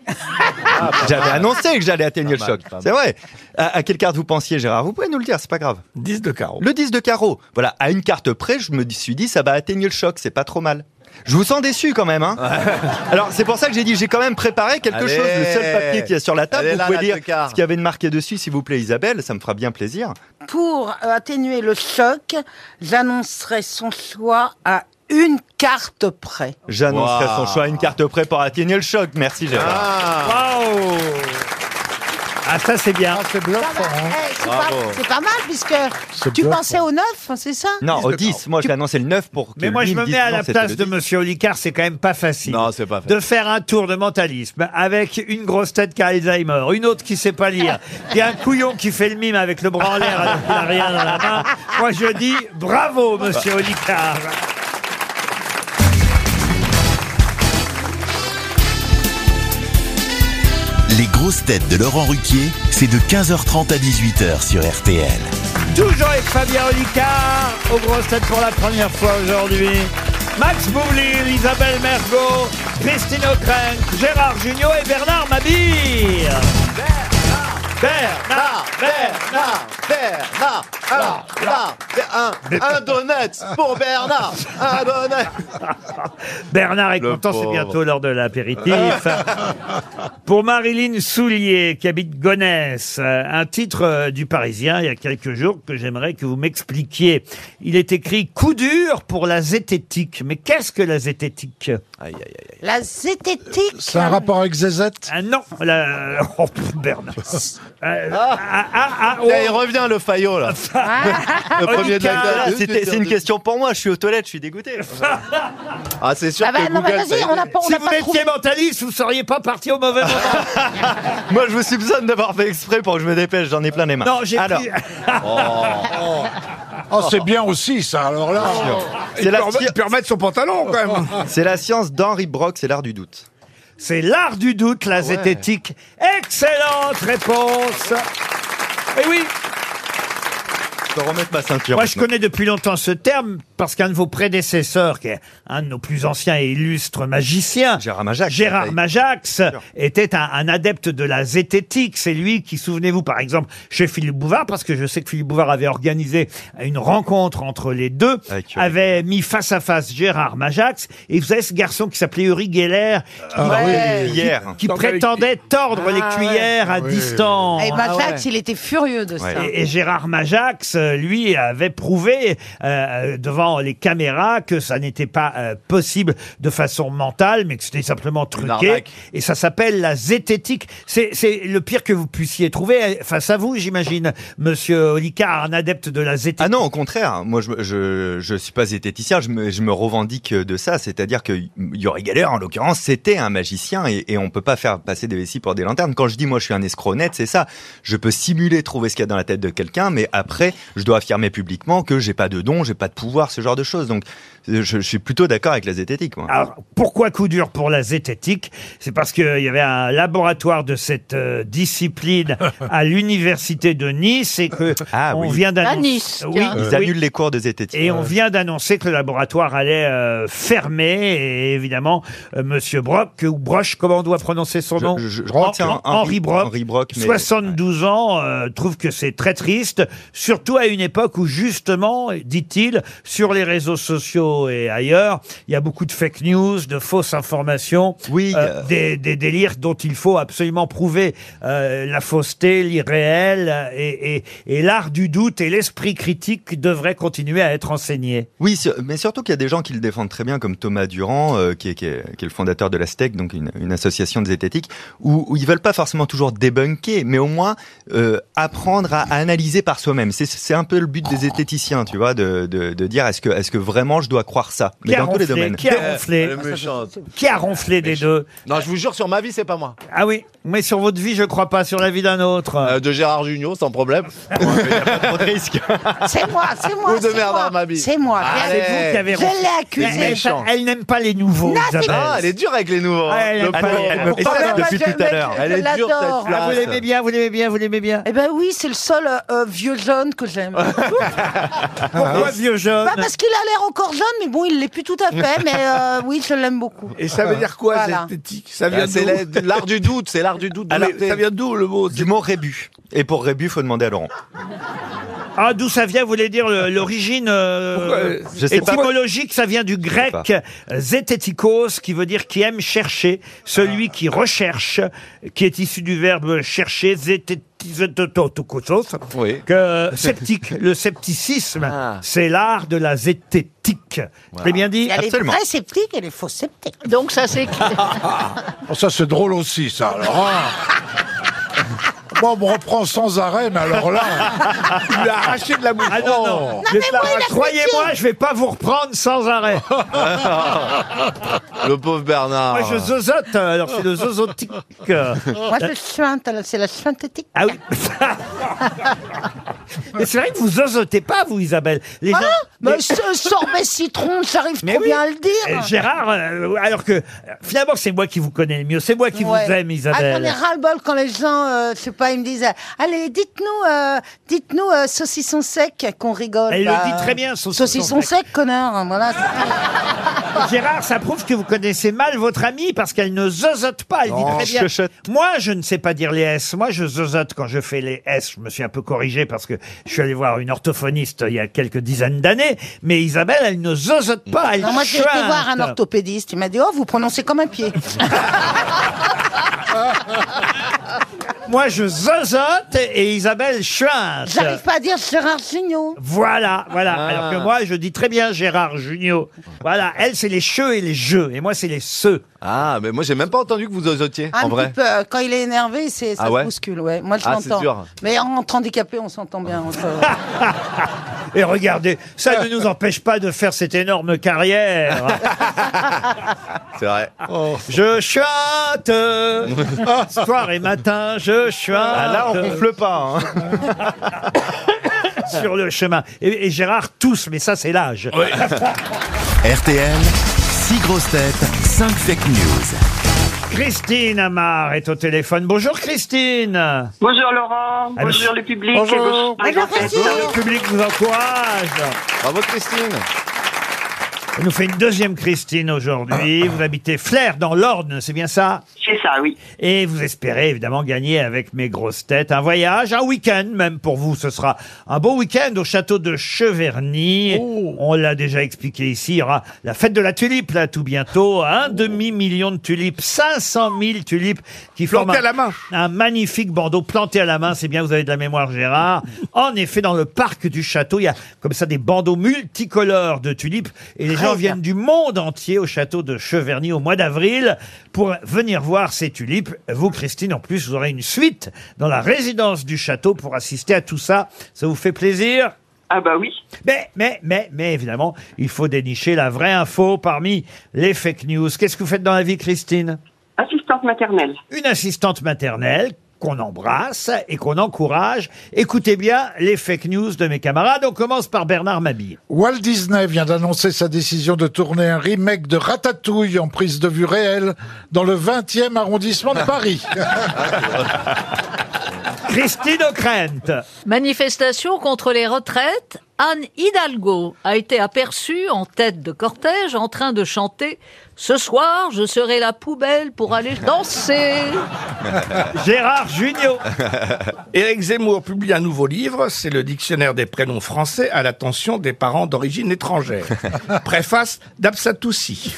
Speaker 5: J'avais annoncé que j'allais atténuer le
Speaker 4: Pas
Speaker 5: choc.
Speaker 4: mal, pas mal.
Speaker 5: C'est vrai. À, à quelle carte vous pensiez, Gérard Vous pouvez nous le dire, c'est pas grave.
Speaker 4: 10 de carreau.
Speaker 5: Le 10 de carreau. Voilà, à une carte près, je me suis dit, ça va atténuer le choc, c'est pas trop mal. Je vous sens déçu quand même. Hein Alors c'est pour ça que j'ai dit, j'ai quand même préparé quelque
Speaker 2: Allez.
Speaker 5: chose. Le seul papier qu'il y a sur la table,
Speaker 2: Elle est
Speaker 5: vous
Speaker 2: là,
Speaker 5: pouvez
Speaker 2: la
Speaker 5: dire
Speaker 2: tocard.
Speaker 5: ce qu'il y avait de marqué dessus, s'il vous plaît, Isabelle, ça me fera bien plaisir.
Speaker 6: Pour euh, atténuer le choc, j'annoncerai son choix à une carte près.
Speaker 5: J'annoncerai
Speaker 6: Wow.
Speaker 5: son choix à une carte près pour atténuer le choc. Merci
Speaker 2: Ah.
Speaker 5: Gérard.
Speaker 3: Waouh Ah, ça, c'est bien.
Speaker 7: c'est bluffant.
Speaker 2: hein.
Speaker 6: Eh, c'est pas, c'est pas mal puisque
Speaker 5: C'est
Speaker 6: tu
Speaker 5: bien,
Speaker 6: pensais au 9, c'est ça
Speaker 5: Non, au 10, moi j'ai annoncé le 9 pour que
Speaker 3: Mais moi,
Speaker 5: lui
Speaker 3: je me
Speaker 5: dise
Speaker 3: mets à
Speaker 5: non,
Speaker 3: la
Speaker 5: c'était
Speaker 3: place
Speaker 5: le
Speaker 3: de
Speaker 5: 10.
Speaker 3: Monsieur Olicard, c'est quand même pas facile.
Speaker 2: Non, c'est pas
Speaker 3: De faire un tour de mentalisme avec une grosse tête qui a Alzheimer, une autre qui sait pas lire, puis un couillon qui fait le mime avec le bras en l'air alors qu'il a rien dans la main. Moi, je dis bravo, Monsieur Olicard.
Speaker 1: Les grosses têtes de Laurent Ruquier, c'est de 15h30 à 18h sur RTL.
Speaker 3: Toujours avec Fabien Olicard, aux grosses têtes pour la première fois aujourd'hui. Max Boublil, Isabelle Mergot, Christine O'Crank, Gérard Junior et Bernard Mabir. Bernard, Bernard,
Speaker 2: Bernard, Bernard, Alors, là, un, un donut pour Bernard. Un donut.
Speaker 3: Bernard est content, c'est
Speaker 2: pauvre.
Speaker 3: bientôt l'heure de l'apéritif. Pour Marilyn Soulier, qui habite Gonesse, euh, un titre euh, du Parisien il y a quelques jours que j'aimerais que vous m'expliquiez. Il est écrit Coup dur pour la zététique. Mais qu'est-ce que la zététique
Speaker 6: La zététique.
Speaker 3: C'est un rapport avec ZZ Ah, Non, la... oh, pff, Bernard. Euh,
Speaker 4: Ah.
Speaker 2: Là, il revient le faillot, là. le premier de la
Speaker 5: Voilà,
Speaker 2: classe.
Speaker 5: c'était- C'est une question pour moi, je suis aux toilettes, je suis dégoûté.
Speaker 2: Ah, c'est sûr
Speaker 5: Ah bah
Speaker 2: que
Speaker 5: non, mais
Speaker 2: Google.
Speaker 5: vas-y,
Speaker 2: ça a
Speaker 5: on
Speaker 2: été-
Speaker 5: a pas- on
Speaker 3: Si
Speaker 5: a
Speaker 3: vous
Speaker 5: pas
Speaker 3: étiez
Speaker 5: trouvé.
Speaker 3: mentaliste, vous seriez pas parti au mauvais moment.
Speaker 5: [LAUGHS] Moi, je vous soupçonne d'avoir fait exprès pour que je me dépêche, j'en ai plein les mains.
Speaker 3: Non, j'ai
Speaker 5: Alors.
Speaker 3: pris-
Speaker 5: Oh.
Speaker 4: Ah,
Speaker 7: Oh, c'est bien aussi, ça, alors là.
Speaker 5: C'est la, sci-
Speaker 4: son pantalon, quand même.
Speaker 5: [LAUGHS] c'est la science d'Henri Brock, c'est l'art du doute.
Speaker 3: C'est l'art du doute, la zététique. Excellente réponse. Et oui.
Speaker 5: Je dois remettre ma ceinture.
Speaker 3: Moi, je
Speaker 5: maintenant.
Speaker 3: connais depuis longtemps ce terme parce qu'un de vos prédécesseurs, qui est un de nos plus anciens et illustres magiciens, Gérard Majax, était un, un adepte de la zététique. C'est lui qui, souvenez-vous, par exemple, chez Philippe Bouvard, parce que je sais que Philippe Bouvard avait organisé une rencontre entre les deux,
Speaker 5: euh,
Speaker 3: avait mis face à face Gérard Majax et vous savez ce garçon qui s'appelait Uri Geller, qui,
Speaker 5: Ah oui,
Speaker 3: qui-
Speaker 5: hier.
Speaker 3: qui prétendait tordre les cuillères à distance.
Speaker 6: Eh ben,
Speaker 15: Et
Speaker 3: Ah ouais.
Speaker 15: Majax, Eh, il était furieux de ça.
Speaker 3: Et, et Gérard Majax, euh, lui, avait prouvé euh, devant les caméras que ça n'était pas euh, possible de façon mentale, mais que c'était simplement truqué.
Speaker 2: arnaque.
Speaker 3: Et ça s'appelle la zététique. C'est c'est le pire que vous puissiez trouver euh, face à vous, j'imagine, monsieur Olicard, un adepte de la zététique.
Speaker 5: Ah non, au contraire. Moi, je, je, je suis pas zététicien. Je me, je me revendique de ça. C'est-à-dire que Yuri Geller, en l'occurrence, c'était un magicien et, et on peut pas faire passer des vessies pour des lanternes. Quand je dis moi, je suis un escroc net, c'est ça. Je peux simuler trouver ce qu'il y a dans la tête de quelqu'un, mais après, je dois affirmer publiquement que j'ai pas de don, j'ai pas de pouvoir, ce genre de choses. Donc, je, je suis plutôt d'accord avec la zététique, moi.
Speaker 3: Alors, pourquoi coup dur pour la zététique C'est parce qu'il y avait un laboratoire de cette euh, discipline à l'université de Nice et que on
Speaker 5: oui. Euh,
Speaker 3: vient
Speaker 5: À
Speaker 3: d'annoncer.
Speaker 5: Nice, tiens. Ils annulent les cours de zététique.
Speaker 3: Et on
Speaker 5: Ouais.
Speaker 3: vient d'annoncer que le laboratoire allait euh, fermer. Et évidemment, euh, Monsieur Brock ou Broche, comment on doit prononcer son nom
Speaker 5: crois que c'est
Speaker 3: Hen-
Speaker 5: Henri-
Speaker 3: Henri Brock.
Speaker 5: Henri Brock, mais-
Speaker 3: 72 ans euh, trouve que c'est très triste, surtout à une époque où justement, dit-il, sur les réseaux sociaux et ailleurs, il y a beaucoup de fake news, de fausses informations, euh, des, des délires dont il faut absolument prouver euh, la fausseté, l'irréel euh, et, et- et l'art du doute et l'esprit critique devraient continuer à être enseignés.
Speaker 5: Oui, sur- mais surtout qu'il y a des gens qui le défendent très bien, comme Thomas Durand, euh, qui, est, qui est- qui est le fondateur de la STEC, donc une, une association de zététique, où, où ils veulent pas forcément toujours débunker, mais au moins euh, apprendre à, à analyser par soi-même. C'est- C'est un peu le but des zététiciens, tu vois, de, de- de dire est-ce que, est-ce que vraiment je dois croire ça Mais
Speaker 3: Qui a
Speaker 5: dans tous les
Speaker 3: ronflé
Speaker 5: domaines.
Speaker 3: Qui a ronflé
Speaker 2: Euh,
Speaker 3: Qui a ronflé des deux
Speaker 2: Non, je vous jure, sur ma vie, c'est pas moi.
Speaker 3: Ah oui, mais sur votre vie, je crois pas, sur la vie d'un autre.
Speaker 2: Euh, de Gérard Junior, sans
Speaker 3: [LAUGHS]
Speaker 2: problème.
Speaker 6: C'est moi, c'est moi.
Speaker 2: Ou de
Speaker 6: c'est
Speaker 2: Bernard
Speaker 6: moi.
Speaker 2: Mabille.
Speaker 6: C'est moi.
Speaker 2: Ah,
Speaker 6: Bien-
Speaker 2: c'est vous qui avez
Speaker 6: Je
Speaker 2: ronflé.
Speaker 6: l'ai accusé.
Speaker 2: C'est méchant.
Speaker 3: Elle n'aime pas les nouveaux.
Speaker 6: Non, c'est-
Speaker 3: Isabelle.
Speaker 2: Ah, elle est dure avec les nouveaux.
Speaker 3: Ah, elle
Speaker 2: Le
Speaker 3: aime pas
Speaker 2: pauvre.
Speaker 3: les- elle me
Speaker 2: Et
Speaker 3: parle
Speaker 2: ça,
Speaker 3: depuis
Speaker 2: je-
Speaker 3: tout à l'heure.
Speaker 2: Elle est dure,
Speaker 15: l'adore.
Speaker 2: cette
Speaker 15: Ah, vous
Speaker 2: place.
Speaker 15: l'aimez
Speaker 3: bien, vous l'aimez bien, vous l'aimez bien.
Speaker 15: Eh ben oui, c'est le seul euh, euh, vieux jeune que j'aime.
Speaker 3: [LAUGHS]
Speaker 4: Ah.
Speaker 3: Pourquoi vieux jeune
Speaker 15: Pas parce qu'il a l'air encore jeune, mais bon, il l'est plus tout à
Speaker 3: [LAUGHS]
Speaker 15: fait. Mais euh, oui, je l'aime beaucoup.
Speaker 4: Et ça veut dire quoi,
Speaker 15: Voilà.
Speaker 4: zététique Ça
Speaker 5: Ah,
Speaker 4: vient
Speaker 5: c'est
Speaker 4: d'où
Speaker 5: la- l'art
Speaker 2: du doute, c'est l'art du doute.
Speaker 5: Alors,
Speaker 4: ça vient d'où le mot
Speaker 5: Du mot rébut. Et pour rébut, il faut demander à Laurent.
Speaker 3: Ah, d'où ça vient, vous voulez dire le- l'origine euh,
Speaker 5: Pourquoi Je sais pas.
Speaker 3: étymologique, ça vient du grec euh, zététikos, qui veut dire qui aime chercher, celui qui
Speaker 2: Ah.
Speaker 3: recherche, qui est issu du verbe chercher, zététikosos, que sceptique, le scepticisme,
Speaker 2: Ah.
Speaker 3: c'est l'art de la zététique. Très bien dit
Speaker 6: Elle est très sceptique, elle est fausse sceptique.
Speaker 8: Donc
Speaker 15: [LAUGHS]
Speaker 8: ça c'est
Speaker 7: Oh, ça, c'est drôle aussi, ça,
Speaker 5: [LAUGHS]
Speaker 7: alors. hein. Moi, on me reprend sans arrêt, mais alors là.
Speaker 4: Tu l'as arraché de la bouche.
Speaker 3: Ah non, non.
Speaker 7: Oh.
Speaker 3: Je vais pas- Croyez-moi, je vais pas vous reprendre sans arrêt.
Speaker 2: Le pauvre Bernard.
Speaker 3: Moi, je zozote, euh, alors c'est le zozotique. euh.
Speaker 6: Ah. Moi, je chante, là, c'est la chantétique.
Speaker 3: Ah oui. [LAUGHS] Mais c'est vrai que vous zozotez pas, vous, Isabelle. Les
Speaker 6: Ah,
Speaker 3: gens-
Speaker 6: mais
Speaker 3: les-
Speaker 6: ce sorbet citron, j'arrive trop bien à le dire.
Speaker 3: Euh, Gérard, euh, alors que euh, finalement, c'est moi qui vous connais le mieux. C'est moi qui vous aime,
Speaker 6: Ah, j'en ai
Speaker 3: Isabelle.
Speaker 6: ras-le-bol quand les gens, euh, je sais pas, ils me disent euh, Allez, dites-nous, euh, dites-nous euh, saucisson sec qu'on rigole.
Speaker 3: Elle le
Speaker 6: Bah,
Speaker 15: euh,
Speaker 3: dit très bien, saucisson
Speaker 6: sec. connard, hein, voilà.
Speaker 3: Gérard, ça prouve que vous connaissez mal votre amie parce qu'elle ne zozote pas. Elle dit
Speaker 5: Oh,
Speaker 3: très bien.
Speaker 5: chuchote.
Speaker 3: Moi, je ne sais pas dire les S. Moi, je zozote quand je fais les S. Je me suis un peu corrigé parce que je suis allé voir une orthophoniste il y a quelques dizaines d'années. Mais Isabelle, elle ne zozote pas. Elle
Speaker 15: Non, moi, j'ai été
Speaker 3: chuinte.
Speaker 15: voir un orthopédiste. Il m'a dit Oh, vous prononcez comme un pied. [LAUGHS]
Speaker 3: Moi, je zozote et Isabelle chuinte.
Speaker 15: J'arrive pas à dire Gérard Gignot.
Speaker 3: Voilà, voilà.
Speaker 15: Ah.
Speaker 3: Alors que moi, je dis très bien Gérard Junior. Voilà, elle, c'est les cheux et les jeux. Et moi, c'est les ceux.
Speaker 2: Ah, mais moi, j'ai même pas entendu que vous zozotiez,
Speaker 15: Un
Speaker 2: en vrai.
Speaker 15: petit peu, euh, quand il est énervé, c'est ça
Speaker 2: Ah ouais
Speaker 15: se bouscule, ouais. Moi, je
Speaker 2: Ah, c'est
Speaker 15: l'entends.
Speaker 2: dur.
Speaker 15: Mais entre handicapés, on s'entend bien. entre-
Speaker 3: Et regardez, ça ne nous empêche pas de faire cette énorme carrière.
Speaker 2: [LAUGHS] C'est vrai.
Speaker 3: Je
Speaker 2: [LAUGHS]
Speaker 3: chante Soir et matin, je chante
Speaker 2: Ah, là, on gonfle hein.
Speaker 5: pas.
Speaker 3: [LAUGHS] Sur le chemin. Et, et Gérard tous, mais ça, c'est l'âge. [LAUGHS]
Speaker 1: RTL, 6 grosses têtes, 5 fake news.
Speaker 3: Christine Amar est au téléphone. Bonjour Christine
Speaker 10: Bonjour Laurent,
Speaker 3: Ah,
Speaker 10: bonjour
Speaker 3: mais-
Speaker 10: le public.
Speaker 3: Bonjour.
Speaker 10: et vos-
Speaker 3: Bonjour, Christine. Le public vous encourage.
Speaker 2: Bravo, Christine.
Speaker 3: Elle nous fait une deuxième Christine aujourd'hui. Vous habitez Flair dans l'Orne, c'est bien
Speaker 10: Ah.
Speaker 3: ça
Speaker 10: C'est ça, oui.
Speaker 3: Et vous espérez évidemment gagner avec mes grosses têtes un voyage, un week-end même pour vous. Ce sera un beau week-end au château de Cheverny.
Speaker 10: Oh.
Speaker 3: On l'a déjà expliqué ici. Il y aura la fête de la tulipe là tout bientôt.
Speaker 10: Oh.
Speaker 3: Un demi-million de tulipes, 500 000 tulipes qui forment
Speaker 4: Plantées à
Speaker 3: un- un magnifique bandeau planté à la main. C'est bien, vous avez de la mémoire,
Speaker 10: [LAUGHS]
Speaker 3: Gérard. En effet, dans le parc du château, il y a comme ça des bandeaux multicolores de tulipes. Et les gens viennent du monde entier au château de Cheverny au mois d'avril pour venir voir ces tulipes. Vous, Christine, en plus, vous aurez une suite dans la résidence du château pour assister à tout ça. Ça vous fait plaisir
Speaker 10: ah bah oui.
Speaker 3: Mais, mais, mais, mais évidemment, il faut dénicher la vraie info parmi les fake news. Qu'est-ce que vous faites dans la vie, Christine
Speaker 10: Assistante maternelle.
Speaker 3: une assistante maternelle qu'on embrasse et qu'on encourage. Écoutez bien les fake news de mes camarades. On commence par Bernard Mabille.
Speaker 7: Walt Disney vient d'annoncer sa décision de tourner un remake de Ratatouille en prise de vue réelle dans le 20e arrondissement de Paris.
Speaker 3: [LAUGHS] Christine O'Krent.
Speaker 8: Manifestation contre les retraites, Anne Hidalgo a été aperçue en tête de cortège en train de chanter Ce soir, je serai la poubelle pour aller danser.
Speaker 3: Gérard Junior.
Speaker 4: [LAUGHS] Éric Zemmour publie un nouveau livre, c'est le dictionnaire des prénoms français à l'attention des parents d'origine
Speaker 2: [LAUGHS]
Speaker 4: étrangère. Préface d'Absatoussi.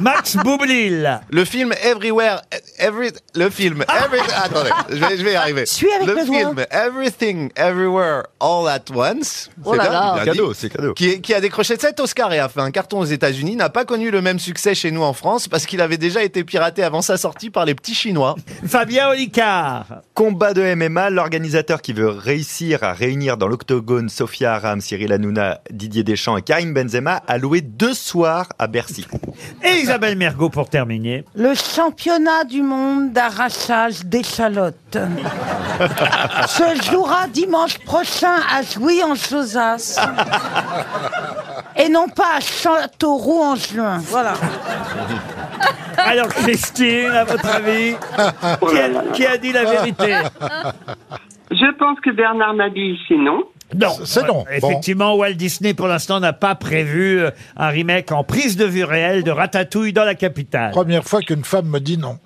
Speaker 3: Max Boublil.
Speaker 2: Le film Everywhere, Every, le film, every, attendez, je vais, je vais y arriver.
Speaker 6: Suis avec
Speaker 2: le
Speaker 6: le doigt.
Speaker 2: film Everything, Everywhere, All at Once.
Speaker 8: Oh
Speaker 2: C'est
Speaker 8: là
Speaker 2: bien,
Speaker 8: là.
Speaker 2: bien
Speaker 5: C'est cadeau,
Speaker 2: dit.
Speaker 5: c'est cadeau.
Speaker 2: Qui, est- qui a décroché 7 Oscars et a fait un carton aux États-Unis, n'a pas connu le même succès chez nous en France parce qu'il avait déjà été piraté avant sa sortie par les petits Chinois.
Speaker 3: Fabien Olicard.
Speaker 5: Combat de MMA, l'organisateur qui veut réussir à réunir dans l'octogone Sophia Aram, Cyril Hanouna, Didier Deschamps et Karim Benzema a loué deux soirs à Bercy.
Speaker 3: Et Isabelle Mergot pour terminer.
Speaker 15: [LAUGHS] Le championnat du monde d'arrachage d'échalotes se jouera dimanche prochain à Jouy en Josas et non pas à Châteauroux en juin. Voilà.
Speaker 3: Alors Christine, à votre avis,
Speaker 10: Oh
Speaker 3: qui a, qui a dit la vérité
Speaker 10: Je pense que Bernard Mabille, c'est non.
Speaker 3: Non,
Speaker 10: C'est non.
Speaker 3: Euh, Effectivement, Walt Disney pour l'instant n'a pas prévu euh, un remake en prise de vue réelle de Ratatouille dans la capitale.
Speaker 7: Première fois qu'une femme me dit
Speaker 3: [LAUGHS]
Speaker 7: non.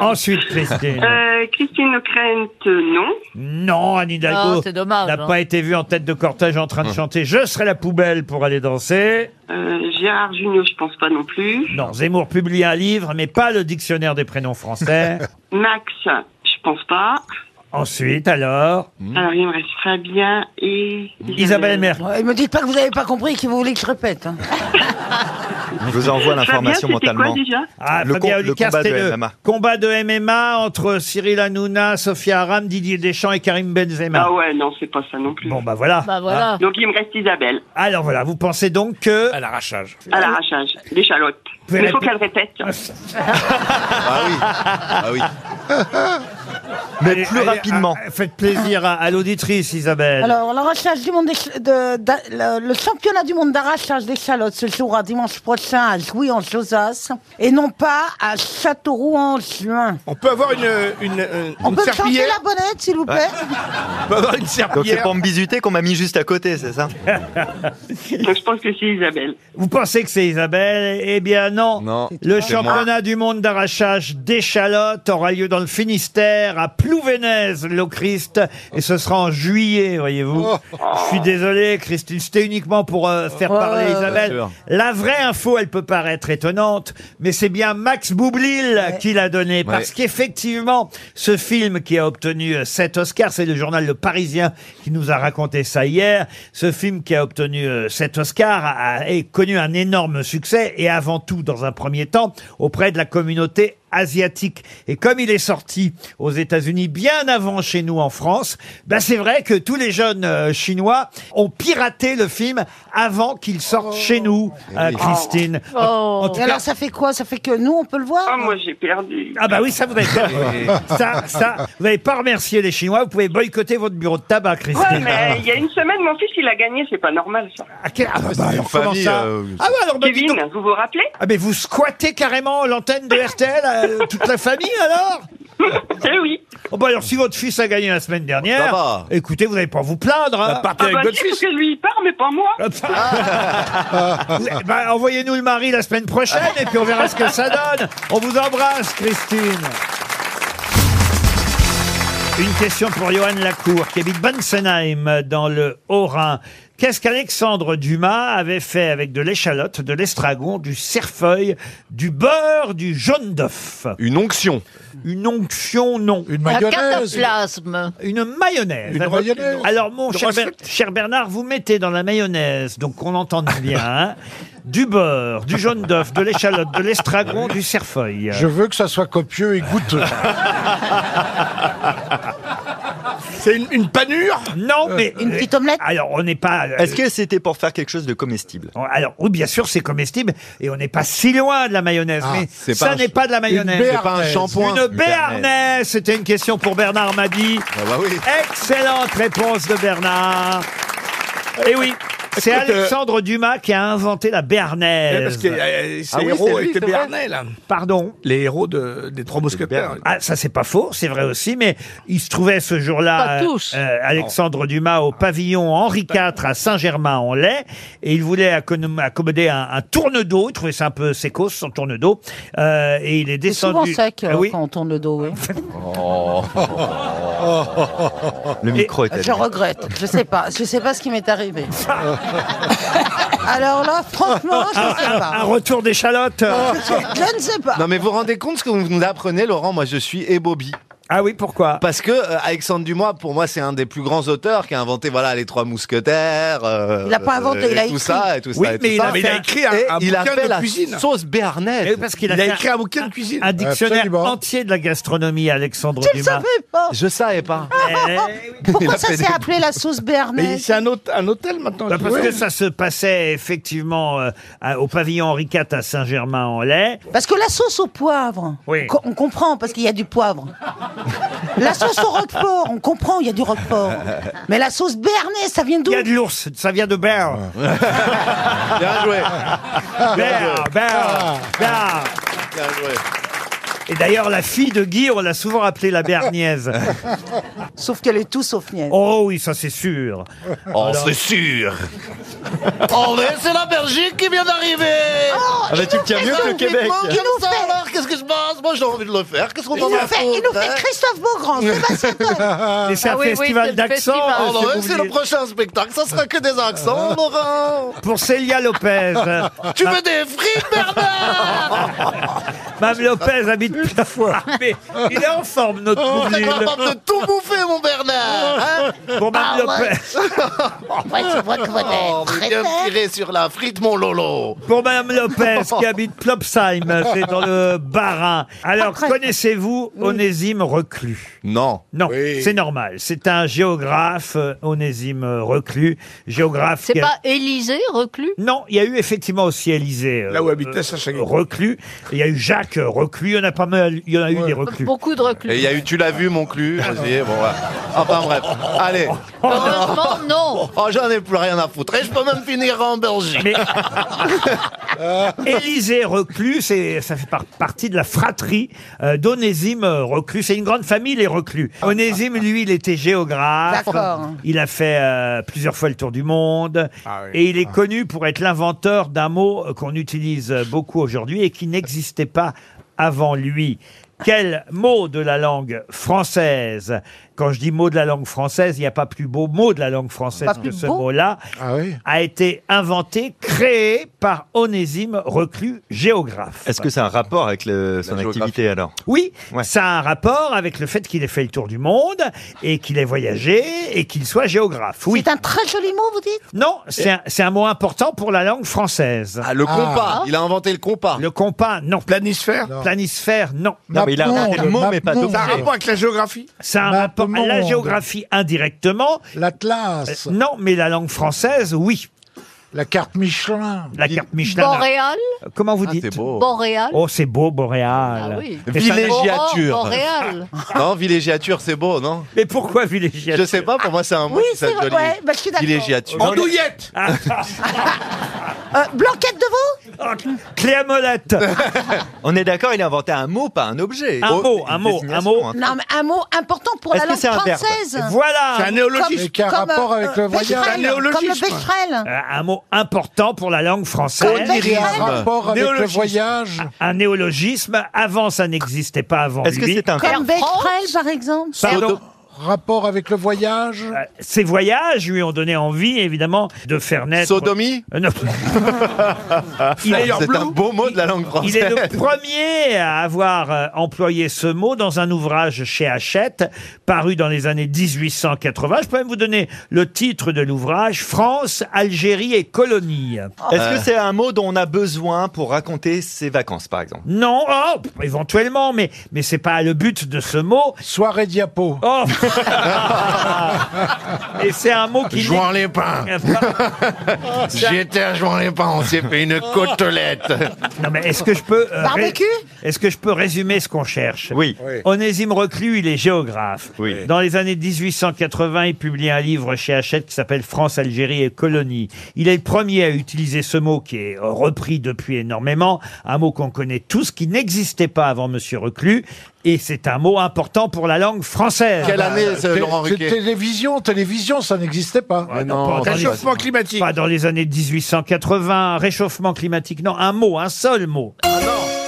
Speaker 3: Ensuite, Christine.
Speaker 10: Euh, Christine O'Krent, non.
Speaker 3: Non, Anne Hidalgo
Speaker 10: Ah, c'est dommage,
Speaker 3: n'a
Speaker 10: hein.
Speaker 3: pas été vue en tête de cortège en train
Speaker 5: Hum.
Speaker 3: de chanter Je serai la poubelle pour aller danser.
Speaker 10: Euh, Gérard Junior, je pense pas non plus.
Speaker 3: Non, Zemmour publie un livre, mais pas le dictionnaire des prénoms français.
Speaker 10: [LAUGHS] Max, je pense pas.
Speaker 3: Ensuite, alors
Speaker 5: Hum.
Speaker 10: Alors, il me reste Fabien et...
Speaker 3: Isabelle Merck.
Speaker 15: Ouais, me dites pas que vous n'avez pas compris qu'il vous voulez que je répète. hein.
Speaker 5: Je vous envoie l'information
Speaker 10: Fabien, c'était quoi
Speaker 5: mentalement.
Speaker 10: déjà
Speaker 3: Ah,
Speaker 5: le,
Speaker 3: Fabien
Speaker 5: com- le
Speaker 3: Olicard,
Speaker 5: combat de
Speaker 3: c'était le
Speaker 5: MMA.
Speaker 3: combat de MMA entre Cyril Hanouna, Sophia Aram, Didier Deschamps et Karim Benzema.
Speaker 10: Ah ouais, non, c'est pas ça non plus.
Speaker 3: Bon, bah voilà.
Speaker 10: Bah voilà. Donc, il me reste Isabelle.
Speaker 3: Alors voilà, vous pensez donc que...
Speaker 4: À l'arrachage.
Speaker 10: À l'arrachage, l'échalote.
Speaker 3: pouvez
Speaker 10: Il faut
Speaker 3: Ah, répéter.
Speaker 5: Ah
Speaker 10: qu'elle répète.
Speaker 3: Ah [LAUGHS]
Speaker 2: oui. Ah oui.
Speaker 5: mais
Speaker 3: Allez,
Speaker 5: plus
Speaker 3: allez,
Speaker 5: rapidement.
Speaker 3: à- à- faites plaisir à, à l'auditrice Isabelle.
Speaker 15: Alors, l'arrachage du monde des- de- d'a- le, le championnat du monde d'arrachage d'échalotes se jouera dimanche prochain à Jouy en Josas et non pas à Châteauroux en juin.
Speaker 4: On peut avoir une, une, une
Speaker 15: On peut changer
Speaker 4: serpillière
Speaker 15: la bonnette, s'il vous plaît
Speaker 4: [LAUGHS] On peut avoir une
Speaker 5: Donc c'est
Speaker 4: serpillière
Speaker 5: pour me bisuter qu'on m'a mis juste à côté, c'est ça
Speaker 3: [LAUGHS] Je pense que c'est Isabelle. Vous pensez que c'est Isabelle Eh bien non. Le
Speaker 5: C'est moi.
Speaker 3: championnat du monde d'arrachage d'échalotes aura lieu dans le Finistère, à Plouvénez, le Christ, et ce sera en juillet, voyez-vous.
Speaker 16: Oh.
Speaker 3: Je suis désolé, Christine, c'était uniquement pour euh, faire
Speaker 16: Ouais,
Speaker 3: parler
Speaker 16: ouais,
Speaker 3: Isabelle.
Speaker 16: ouais. Bien sûr.
Speaker 3: La vraie info, elle peut paraître étonnante, mais c'est bien Max Boublil qui l'a donnée, parce
Speaker 16: Ouais.
Speaker 3: qu'effectivement, ce film qui a obtenu 7 Oscars, c'est le journal Le Parisien qui nous a raconté ça hier, ce film qui a obtenu 7 Oscars a, a- est connu un énorme succès, et avant tout, dans un premier temps, auprès de la communauté asiatique. Et comme il est sorti aux États-Unis bien avant chez nous en France, ben c'est vrai que tous les jeunes euh, chinois ont piraté le film avant qu'il sorte chez nous, euh, Christine. En- en tout
Speaker 15: Et
Speaker 3: cas-
Speaker 15: alors, ça fait quoi Ça fait que nous, on peut le voir
Speaker 10: moi, j'ai perdu.
Speaker 3: ah bah oui, ça vous avez
Speaker 10: [LAUGHS]
Speaker 3: perdu.
Speaker 10: Oui.
Speaker 3: ça, ça, vous n'avez pas remercié les Chinois. Vous pouvez boycotter votre bureau de tabac, Christine.
Speaker 10: Ouais, mais il y a une semaine, mon fils, il a gagné, c'est pas normal, ça.
Speaker 3: Ah, bah, alors, comment ça Ah bah alors, bah, dis
Speaker 10: Kevin,
Speaker 3: donc.
Speaker 10: vous vous rappelez
Speaker 3: Ah mais vous squattez carrément l'antenne de RTL, euh, toute la famille alors
Speaker 10: [LAUGHS] Eh oui.
Speaker 3: Oh bah alors si votre fils a gagné la semaine dernière,
Speaker 10: Ça va.
Speaker 3: écoutez, vous n'allez pas vous plaindre. Hein.
Speaker 10: ah bah si, parce que lui, il part, mais pas moi.
Speaker 3: [LAUGHS] Vous- bah, Envoyez-nous le mari la semaine prochaine et puis on verra ce que ça donne. On vous embrasse, Christine. Une question pour Johan Lacour, qui habite Bansenheim, dans le Haut-Rhin. Qu'est-ce qu'Alexandre Dumas avait fait avec de l'échalote, de l'estragon, du cerfeuil, du beurre, du jaune d'œuf Une onction. Une onction, non. Une
Speaker 8: Un cataplasme.
Speaker 3: Une mayonnaise.
Speaker 8: Une mayonnaise.
Speaker 3: Alors, mon
Speaker 8: Une
Speaker 3: cher, Ber-
Speaker 8: recette.
Speaker 3: cher Bernard, vous mettez dans la mayonnaise, donc qu'on entende bien, hein, du beurre, du jaune d'œuf, de l'échalote, de l'estragon, du cerfeuil.
Speaker 7: Je veux que ça soit copieux et
Speaker 3: [LAUGHS]
Speaker 7: goûteux.
Speaker 3: Eh, C'est une, panure Non, mais... Une petite omelette Alors, on n'est pas... euh, Oh,
Speaker 5: Est-ce que c'était pour faire quelque chose de comestible
Speaker 3: Alors, oui, bien sûr, c'est comestible, et on n'est pas si loin de la mayonnaise,
Speaker 5: Ah,
Speaker 3: mais
Speaker 5: c'est pas
Speaker 3: ça
Speaker 5: un-
Speaker 3: n'est pas de la mayonnaise.
Speaker 5: Une C'est pas un béarnaise. shampoing.
Speaker 3: Une
Speaker 5: Une béarnaise.
Speaker 3: béarnaise C'était une question pour Bernard Madi. Excellente réponse de Bernard. Et oui c'est
Speaker 4: Écoute, euh,
Speaker 3: Alexandre Dumas qui a inventé la béarnaise.
Speaker 4: Parce que euh,
Speaker 3: Ah
Speaker 5: Ah
Speaker 4: ses héros étaient béarnais, là.
Speaker 3: Pardon
Speaker 4: Les héros de, des Trois Mousquetaires.
Speaker 3: Ah, ça c'est pas faux, c'est vrai aussi, mais il se trouvait ce jour-là,
Speaker 4: Pas
Speaker 3: euh,
Speaker 4: tous.
Speaker 3: euh, Alexandre Dumas au pavillon Henri IV à Saint-Germain-en-Laye, et il voulait accom- accommoder un, un tourne-dos, il trouvait ça un peu séco, son tourne-dos, euh, et il est
Speaker 15: C'est souvent
Speaker 3: descendu.
Speaker 15: sec euh,
Speaker 3: Ah oui.
Speaker 15: quand on tourne le
Speaker 3: [LAUGHS]
Speaker 15: dos, oui.
Speaker 5: Le micro est
Speaker 15: Je regrette, je sais pas, je sais pas ce qui m'est
Speaker 3: [LAUGHS]
Speaker 15: arrivé. Alors là, franchement, je sais pas.
Speaker 3: retour d'échalote
Speaker 2: Ah,
Speaker 10: Oh.
Speaker 3: ah.
Speaker 15: Je ne sais pas.
Speaker 2: [LAUGHS] Non mais vous vous rendez compte ce que vous nous apprenez, Laurent Moi, je suis ébobie.
Speaker 3: Ah oui, pourquoi
Speaker 2: Parce que euh, Alexandre Dumas, pour moi, c'est un des plus grands auteurs qui a inventé voilà les Trois Mousquetaires. euh,
Speaker 15: Il l'a pas inventé,
Speaker 2: et
Speaker 15: il a
Speaker 2: tout
Speaker 15: écrit.
Speaker 2: Ça, et tout ça,
Speaker 3: Oui,
Speaker 2: et tout
Speaker 3: mais il
Speaker 2: ça.
Speaker 3: a Mais il a fait- écrit un-
Speaker 2: Et
Speaker 3: un
Speaker 2: il a
Speaker 3: bouquin
Speaker 2: fait
Speaker 3: de
Speaker 2: la
Speaker 3: cuisine. [LAUGHS]
Speaker 2: sauce béarnaise.
Speaker 3: Eh, parce qu'il a fait un-
Speaker 2: bouquin de cuisine.
Speaker 3: Un dictionnaire entier de la gastronomie, Alexandre
Speaker 15: Tu le
Speaker 3: Dumas. Eh
Speaker 15: savais pas
Speaker 2: Je savais pas.
Speaker 15: [LAUGHS] Pourquoi ça s'est appelé la sauce béarnaise
Speaker 4: C'est un, hôte- un hôtel maintenant.
Speaker 3: Bah,
Speaker 4: je
Speaker 3: parce
Speaker 4: vois.
Speaker 3: que ça se passait effectivement euh, à- au pavillon Henri IV à Saint-Germain-en-Laye.
Speaker 15: Parce que la sauce au poivre,
Speaker 3: Oui.
Speaker 15: co- on comprend parce qu'il y a du poivre. La sauce au roquefort, on comprend, il y a du roquefort. Mais la sauce béarnaise, ça vient d'où
Speaker 3: Il y a de l'ours, ça vient de Bear.
Speaker 2: Bien joué.
Speaker 3: Bear, Bear,
Speaker 2: Ah.
Speaker 3: Bear.
Speaker 2: Bien joué.
Speaker 3: Et d'ailleurs, la fille de Guy, on l'a souvent appelée la Béarniaise.
Speaker 15: [LAUGHS] Sauf qu'elle est tout sauf niaise.
Speaker 3: Oh oui, ça c'est sûr.
Speaker 2: Oh, c'est
Speaker 3: [LAUGHS]
Speaker 2: sûr. Oh, mais c'est la Belgique qui vient d'arriver
Speaker 15: Oh,
Speaker 5: Ah bah, tu le tiens mieux que le Québec.
Speaker 2: Comme
Speaker 15: Il nous
Speaker 2: ça,
Speaker 15: fait-
Speaker 2: alors, qu'est-ce que je pense Moi, j'ai envie de le faire. Qu'est-ce qu'on
Speaker 15: Il
Speaker 2: en
Speaker 15: nous,
Speaker 2: a
Speaker 15: fait, il nous fait Christophe Beaugrand, Sébastien
Speaker 2: [LAUGHS] Ah
Speaker 15: Thorel.
Speaker 3: Et c'est un festival d'accents.
Speaker 2: Oh, non,
Speaker 3: euh, si
Speaker 2: c'est
Speaker 3: vous
Speaker 2: le
Speaker 3: voulez.
Speaker 2: prochain spectacle. Ça sera que des accents, Laurent.
Speaker 3: Pour Célia Lopez.
Speaker 2: Tu veux des frites, Bernard
Speaker 3: Mme Lopez habite plein fois. Mais il est en forme, notre
Speaker 4: Oh,
Speaker 2: On est
Speaker 3: Boublil.
Speaker 2: capable de tout bouffer, mon Bernard.
Speaker 3: [LAUGHS]
Speaker 2: hein
Speaker 3: Pour
Speaker 4: Ah,
Speaker 3: Mme Lopez. [LAUGHS]
Speaker 2: Ouais, c'est vrai bah, que vous êtes Oh, mais viens me tirer sur la frite, mon Lolo.
Speaker 3: Pour Madame
Speaker 2: [LAUGHS]
Speaker 3: Lopez, qui habite Plopsheim, c'est dans le Bas-Rhin. Alors, connaissez-vous Onésime Reclus
Speaker 2: Non.
Speaker 3: Non, c'est normal. C'est un géographe, euh, Onésime euh, Reclus. Géographe.
Speaker 8: C'est
Speaker 3: qui a-
Speaker 8: pas Élysée, reclus
Speaker 3: Non, il y a eu effectivement aussi Élysée.
Speaker 4: Là où habitait Sacha Guitry.
Speaker 3: Reclus. Il y a eu Jacques Jacques Reclus. Il y en a pas mal, il y en a eu des reclus.
Speaker 8: Beaucoup de reclus.
Speaker 2: Et il y a eu Tu l'as vu, mon cul. Vas-y, bon, voilà. Enfin bref. Allez.
Speaker 8: Heureusement, non.
Speaker 2: Oh, j'en ai plus rien à foutre. Et je peux même finir en Belgique.
Speaker 3: Élisée Euh, Reclus, c'est- ça fait par- partie de la fratrie euh, d'Onésime Reclus. C'est une grande famille, les Reclus. Onésime, lui, il était géographe.
Speaker 15: D'accord.
Speaker 3: Il a fait euh, plusieurs fois le tour du monde. Et il est connu pour être l'inventeur d'un mot euh, qu'on utilise beaucoup aujourd'hui et qui n'existait pas avant lui. Quel mot de la langue française Quand je dis mot de la langue française, il n'y a pas plus beau mot de la langue française
Speaker 15: Pas
Speaker 3: que
Speaker 15: plus
Speaker 3: ce
Speaker 15: beau
Speaker 3: mot-là. A été inventé, créé par Onésime Reclus, géographe.
Speaker 5: [LAUGHS] Est-ce que c'est un rapport avec le- son activité alors
Speaker 3: Oui, ça a un rapport avec le fait qu'il ait fait le tour du monde et qu'il ait voyagé et qu'il soit géographe. Oui.
Speaker 6: C'est un très joli mot, vous dites
Speaker 3: Non, c'est un, c'est un mot important pour la langue française.
Speaker 2: Ah, le compas.
Speaker 8: Ah.
Speaker 2: Il a inventé le compas.
Speaker 3: Le compas, non.
Speaker 4: Planisphère
Speaker 3: Planisphère, non.
Speaker 5: Non, mais il a inventé le mot, mais pas
Speaker 3: d'objet.
Speaker 4: Ça a un rapport avec la géographie
Speaker 3: C'est un
Speaker 4: Map
Speaker 3: rapport à la
Speaker 4: monde.
Speaker 3: géographie indirectement. L'Atlas. non, mais la langue française, oui. La carte Michelin. La carte Michelin.
Speaker 8: Boréal
Speaker 3: Euh, Comment
Speaker 5: Ah,
Speaker 3: vous dites
Speaker 8: Boréal
Speaker 3: Oh, c'est beau, Boréal.
Speaker 8: Ah oui.
Speaker 3: Mais ça-
Speaker 2: Villégiature.
Speaker 8: Aurore boréale.
Speaker 2: [LAUGHS] Non, villégiature, c'est beau, non
Speaker 3: Mais pourquoi villégiature
Speaker 2: Je sais pas, pour moi, c'est un mot
Speaker 6: Oui,
Speaker 2: qui
Speaker 6: c'est
Speaker 2: sonne
Speaker 6: vrai.
Speaker 2: joli.
Speaker 6: Ouais, bah, je suis d'accord.
Speaker 2: Villégiature.
Speaker 6: Andouillette.
Speaker 3: Ah.
Speaker 6: Euh, Blanquette de veau
Speaker 3: Cléa Molette
Speaker 5: [LAUGHS] On est d'accord, il a inventé un mot, pas un objet.
Speaker 6: Un
Speaker 5: Oh,
Speaker 6: mot,
Speaker 5: une hein.
Speaker 6: un mot,
Speaker 5: désignation,
Speaker 6: Non, mais un mot important pour la
Speaker 5: Est-ce que
Speaker 6: langue
Speaker 5: c'est un verbe
Speaker 6: française.
Speaker 3: Voilà
Speaker 5: C'est un néologisme. Mais qui a rapport
Speaker 15: euh,
Speaker 5: avec le voyage.
Speaker 6: Becherel,
Speaker 5: C'est
Speaker 6: euh,
Speaker 5: un
Speaker 6: Comme le
Speaker 5: néologisme.
Speaker 6: Becherel.
Speaker 3: Euh, un mot important pour la langue française.
Speaker 6: Comme Qui a un rapport
Speaker 7: avec le
Speaker 3: Néologisme.
Speaker 7: voyage.
Speaker 3: Un néologisme. Avant, ça n'existait pas avant
Speaker 5: Est-ce que
Speaker 3: lui.
Speaker 5: c'est un
Speaker 6: Comme Becherel, par exemple.
Speaker 3: Pardon Euh,
Speaker 7: Rapport avec le voyage
Speaker 3: Ces voyages lui ont donné envie, évidemment, de faire naître...
Speaker 2: Sodomie
Speaker 5: [LAUGHS]
Speaker 3: Euh, non.
Speaker 2: [LAUGHS]
Speaker 3: Il est-
Speaker 2: C'est un beau mot de la langue française.
Speaker 3: Il est le premier à avoir euh, employé ce mot dans un ouvrage chez Hachette, paru dans les années 1880. Je peux même vous donner le titre de l'ouvrage, France, Algérie et colonies.
Speaker 5: Est-ce
Speaker 3: Euh.
Speaker 5: que c'est un mot dont on a besoin pour raconter ses vacances, par exemple
Speaker 3: Non, oh, pff, éventuellement, mais, mais c'est pas le but de ce mot.
Speaker 7: Soirée diapo.
Speaker 2: [LAUGHS]
Speaker 3: Oh. Et c'est un mot qui. Oh,
Speaker 2: Jouant les
Speaker 3: [LAUGHS]
Speaker 2: pins. J'étais à jouer les pins, on s'est fait une côtelette.
Speaker 3: Non, mais est-ce que je peux. euh,
Speaker 6: Barbecue
Speaker 3: ré- Est-ce que je peux résumer ce qu'on cherche
Speaker 5: Oui.
Speaker 3: Oui. Onésime Reclus, il est géographe. Dans les années 1880, il publie un livre chez Hachette qui s'appelle France, Algérie et colonies. Il est le premier à utiliser ce mot qui est euh, repris depuis énormément, un mot qu'on connaît tous, qui n'existait pas avant Monsieur Reclus, et c'est un mot important pour la langue française.
Speaker 7: Ah bah,
Speaker 2: euh,
Speaker 7: té- té- Télévision, télévision, ça n'existait pas.
Speaker 3: Pas dans les-
Speaker 7: climatique.
Speaker 3: Pas dans les années 1880, réchauffement climatique, non, un mot, un seul mot.
Speaker 5: Ah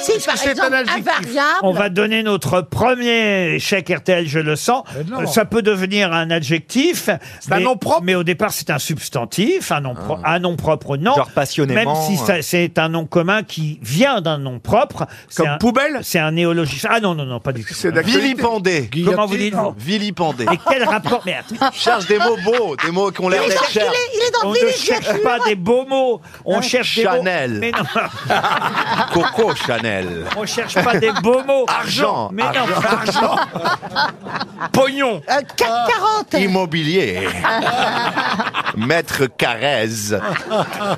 Speaker 6: Si, par exemple, invariable.
Speaker 3: On va donner notre premier chèque RTL, je le sens.
Speaker 6: non.
Speaker 3: Euh, Ça peut devenir un adjectif. mais, Mais au départ, c'est un substantif, un nom, pro- un nom propre, non.
Speaker 5: Genre passionnément,
Speaker 3: Même si ça-
Speaker 5: euh.
Speaker 3: c'est un nom commun qui vient d'un nom propre. Comme poubelle C'est un néologisme. Ah non, non, non, pas du tout.
Speaker 2: [LAUGHS] Vilipendé.
Speaker 3: Comment vous dites
Speaker 2: Vilipendé.
Speaker 3: Mais
Speaker 2: [LAUGHS]
Speaker 3: quel rapport Merde.
Speaker 2: Cherche des mots beaux, des mots qu'on l'air
Speaker 3: Mais
Speaker 2: d'être
Speaker 3: cherche-
Speaker 2: chers.
Speaker 6: Il est dans
Speaker 3: On
Speaker 6: le
Speaker 3: ne
Speaker 6: village.
Speaker 3: cherche pas des beaux mots, on
Speaker 2: Hein
Speaker 3: cherche
Speaker 2: Chanel.
Speaker 3: des mots. Mais non.
Speaker 2: [LAUGHS]
Speaker 3: [LAUGHS]
Speaker 2: Coco Chanel.
Speaker 3: On cherche pas des beaux mots.
Speaker 2: Argent.
Speaker 3: Mais
Speaker 2: argent,
Speaker 3: non.
Speaker 2: argent.
Speaker 3: Pognon.
Speaker 6: Euh, 4,40.
Speaker 3: [LAUGHS]
Speaker 2: Immobilier. Maître Carrez.
Speaker 3: [LAUGHS]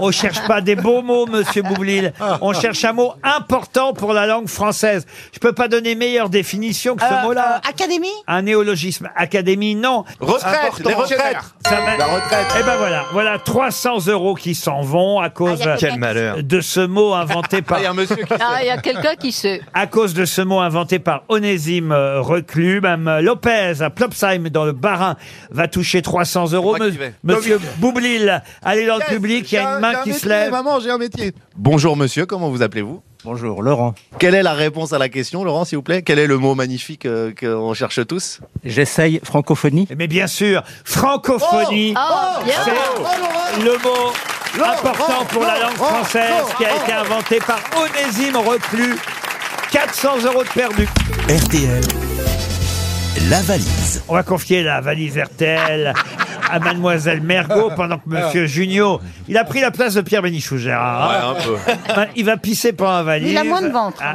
Speaker 3: On cherche pas des beaux mots, monsieur Boublil. On cherche un mot important pour la langue française. Je peux pas donner meilleure définition que ce
Speaker 6: Euh,
Speaker 3: mot-là.
Speaker 6: euh, Académie
Speaker 3: Un néologisme. Académie, non.
Speaker 2: Retraite, les retraites.
Speaker 3: Ça va- Eh ben voilà, voilà 300 euros qui s'en vont à cause
Speaker 8: Ah, y a quelqu'un
Speaker 5: Quel malheur.
Speaker 3: de ce
Speaker 2: [LAUGHS]
Speaker 3: mot inventé par.
Speaker 2: Il y a un monsieur qui
Speaker 8: Ah, il y a quelqu'un qui sait.
Speaker 3: À cause de ce mot inventé par Onésime euh, Reclus, Mme Lopez à Plopsheim dans le Barin va toucher 300 euros.
Speaker 2: moi
Speaker 3: Me-
Speaker 2: qui vais.
Speaker 3: Monsieur Boublil, allez dans le public, il y a une main qui se lève.
Speaker 2: Maman, j'ai un métier. Bonjour monsieur, comment vous appelez-vous Bonjour Laurent. Quelle est la réponse à la question, Laurent, s'il vous plaît Quel est le mot magnifique euh, qu'on cherche tous
Speaker 16: J'essaye francophonie.
Speaker 3: Eh, Mais bien sûr, francophonie,
Speaker 15: Oh,
Speaker 8: Ah, bien.
Speaker 3: c'est le mot important pour la langue française qui a été inventé par Onésime Reclus. 400 euros de perdu.
Speaker 1: RTL, la valise.
Speaker 3: On va confier la valise RTL à Mademoiselle Mergot pendant que Monsieur Junio. Il a pris la place de Pierre Bénichou, Gérard.
Speaker 2: Ouais, un
Speaker 3: peu. Il va pisser pendant la valise.
Speaker 15: Il a moins de ventre.
Speaker 3: Ah,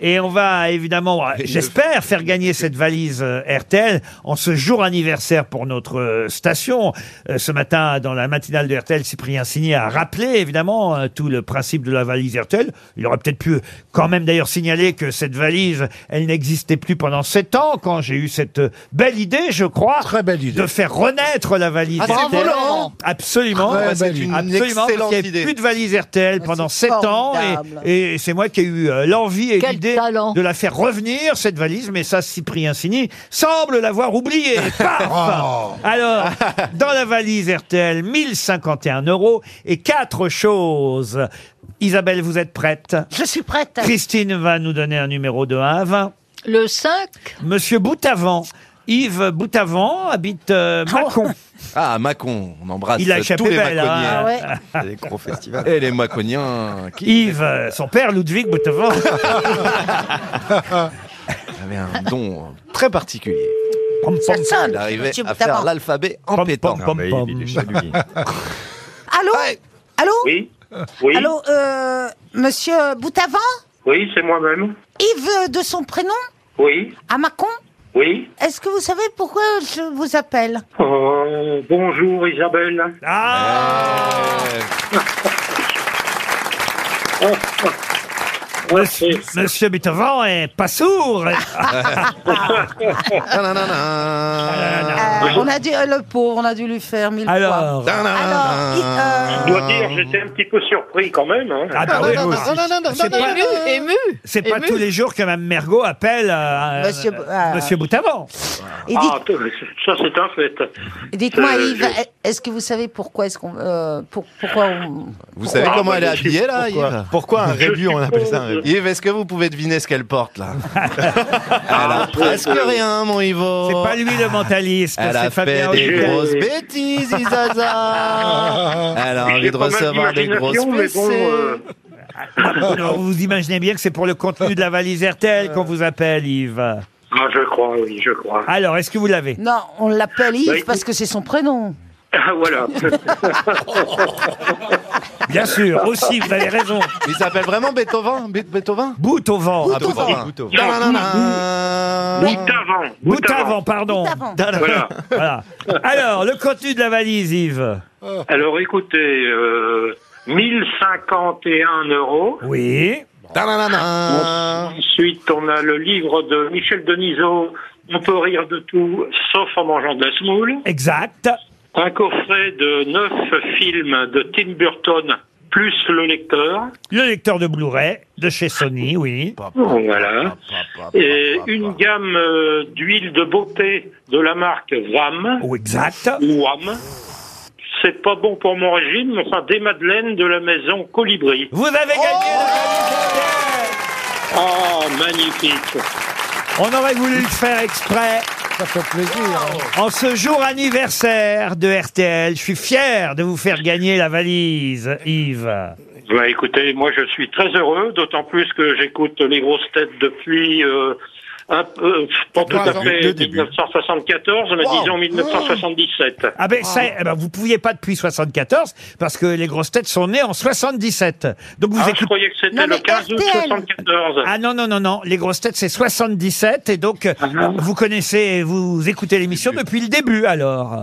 Speaker 3: et on va évidemment, euh, j'espère, faire gagner cette valise euh, RTL en ce jour anniversaire pour notre euh, station. Euh, ce matin, dans la matinale de RTL, Cyprien Signé a rappelé évidemment euh, tout le principe de la valise RTL. Il aurait peut-être pu quand même d'ailleurs signaler que cette valise, elle n'existait plus pendant sept ans quand j'ai eu cette euh, belle idée, je crois, de faire renaître la valise
Speaker 2: Ah, bravo,
Speaker 3: RTL.
Speaker 2: Laurent
Speaker 3: Absolument,
Speaker 2: Ah, bah, c'est une
Speaker 3: absolument, parce qu'il y avait
Speaker 2: excellente idée. Ah,
Speaker 3: plus de valise RTL pendant sept ans
Speaker 2: formidable.
Speaker 3: et- et, c'est moi qui ai eu euh, l'envie et
Speaker 8: Quel
Speaker 3: l'idée
Speaker 8: talent.
Speaker 3: de la faire revenir cette valise, mais ça Cyprien Sini semble
Speaker 2: [LAUGHS]
Speaker 3: l'avoir oubliée. Paf Alors, dans la valise RTL, 1051 euros et quatre choses. Isabelle, vous êtes prête
Speaker 15: Je suis prête.
Speaker 3: Christine va nous donner un numéro de 1 à 20.
Speaker 8: Le 5
Speaker 3: Monsieur Boutavant, Yves Boutavant habite euh, Mâcon.
Speaker 2: Ah, Macon, on embrasse
Speaker 3: Il a échappé
Speaker 2: tous les
Speaker 3: belle, hein.
Speaker 2: Maconiens.
Speaker 3: Ah [LAUGHS]
Speaker 2: Les gros festivals. Et les Maconiens qui
Speaker 3: Yves, euh, son père Ludwig Boutavant.
Speaker 2: avaient un don très particulier.
Speaker 3: pom,
Speaker 2: Il
Speaker 3: sonne,
Speaker 2: arrivait
Speaker 3: monsieur
Speaker 2: à faire
Speaker 3: Boutavant.
Speaker 2: l'alphabet en pétant.
Speaker 3: pom, Ah, mais pom. il est chez lui.
Speaker 15: Allô Allô
Speaker 13: Oui Oui
Speaker 15: Allô, euh, monsieur Boutavant
Speaker 13: Oui, c'est moi-même.
Speaker 15: Yves euh, de son prénom
Speaker 13: Oui
Speaker 15: À Macon
Speaker 13: Oui
Speaker 15: Est-ce que vous savez pourquoi je vous appelle
Speaker 13: Oh,
Speaker 3: Euh,
Speaker 13: bonjour Isabelle.
Speaker 11: Ah.
Speaker 3: Monsieur, Monsieur Boutavant est pas sourd. Ah,
Speaker 5: Ah.
Speaker 15: [LAUGHS] Euh, On a dû, euh, le pauvre, on a dû lui faire mille
Speaker 3: Alors.
Speaker 15: fois. Alors, il- euh,
Speaker 13: Je dois dire, j'étais un petit peu surpris quand même. hein.
Speaker 3: Ah bah oui, moi aussi. C'est pas-
Speaker 8: ému,
Speaker 3: C'est pas tous les jours que Mme Mergot appelle euh,
Speaker 15: Monsieur
Speaker 3: euh,
Speaker 15: Bo- ah.
Speaker 3: Monsieur Boutavant.
Speaker 15: Et
Speaker 13: Ah, t- ça c'est un fait.
Speaker 15: Dites-moi,
Speaker 13: Euh,
Speaker 15: Yves, est-ce que vous savez pourquoi est-ce qu'on, euh, pour- pourquoi on-
Speaker 2: [LAUGHS] Vous savez
Speaker 13: Ah,
Speaker 2: comment
Speaker 13: bah,
Speaker 2: elle est
Speaker 13: je suis-
Speaker 2: habillée là,
Speaker 13: pourquoi
Speaker 2: Yves Pourquoi un
Speaker 13: Je
Speaker 2: rébut on
Speaker 13: suppose-
Speaker 2: appelle ça un rébus Yves, est-ce que vous pouvez deviner ce qu'elle porte là Elle a presque rien, mon Yvo.
Speaker 3: C'est pas lui le mentaliste,
Speaker 2: Elle a
Speaker 3: c'est Fabien
Speaker 2: fait des
Speaker 3: Olicard.
Speaker 2: grosses bêtises,
Speaker 13: Ah,
Speaker 6: [LAUGHS]
Speaker 2: Isaza. Elle a
Speaker 13: J'ai
Speaker 2: envie de
Speaker 13: pas mal
Speaker 2: recevoir des grosses
Speaker 13: d'imagination, mais
Speaker 2: PC.
Speaker 13: bon, euh,
Speaker 3: [LAUGHS] Alors, vous imaginez bien que c'est pour le contenu de la valise RTL qu'on vous appelle, Yves.
Speaker 13: ah, je crois, oui, je crois.
Speaker 3: Alors, est-ce que vous l'avez
Speaker 15: Non, on l'appelle
Speaker 2: Bah,
Speaker 15: Yves
Speaker 13: Oui.
Speaker 15: parce que c'est son prénom.
Speaker 13: Ah, voilà.
Speaker 3: [LAUGHS] Bien sûr, aussi, vous avez raison.
Speaker 2: Il s'appelle vraiment Beethoven Be- Beethoven
Speaker 3: Bout au vent.
Speaker 2: Ah, Beethoven.
Speaker 3: Ah.
Speaker 13: Bout avant.
Speaker 3: Bout avant, pardon.
Speaker 13: Voilà.
Speaker 3: Voilà. Alors, le contenu de la valise, Yves.
Speaker 13: Alors écoutez, euh, 1051 euros.
Speaker 3: Oui.
Speaker 13: Ensuite, on a le livre de Michel Denisot, On peut rire de tout, sauf en mangeant de la semoule.
Speaker 3: Exact.
Speaker 13: Un coffret de neuf films de Tim Burton, plus le lecteur.
Speaker 3: Le lecteur de Blu-ray de chez Sony, oui.
Speaker 13: Voilà. Et une gamme euh, d'huile de beauté de la marque VAM.
Speaker 3: Ou Oh, exact.
Speaker 13: Ou WAM. C'est pas bon pour mon régime, mais enfin, des madeleines de la maison Colibri.
Speaker 3: Vous avez gagné la
Speaker 13: Oh, magnifique.
Speaker 3: On aurait voulu le faire exprès.
Speaker 7: Ça fait plaisir. hein.
Speaker 3: En ce jour anniversaire de RTL, je suis fier de vous faire gagner la valise, Yves.
Speaker 13: Bah, écoutez, moi je suis très heureux, d'autant plus que j'écoute les grosses têtes depuis euh, un peu, euh, pas tout à
Speaker 7: Trois ans.
Speaker 13: fait
Speaker 7: Le début.
Speaker 13: 1974, mais
Speaker 7: Wow.
Speaker 13: disons 1977.
Speaker 3: Ah ben, ça, eh ben, vous pouviez pas depuis 74 parce que les grosses têtes sont nées en 77. Donc vous
Speaker 13: Ah, je
Speaker 3: écoutez.
Speaker 13: croyais que c'était
Speaker 15: Non,
Speaker 13: le
Speaker 15: mais
Speaker 13: 15 août
Speaker 15: RTL.
Speaker 13: 74.
Speaker 3: Ah non non non non, les grosses têtes c'est 77 et donc
Speaker 13: Ah
Speaker 3: euh, vous connaissez, vous écoutez l'émission depuis le début alors.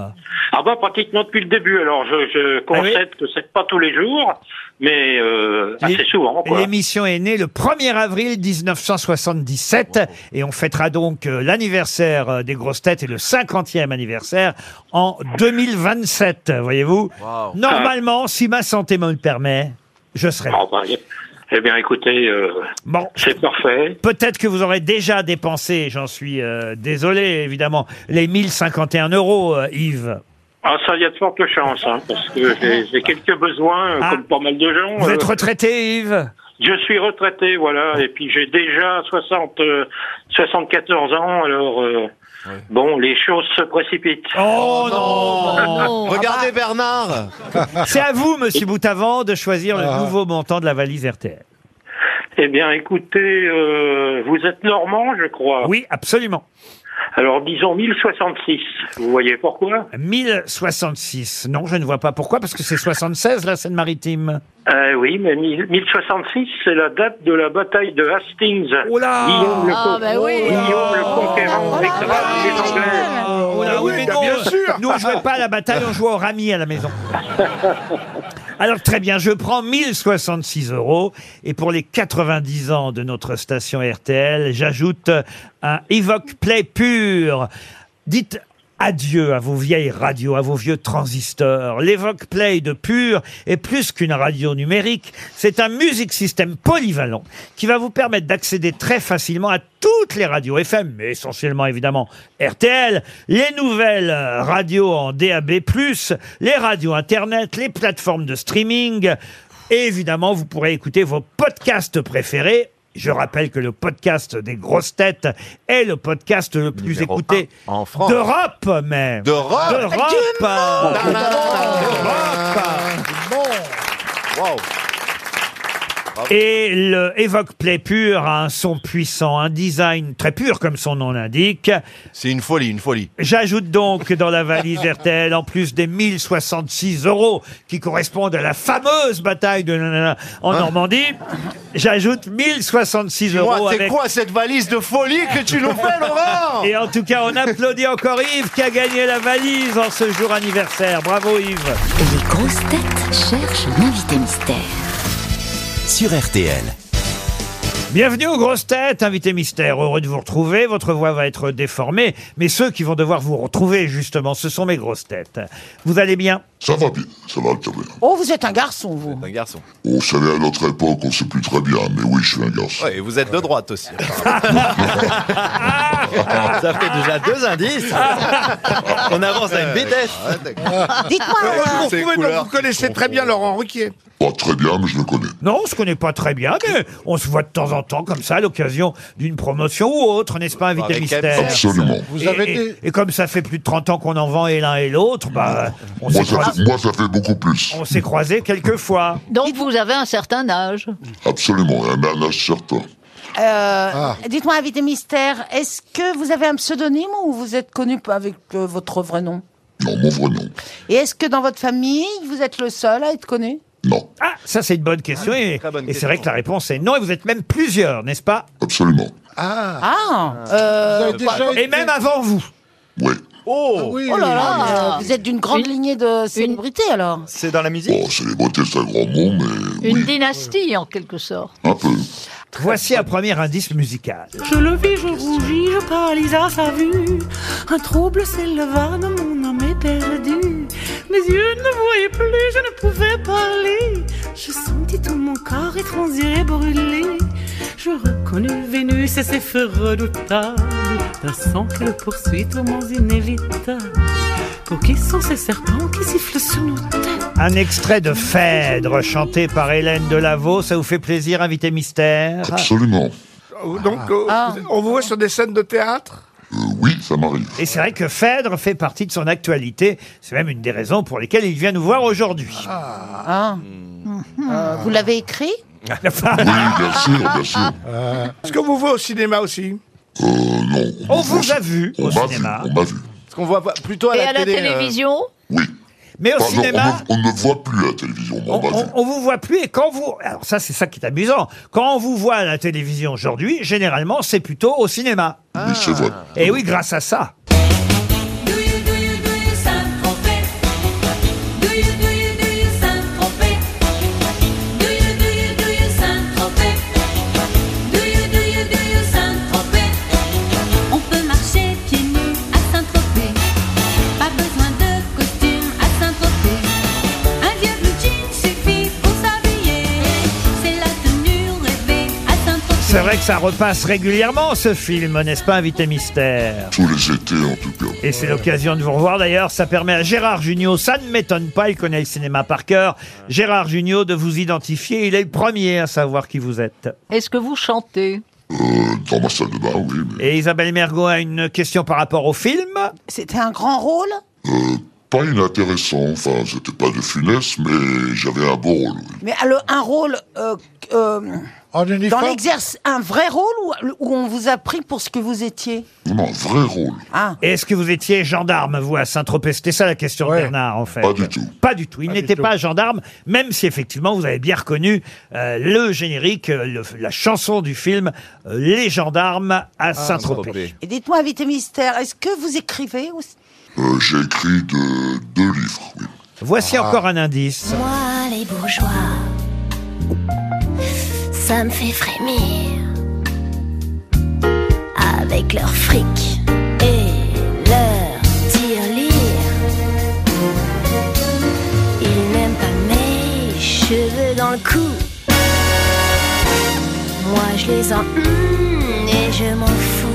Speaker 13: Ah bah pratiquement depuis le début. Alors je, je
Speaker 3: Ah
Speaker 13: concède que c'est pas tous les jours, mais euh, assez souvent. Quoi.
Speaker 3: L'émission est née le 1er avril 1977 et on fêtera donc euh, l'anniversaire euh, des grosses têtes et le 50e anniversaire en 2027, voyez-vous. Normalement, si ma santé me le permet, je serai. là.
Speaker 13: Ah, bah, eh bien écoutez, euh,
Speaker 3: Bon,
Speaker 13: c'est parfait.
Speaker 3: peut-être que vous aurez déjà dépensé, j'en suis euh, désolé évidemment, les 1051 euros, euh, Yves.
Speaker 13: Ah ça, il y a de fortes chances, hein, parce que j'ai- j'ai quelques besoins, euh,
Speaker 3: Ah.
Speaker 13: comme pas mal de gens.
Speaker 3: Vous
Speaker 13: euh,
Speaker 3: êtes retraité, Yves
Speaker 13: Je suis retraité, voilà, et puis j'ai déjà 60, euh, 74 ans, alors euh, bon, les choses se précipitent.
Speaker 3: Oh, non,
Speaker 2: Regardez Bernard
Speaker 3: C'est à vous, Monsieur Boutavant, de choisir le nouveau montant de la valise RTL.
Speaker 13: Eh bien, écoutez, euh, vous êtes normand, je crois.
Speaker 3: Oui, absolument.
Speaker 17: Alors disons 1066. Vous voyez pourquoi
Speaker 3: 1066. Non, je ne vois pas pourquoi, parce que c'est 76, la Seine-Maritime.
Speaker 17: Euh, Oui, mais 1000- 1066, c'est la date de la bataille de Hastings.
Speaker 10: Oh
Speaker 3: Oula
Speaker 17: Guillaume le,
Speaker 3: Ah,
Speaker 17: Con-
Speaker 3: bah oui.
Speaker 17: Guillaume le Conquérant
Speaker 3: Oh là
Speaker 17: décrase les Anglais.
Speaker 10: Oh,
Speaker 3: Ah oui, mais non, Nous, on jouait pas à la bataille, on jouait au rami à la maison. Alors très bien, je prends 1066 euros et pour les 90 ans de notre station RTL, j'ajoute un Evoque Play pur. Dites adieu à vos vieilles radios, à vos vieux transistors. L'Evoque Play de pur est plus qu'une radio numérique, c'est un music system polyvalent qui va vous permettre d'accéder très facilement à toutes les radios FM, mais essentiellement évidemment RTL, les nouvelles euh, radios en DAB+, les radios Internet, les plateformes de streaming. Et évidemment, vous pourrez écouter vos podcasts préférés. Je rappelle que le podcast des grosses têtes est le podcast le plus écouté
Speaker 2: en France.
Speaker 3: d'Europe même.
Speaker 2: D'Europe. Du monde.
Speaker 3: D'Europe. Et le Evoque Play pur a un son puissant, un design très pur comme son nom l'indique.
Speaker 2: C'est une folie, une folie.
Speaker 3: J'ajoute donc dans
Speaker 2: [LAUGHS]
Speaker 3: la valise RTL, en plus des 1066 euros qui correspondent à la fameuse bataille de Nanana en Normandie, j'ajoute 1066
Speaker 2: Hein Dis-moi,
Speaker 3: euros
Speaker 2: c'est
Speaker 3: avec...
Speaker 2: quoi cette valise de folie que tu nous fais, Laurent
Speaker 3: Et en tout cas, on applaudit encore Yves qui a gagné la valise en ce jour anniversaire. Bravo Yves
Speaker 9: Les grosses têtes cherchent l'invité mystère.
Speaker 1: Sur RTL.
Speaker 3: Bienvenue aux grosses têtes, invité mystère. Heureux de vous retrouver. Votre voix va être déformée, mais ceux qui vont devoir vous retrouver, justement, ce sont mes grosses têtes. Vous allez bien
Speaker 18: Ça va bien, ça va Ah, très bien.
Speaker 6: Oh, vous êtes un garçon, vous.
Speaker 2: Un garçon.
Speaker 18: On savait à notre époque, on sait plus très bien, mais oui, je suis un garçon.
Speaker 2: Ouais, et vous êtes de droite
Speaker 3: [LAUGHS]
Speaker 2: aussi. Ça fait déjà deux
Speaker 3: [LAUGHS]
Speaker 2: indices.
Speaker 5: On avance à une vitesse.
Speaker 3: Ah,
Speaker 2: Ah,
Speaker 6: Dites-moi,
Speaker 4: Alors,
Speaker 6: euh,
Speaker 4: vous
Speaker 6: Ces
Speaker 4: retrouvez, donc,
Speaker 6: couleurs
Speaker 4: vous connaissez très bien Laurent Ruquier.
Speaker 18: Pas très bien, mais je le connais.
Speaker 3: Non, on se connaît pas très bien, mais on se voit de temps en temps comme ça à l'occasion d'une promotion ou autre, n'est-ce pas, invité
Speaker 18: Avec
Speaker 3: mystère
Speaker 18: Absolument. Vous
Speaker 3: et,
Speaker 18: avez
Speaker 3: et- et comme ça fait plus de 30 ans qu'on en vend et l'un et l'autre, bah, on s'est
Speaker 18: Moi ça, fait,
Speaker 3: croisés,
Speaker 18: moi, ça fait beaucoup plus.
Speaker 3: on s'est croisés quelques fois.
Speaker 8: Donc vous avez un certain âge.
Speaker 18: Absolument, un un âge certain.
Speaker 6: euh,
Speaker 18: Ah.
Speaker 6: dites-moi, invité mystère, est-ce que vous avez un pseudonyme ou vous êtes connu avec euh, votre vrai nom
Speaker 18: Non, mon vrai nom.
Speaker 6: Et est-ce que dans votre famille, vous êtes le seul à être connu
Speaker 3: Ah, ça c'est une bonne question
Speaker 18: Ah,
Speaker 3: et, et c'est vrai que la réponse est non et vous êtes même plusieurs, n'est-ce pas
Speaker 18: Absolument.
Speaker 6: Ah, euh,
Speaker 3: et même avant vous.
Speaker 8: Ah
Speaker 2: Oh,
Speaker 6: Oh là là, euh, vous êtes d'une grande lignée de célébrités alors.
Speaker 5: C'est dans la musique
Speaker 18: Oh, célébrité, c'est un grand mot, mais
Speaker 8: Une dynastie, en quelque sorte.
Speaker 18: un peu.
Speaker 3: Voici un premier indice musical.
Speaker 19: Je le vis, je rougis, je paralyse à sa vue. Un trouble s'éleva dans mon âme éperdue. Mes yeux ne voyaient plus, je ne pouvais parler. Je sentis tout mon corps étranger et brûlé. Je reconnus Vénus et ses feux redoutables. D'un sang qui le poursuit, tourments inévitables. Pour qui sont ces serpents qui sifflent sous nos têtes
Speaker 3: Un extrait de Phèdre chanté par Hélène Delavaux, ça vous fait plaisir, invité mystère
Speaker 18: Absolument.
Speaker 4: Donc, euh,
Speaker 6: Ah.
Speaker 4: on vous voit sur des scènes de théâtre
Speaker 18: Oui, ça
Speaker 3: [LAUGHS]
Speaker 18: m'arrive.
Speaker 3: Et c'est vrai que Phèdre fait partie de son actualité. C'est même une des raisons pour lesquelles il vient nous voir aujourd'hui.
Speaker 6: Ah. Euh, vous l'avez écrit
Speaker 18: Oui, bien sûr, bien [LAUGHS] sûr.
Speaker 4: Est-ce qu'on vous voit au cinéma aussi
Speaker 2: Euh,
Speaker 3: On vous a vu au cinéma.
Speaker 2: Parce qu'on voit plutôt à
Speaker 8: Et
Speaker 2: la
Speaker 8: à la
Speaker 2: télé. euh,
Speaker 8: télévision
Speaker 3: Mais au
Speaker 18: Pardon, on
Speaker 3: cinéma,
Speaker 18: me- on ne me voit plus à la télévision.
Speaker 3: on, on- on vous voit plus. Et quand vous... Alors ça, c'est ça qui est amusant. Quand on vous voit à la télévision aujourd'hui, généralement, c'est plutôt au cinéma.
Speaker 18: Oui, c'est vrai.
Speaker 3: Et oui, grâce à ça.
Speaker 20: On peut marcher pieds nus à Saint-Tropez. Pas besoin de costume à Saint-Tropez. Un vieux blue jean suffit pour s'habiller. C'est la tenue rêvée à Saint-Tropez.
Speaker 3: C'est vrai que ça repasse régulièrement, ce film, n'est-ce pas, invité mystère
Speaker 18: Tous les étés, en tout cas.
Speaker 3: Et c'est l'occasion de vous revoir d'ailleurs. Ça permet à Gérard Junior, ça ne m'étonne pas, il connaît le cinéma par cœur. Gérard Junior de vous identifier, il est le premier à savoir qui vous êtes.
Speaker 8: Est-ce que vous chantez
Speaker 18: Dans ma salle de bain, oui.
Speaker 6: Bah.
Speaker 3: Et Isabelle Mergot a une question par rapport au film.
Speaker 6: C'était un grand rôle
Speaker 18: pas inintéressant. Enfin, c'était pas de funeste, mais j'avais un beau rôle. oui.
Speaker 6: Mais alors, un rôle. euh, euh, dans l'exercice, un vrai rôle ou, où on vous a pris pour ce que vous étiez
Speaker 18: Non, non, vrai rôle.
Speaker 3: Et Est-ce que vous étiez gendarme, vous, à Saint-Tropez C'était ça la question de Bernard, en fait.
Speaker 18: Pas du tout.
Speaker 3: Pas du tout. Il n'était pas gendarme, même si effectivement vous avez bien reconnu euh, le générique, euh, le- la chanson du film euh, Les gendarmes à Ah, Saint-Tropez.
Speaker 6: Et dites-moi, invité mystère, est-ce que vous écrivez aussi
Speaker 18: Euh, J'ai écrit de, deux livres. oui.
Speaker 3: Voici
Speaker 18: Ah.
Speaker 3: encore un indice.
Speaker 21: Moi, les bourgeois, ça me fait frémir. Avec leur fric et leur tirelire. Ils n'aiment pas mes cheveux dans le cou. Moi, je les en hum, et je m'en fous.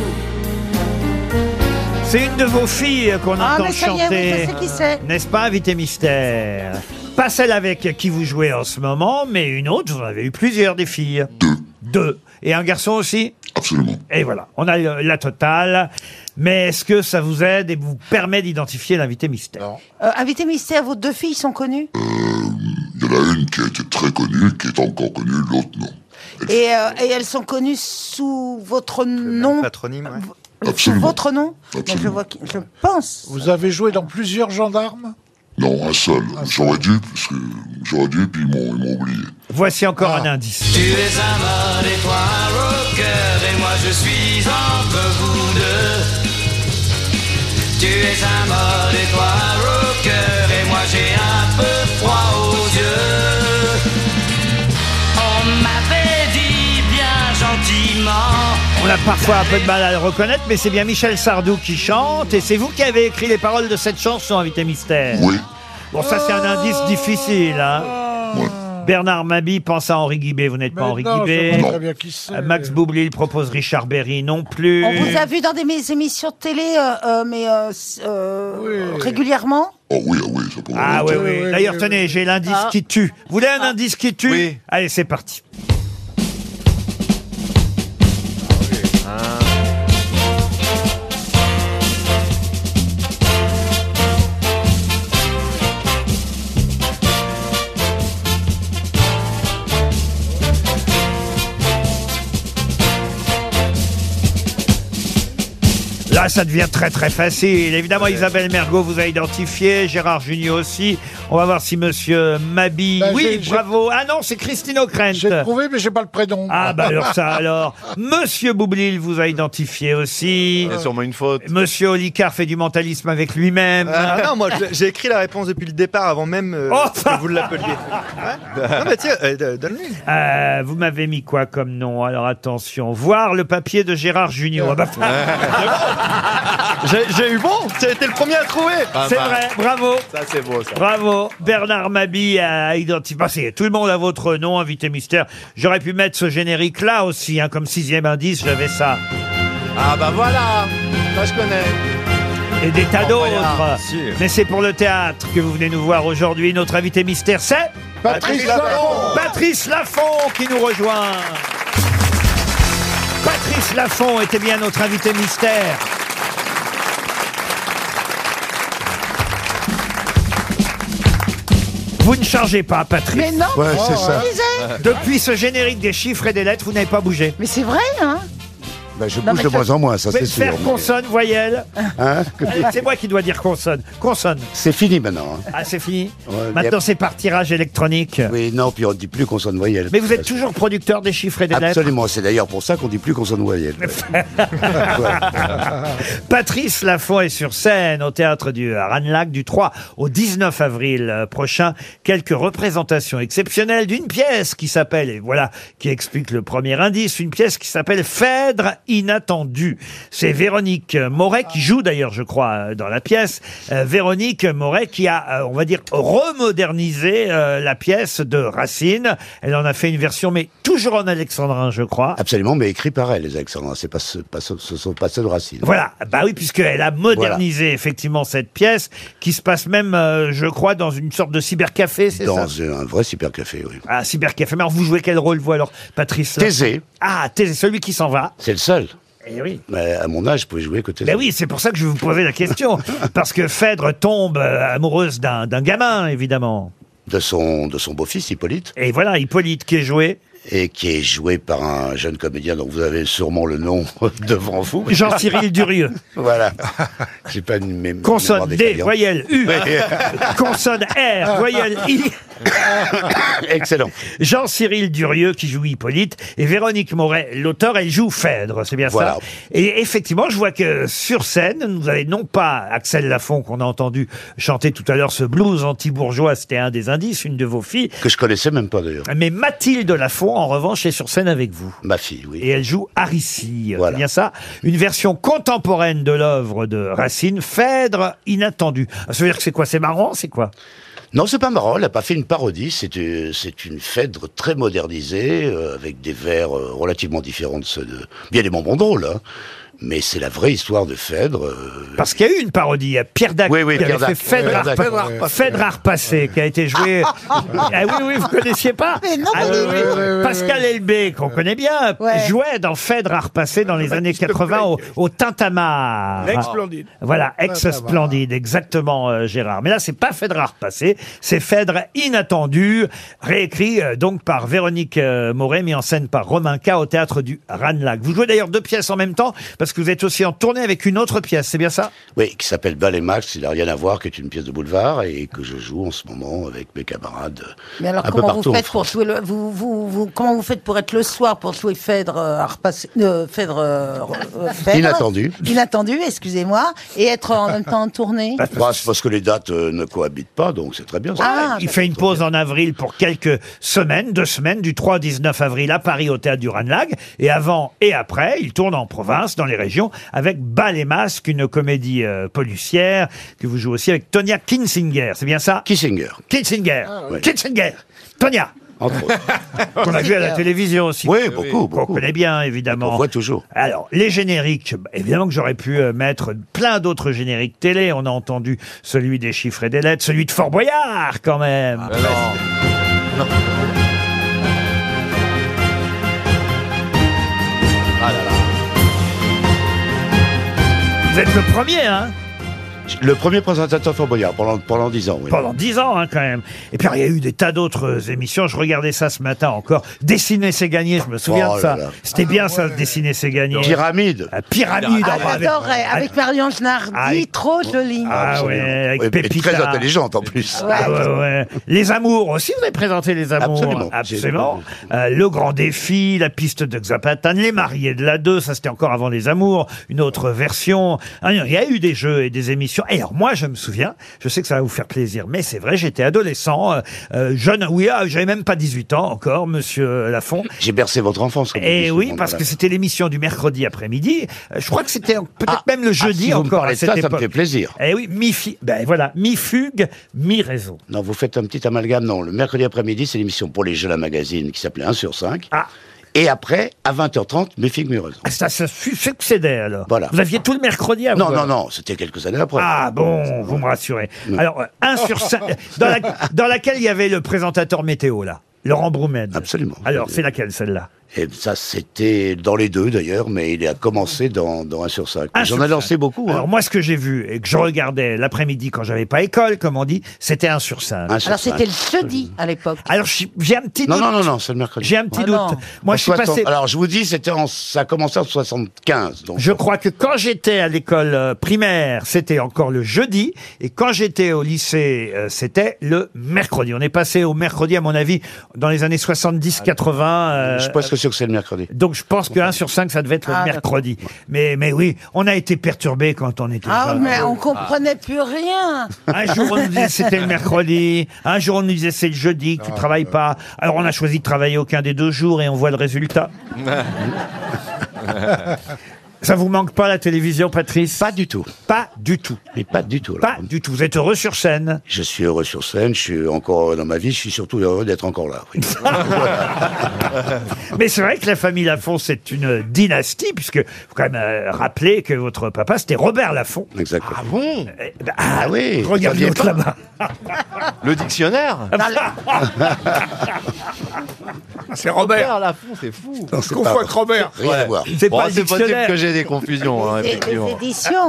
Speaker 3: C'est une de vos filles qu'on
Speaker 6: Ah,
Speaker 3: entend
Speaker 6: mais ça y est, oui,
Speaker 3: chanter.
Speaker 6: je sais qui c'est.
Speaker 3: N'est-ce pas, invité mystère Pas celle avec qui vous jouez en ce moment, mais une autre. Vous en avez eu plusieurs, des filles. Deux. Deux. Et un garçon aussi
Speaker 18: Absolument.
Speaker 3: Et voilà, on a le- la totale. Mais est-ce que ça vous aide et vous permet d'identifier l'invité mystère
Speaker 6: Euh, Invité mystère, vos deux filles sont connues
Speaker 18: Euh, Il y en a une qui a été très connue, qui est encore connue, l'autre non.
Speaker 6: et, euh, et elles sont connues sous votre nom
Speaker 5: Patronyme,
Speaker 6: Sous votre nom Donc, je, vois qui- je pense.
Speaker 7: Vous avez joué dans plusieurs gendarmes
Speaker 18: Non, un seul. J'aurais dû, parce que j'aurais dû, puis ils m'ont ils m'ont oublié.
Speaker 3: Voici encore un indice.
Speaker 22: Tu es un mode et toi un rocker et moi je suis entre vous deux. Tu es un mode et toi un rocker et moi j'ai un peu froid aux yeux. On m'avait dit bien gentiment.
Speaker 3: On a parfois un peu de mal à le reconnaître, mais c'est bien Michel Sardou qui chante, et c'est vous qui avez écrit les paroles de cette chanson, Invité Mystère.
Speaker 18: Oui.
Speaker 3: Bon, ça, c'est un indice difficile, hein. Bernard Mabi pense à Henri Guibé, vous n'êtes pas Henri
Speaker 7: non, je
Speaker 3: Guibé.
Speaker 7: vois très bien qui c'est.
Speaker 3: Euh, Max Boublil propose Richard Berry non plus.
Speaker 6: On vous a vu dans des mes émissions de télé, euh, euh, mais euh, s- euh, régulièrement
Speaker 3: Ah oui, oui.
Speaker 6: Oui, oui,
Speaker 3: D'ailleurs,
Speaker 6: oui,
Speaker 3: tenez, j'ai l'indice
Speaker 6: Ah.
Speaker 3: qui tue. Vous voulez un indice qui tue Allez, c'est parti. Là, ça devient très très facile. Évidemment, Isabelle Mergot vous a identifié, Gérard Junior aussi. On va voir si Monsieur Mabi.
Speaker 7: Bah,
Speaker 3: oui,
Speaker 7: j'ai- j'ai-
Speaker 3: bravo. Ah non, c'est Christine O'Krent.
Speaker 7: J'ai trouvé, mais j'ai pas le prénom.
Speaker 3: Ah bah alors ça alors. Monsieur Boublil vous a identifié aussi.
Speaker 2: Il y a sûrement une faute.
Speaker 3: Monsieur Olicard fait du mentalisme avec lui-même.
Speaker 5: Ah non, moi je- j'ai écrit la réponse depuis le départ avant même euh,
Speaker 3: Oh
Speaker 5: que vous l'appeliez. Ouais. Non mais tiens, euh, euh, donne-lui.
Speaker 3: Euh, vous m'avez mis quoi comme nom Alors attention, voir le papier de Gérard Junior. Ah bah, [LAUGHS]
Speaker 5: J'ai j'ai eu bon, tu as été le premier à trouver.
Speaker 3: C'est vrai, bravo.
Speaker 2: Ça c'est beau ça.
Speaker 3: Bravo, Bernard Mabi a identifié. bah, c'est- tout le monde a votre nom, invité mystère. J'aurais pu mettre ce générique là aussi, hein, comme sixième indice, j'avais ça.
Speaker 2: Ah bah voilà, ça je connais.
Speaker 3: Et des tas
Speaker 2: Oh,
Speaker 3: d'autres.
Speaker 2: voilà. Sûr.
Speaker 3: Mais c'est pour le théâtre que vous venez nous voir aujourd'hui. Notre invité mystère, c'est
Speaker 7: Patrice Lafont.
Speaker 3: Patrice Lafont qui nous rejoint. Patrice Lafont était bien notre invité mystère. Vous ne changez pas, Patrice.
Speaker 6: Mais non, Ouais, c'est ça. je disais.
Speaker 3: Depuis ce générique des chiffres et des lettres, vous n'avez pas bougé.
Speaker 6: Mais c'est vrai, hein
Speaker 23: Bah, je
Speaker 3: Non,
Speaker 23: bouge
Speaker 3: mais
Speaker 23: de
Speaker 3: ça-
Speaker 23: moins en moins, ça
Speaker 3: Vous pouvez
Speaker 23: c'est
Speaker 3: me
Speaker 23: sûr.
Speaker 3: faire consonne, voyelle.
Speaker 23: Hein
Speaker 3: Allez, c'est moi qui dois dire consonne. Consonne.
Speaker 23: C'est fini maintenant. hein.
Speaker 3: Ah, c'est fini
Speaker 23: Ouais,
Speaker 3: Maintenant,
Speaker 23: y a-
Speaker 3: c'est par tirage électronique.
Speaker 23: Oui, non, puis on ne dit plus consonne voyelle.
Speaker 3: Mais vous êtes toujours producteur des chiffres et des
Speaker 23: Absolument, c'est d'ailleurs pour ça qu'on dit plus consonne voyelle.
Speaker 3: [LAUGHS] Patrice Lafont est sur scène au théâtre du Ranelac du 3 au 19 avril euh, prochain. Quelques représentations exceptionnelles d'une pièce qui s'appelle, et voilà, qui explique le premier indice, une pièce qui s'appelle Phèdre inattendu. C'est Véronique Moret qui joue d'ailleurs, je crois, euh, dans la pièce. Euh, Véronique Moret qui a, euh, on va dire, remodernisé euh, la pièce de Racine. Elle en a fait une version, mais toujours en alexandrin, je crois.
Speaker 23: Absolument, mais écrit par elle, les Alexandrins. C'est pas ce, pas ce, ce sont pas ceux de Racine.
Speaker 3: Voilà, bah oui, puisqu'elle a modernisé effectivement cette pièce, qui se passe même, euh, je crois, dans une sorte de cybercafé, c'est
Speaker 23: Dans
Speaker 3: ça
Speaker 23: un vrai supercafé, oui.
Speaker 3: Ah, cybercafé. Mais alors, vous jouez quel rôle, vous, alors, Patrice
Speaker 23: Thésée.
Speaker 3: Ah, Thésée, celui qui s'en va.
Speaker 23: C'est le seul.
Speaker 3: Eh oui.
Speaker 23: Mais à mon âge, je pouvais jouer côté.
Speaker 3: Ben oui, c'est pour ça que je vais vous poser
Speaker 23: [LAUGHS]
Speaker 3: la question. parce que Phèdre tombe euh, amoureuse d'un d'un gamin, évidemment.
Speaker 23: De son, de son beau-fils, Hippolyte.
Speaker 3: Et voilà, Hippolyte qui est joué.
Speaker 23: Et qui est joué par un jeune comédien dont vous avez sûrement le nom [LAUGHS] devant vous.
Speaker 3: Jean-Cyril Durieux. [LAUGHS]
Speaker 23: Voilà. J'ai pas une mé- mémoire
Speaker 3: Consonne D,
Speaker 23: défaillante.
Speaker 3: voyelle U. Consonne R, voyelle I. [COUGHS]
Speaker 23: Excellent.
Speaker 3: Jean-Cyril Durieux qui joue Hippolyte et Véronique Moret, l'auteur, elle joue Phèdre, c'est bien
Speaker 23: Voilà.
Speaker 3: ça. Et effectivement, je vois que sur scène, nous avez non pas Axel Lafont qu'on a entendu chanter tout à l'heure ce blues anti-bourgeois, c'était un des indices, une de vos filles.
Speaker 23: Que je connaissais même pas d'ailleurs.
Speaker 3: Mais Mathilde Lafont, en revanche, est sur scène avec vous.
Speaker 23: Ma fille, oui.
Speaker 3: Et elle joue Aricie. C'est bien ça Une version contemporaine de l'œuvre de Racine, Phèdre inattendu. Ah, Ça veut dire que c'est quoi C'est marrant C'est quoi
Speaker 23: Non, c'est pas marrant. Elle n'a pas fait une parodie. C'est une, c'est une Phèdre très modernisée, euh, avec des vers euh, relativement différents de ceux de. Bien des moments drôles, hein. Mais c'est la vraie histoire de Phèdre. euh,
Speaker 3: Parce qu'il y a eu une parodie. Il y a Pierre Dac
Speaker 23: Oui, oui,
Speaker 3: qui avait
Speaker 23: Pierre Dac.
Speaker 3: fait Phèdre
Speaker 23: Pierre Dac.
Speaker 3: Arpa-
Speaker 23: Ouais, ouais.
Speaker 3: Phèdre Arpassé, qui a été joué.
Speaker 15: [LAUGHS]
Speaker 3: ah oui, oui, vous connaissiez pas
Speaker 15: Mais non,
Speaker 3: Ah
Speaker 15: mais
Speaker 3: oui,
Speaker 15: oui,
Speaker 3: oui.
Speaker 15: oui, oui,
Speaker 3: Pascal Elbé, qu'on connaît bien,
Speaker 15: Ouais.
Speaker 3: jouait dans Phèdre Arpassé dans les
Speaker 15: Ah,
Speaker 3: années 80 au, au Tintamarre. Ah,
Speaker 4: L'ex-Splendide.
Speaker 3: Voilà,
Speaker 15: Ah,
Speaker 3: ex-splendide, exactement, euh, Gérard. Mais là, c'est pas Phèdre Arpassé, c'est Phèdre Inattendu, réécrit euh, donc par Véronique euh, Moret, mis en scène par Romain K au théâtre du Ranelagh. Vous jouez d'ailleurs deux pièces en même temps, parce que vous êtes aussi en tournée avec une autre pièce, c'est bien ça
Speaker 23: Oui, qui s'appelle Ballet Max, il n'a rien à voir, qui est une pièce de boulevard et que je joue en ce moment avec mes camarades euh,
Speaker 15: Mais alors,
Speaker 23: un peu
Speaker 15: comment vous
Speaker 23: partout en
Speaker 15: faites
Speaker 23: France.
Speaker 15: pour jouer le, vous, vous, vous- comment vous faites pour être le soir pour jouer Phèdre euh, à repasser- euh, Phèdre, euh, euh, Phèdre
Speaker 23: Inattendu.
Speaker 15: inattendu, excusez-moi, et être en même temps en
Speaker 23: [LAUGHS]
Speaker 15: tournée.
Speaker 23: Bah, c'est parce que les dates euh, ne cohabitent pas, donc c'est très bien. ça.
Speaker 15: Ah,
Speaker 3: Il fait une pause en avril pour quelques semaines, deux semaines, du 3 au 19 avril à Paris au théâtre du Ranelagh. Et avant et après, il tourne en province, dans les régions, avec Bas les masques, une comédie euh, policière que vous jouez aussi avec Tonya Kinsinger. C'est bien ça
Speaker 23: Kissinger.
Speaker 3: Kinsinger.
Speaker 23: Ah, oui.
Speaker 3: Kinsinger. Tonya.
Speaker 23: Entre autres.
Speaker 3: [LAUGHS] Qu'on a vu à la télévision aussi.
Speaker 23: Oui, beaucoup,
Speaker 3: Qu'on
Speaker 23: beaucoup.
Speaker 3: connaît bien, évidemment.
Speaker 23: On voit toujours.
Speaker 3: Alors, les génériques, évidemment que j'aurais pu euh, mettre plein d'autres génériques télé. On a entendu celui des chiffres et des lettres, celui de Fort Boyard, quand même.
Speaker 23: Ah, ben Ah
Speaker 3: Vous êtes le premier, hein
Speaker 23: Le premier présentateur Fort Boyard pendant, pendant 10 ans, oui.
Speaker 3: Pendant dix ans, hein, quand même. Et puis, alors, il y a eu des tas d'autres émissions. Je regardais ça ce matin encore. Dessiner, c'est gagner. Je me souviens
Speaker 23: Oh
Speaker 3: de ça.
Speaker 23: là là.
Speaker 3: C'était bien, ça, Dessiner, c'est gagner.
Speaker 23: Pyramide.
Speaker 3: Ah, pyramide.
Speaker 15: Ah,
Speaker 3: enfin, avec-
Speaker 15: j'adorais, avec Marion Genardi,
Speaker 3: avec-
Speaker 15: trop jolie.
Speaker 3: Ah ouais, avec
Speaker 23: Oui, mais
Speaker 3: Pépita.
Speaker 23: Très intelligente en plus.
Speaker 3: Ah ouais,
Speaker 23: [LAUGHS]
Speaker 3: ouais. Les amours aussi, vous avez présenté les amours.
Speaker 23: Absolument.
Speaker 3: Absolument. Euh, le grand défi, la piste de Xapatan, les mariés de la 2, ça c'était encore avant les amours, une autre version. Ah, Il y a eu des jeux et des émissions. Et alors moi, je me souviens, je sais que ça va vous faire plaisir, mais c'est vrai, j'étais adolescent, euh, euh, jeune, oui, ah, j'avais même pas 18 ans encore, monsieur Lafont.
Speaker 23: J'ai bercé votre enfance. comme on dit
Speaker 3: Et oui,
Speaker 23: souvent,
Speaker 3: parce
Speaker 23: voilà.
Speaker 3: que c'était l'émission du mercredi après-midi. Euh, Je crois que c'était en- peut-être
Speaker 23: Ah,
Speaker 3: même le jeudi
Speaker 23: si vous me
Speaker 3: encore
Speaker 23: parlez
Speaker 3: à
Speaker 23: de
Speaker 3: cette
Speaker 23: ça, ça me
Speaker 3: époque.
Speaker 23: fait plaisir.
Speaker 3: Eh oui, mi ben voilà, mi fugue, mi réseau.
Speaker 23: Non, vous faites un petit amalgame. Non, le mercredi après-midi, c'est l'émission pour les jeunes à magazine qui s'appelait 1 sur 5.
Speaker 3: Ah.
Speaker 23: Et après, à 20h30, mes filles mureuses.
Speaker 3: Ah, Ça, ça su- succédait alors.
Speaker 23: Voilà.
Speaker 3: Vous aviez tout le mercredi avant.
Speaker 23: Non, non, non, c'était quelques années après.
Speaker 3: Ah bon, vous me rassurez. Alors, euh, un sur cinq, dans, la- dans laquelle il y avait le présentateur météo, là, Laurent Broumed.
Speaker 23: Absolument.
Speaker 3: Alors, c'est laquelle, celle-là
Speaker 23: Et ça, c'était dans les deux d'ailleurs, mais il a commencé dans, dans 1 sur 5.
Speaker 3: Un
Speaker 23: J'en
Speaker 3: sur
Speaker 23: ai lancé beaucoup. hein.
Speaker 3: Alors, moi, ce que j'ai vu et que je regardais l'après-midi quand j'avais pas école, comme on dit, c'était un sur cinq.
Speaker 23: Un sur
Speaker 15: Alors c'était
Speaker 23: cinq.
Speaker 15: le jeudi à l'époque.
Speaker 3: Alors, je- j'ai un petit
Speaker 23: Non,
Speaker 3: doute.
Speaker 23: non, non, non, c'est le mercredi.
Speaker 3: J'ai un petit
Speaker 15: Ah
Speaker 3: doute.
Speaker 15: non.
Speaker 3: Moi,
Speaker 23: En
Speaker 3: je suis
Speaker 23: 60
Speaker 3: passé.
Speaker 23: Alors, je vous dis, c'était en... ça a commencé en 75. Donc,
Speaker 3: Je crois que quand j'étais à l'école euh, primaire, c'était encore le jeudi, et quand j'étais au lycée, euh, c'était le mercredi. On est passé au mercredi, à mon avis, dans les années 70-80. euh,
Speaker 23: Ah, je suis presque sûr que c'est le mercredi.
Speaker 3: donc je pense que 1 sur 5, ça devait être le
Speaker 15: Ah,
Speaker 3: mercredi. Mais, mais oui, on a été perturbés quand on était
Speaker 15: Ah
Speaker 3: jeunes.
Speaker 15: mais on comprenait plus rien.
Speaker 3: Un jour on nous disait c'était le mercredi, un jour on nous disait c'est le jeudi,
Speaker 23: Ah,
Speaker 3: que tu
Speaker 23: euh.
Speaker 3: travailles pas. Alors on a choisi de travailler aucun des deux jours et on voit
Speaker 23: [LAUGHS]
Speaker 3: le résultat. [LAUGHS] Ça vous manque pas la télévision, Patrice
Speaker 23: Pas du tout.
Speaker 3: Pas du tout.
Speaker 23: Mais pas du tout. Là.
Speaker 3: Pas du tout. Vous êtes heureux sur scène. [LAUGHS]
Speaker 23: Je suis heureux sur scène, je suis encore heureux dans ma vie, je suis surtout heureux d'être encore là. oui.
Speaker 3: Mais c'est vrai que la famille Lafont, c'est une dynastie, puisque faut quand même euh, rappeler que votre papa, c'était Robert Lafont.
Speaker 23: Exactement.
Speaker 2: Bon,
Speaker 3: Eh ben, ah,
Speaker 23: oui, vous
Speaker 3: Regarde
Speaker 23: saviez
Speaker 3: l'autre
Speaker 23: pas
Speaker 3: là-bas. Ah,
Speaker 2: le dictionnaire
Speaker 4: C'est Robert.
Speaker 2: Pierre Lafont, c'est fou.
Speaker 23: Non,
Speaker 4: Je
Speaker 23: c'est
Speaker 4: confonds
Speaker 23: pas
Speaker 4: avec Robert.
Speaker 23: Rien à voir.
Speaker 3: C'est
Speaker 2: Bon,
Speaker 3: pas le
Speaker 2: Oh, c'est possible
Speaker 3: dictionnaire.
Speaker 2: que j'ai des confusions, hein, effectivement.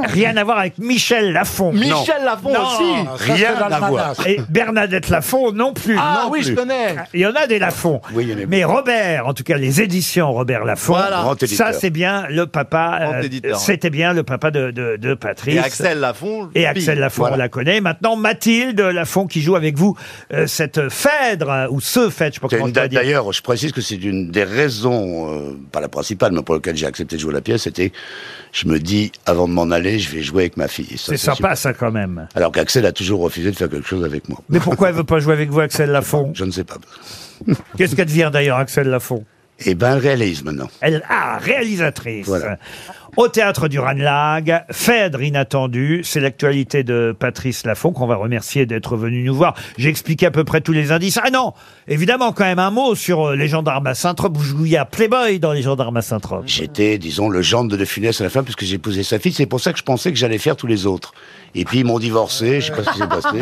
Speaker 3: Rien à voir avec Michel Lafon.
Speaker 2: Michel Lafon
Speaker 3: Non,
Speaker 2: aussi.
Speaker 3: ça, Rien
Speaker 2: c'est
Speaker 3: à voir.
Speaker 2: l'almanach.
Speaker 3: Et Bernadette Lafon non plus.
Speaker 2: Ah
Speaker 3: non
Speaker 2: oui, je
Speaker 3: plus.
Speaker 2: connais.
Speaker 3: Il y en a des Lafon. mais Robert, en tout cas les éditions Robert Lafon,
Speaker 2: Voilà. Grand éditeur.
Speaker 3: ça c'est bien le papa.
Speaker 2: Grand
Speaker 3: euh,
Speaker 2: éditeur.
Speaker 3: C'était bien le papa de, de, de Patrice.
Speaker 2: Et Axel Lafon,
Speaker 3: Et
Speaker 2: le
Speaker 3: Axel
Speaker 2: pire.
Speaker 3: Lafon,
Speaker 2: Voilà.
Speaker 3: on la connaît. Maintenant, Mathilde Lafon qui joue avec vous euh, cette Phèdre, euh, ou ce Phèdre, je ne sais pas
Speaker 23: C'est
Speaker 3: comment
Speaker 23: une
Speaker 3: on doit
Speaker 23: date
Speaker 3: dire.
Speaker 23: d'ailleurs, je précise que c'est une des raisons, euh, pas la principale, mais pour laquelle j'ai accepté de jouer la pièce, c'était je me dis, avant de m'en aller, je vais jouer avec ma fille. Ça,
Speaker 3: C'est sympa ça quand même.
Speaker 23: Alors qu'Axel a toujours refusé de faire quelque chose avec moi.
Speaker 3: Mais pourquoi elle veut pas jouer avec vous, Axel Lafon
Speaker 23: Je ne sais pas.
Speaker 3: Qu'est-ce qu'elle devient d'ailleurs, Axel Lafon
Speaker 23: Eh ben, elle réalise maintenant.
Speaker 3: Elle ah, réalisatrice.
Speaker 23: Voilà.
Speaker 3: Au théâtre du Ranelag, Phèdre inattendu, c'est l'actualité de Patrice Lafont qu'on va remercier d'être venu nous voir. J'ai expliqué à peu près tous les indices. Ah non, évidemment quand même un mot sur euh, les gendarmes à Saint-Tropez. Vous jouiez à Playboy dans les gendarmes à Saint-Tropez.
Speaker 23: J'étais, disons, le gendre de De Funès à la fin, puisque j'ai épousé sa fille. C'est pour ça que je pensais que j'allais faire tous les autres. Et puis, ils m'ont divorcé. Je sais pas ce qui s'est
Speaker 3: [LAUGHS]
Speaker 23: passé.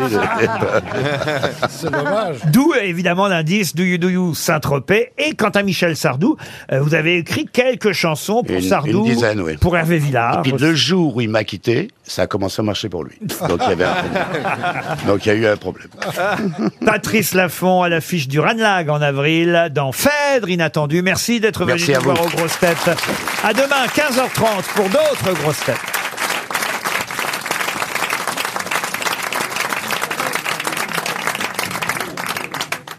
Speaker 7: C'est dommage.
Speaker 3: D'où évidemment l'indice Do You Do You Saint-Tropez. Et quant à Michel Sardou, euh, vous avez écrit quelques chansons pour
Speaker 23: Une-
Speaker 3: Sardou,
Speaker 23: une dizaine, oui.
Speaker 3: pour Hervé Villard.
Speaker 23: Et puis, le jour où il m'a quitté, ça a commencé à marcher pour lui. Donc, il y avait un problème. Donc, il y a eu un problème.
Speaker 3: [LAUGHS] Patrice Laffont à l'affiche du Ranelag en avril dans Phèdre inattendu. Merci d'être venu
Speaker 23: Merci à
Speaker 3: nous voir
Speaker 23: vous.
Speaker 3: aux grosses têtes. À demain 15h30 pour d'autres grosses têtes.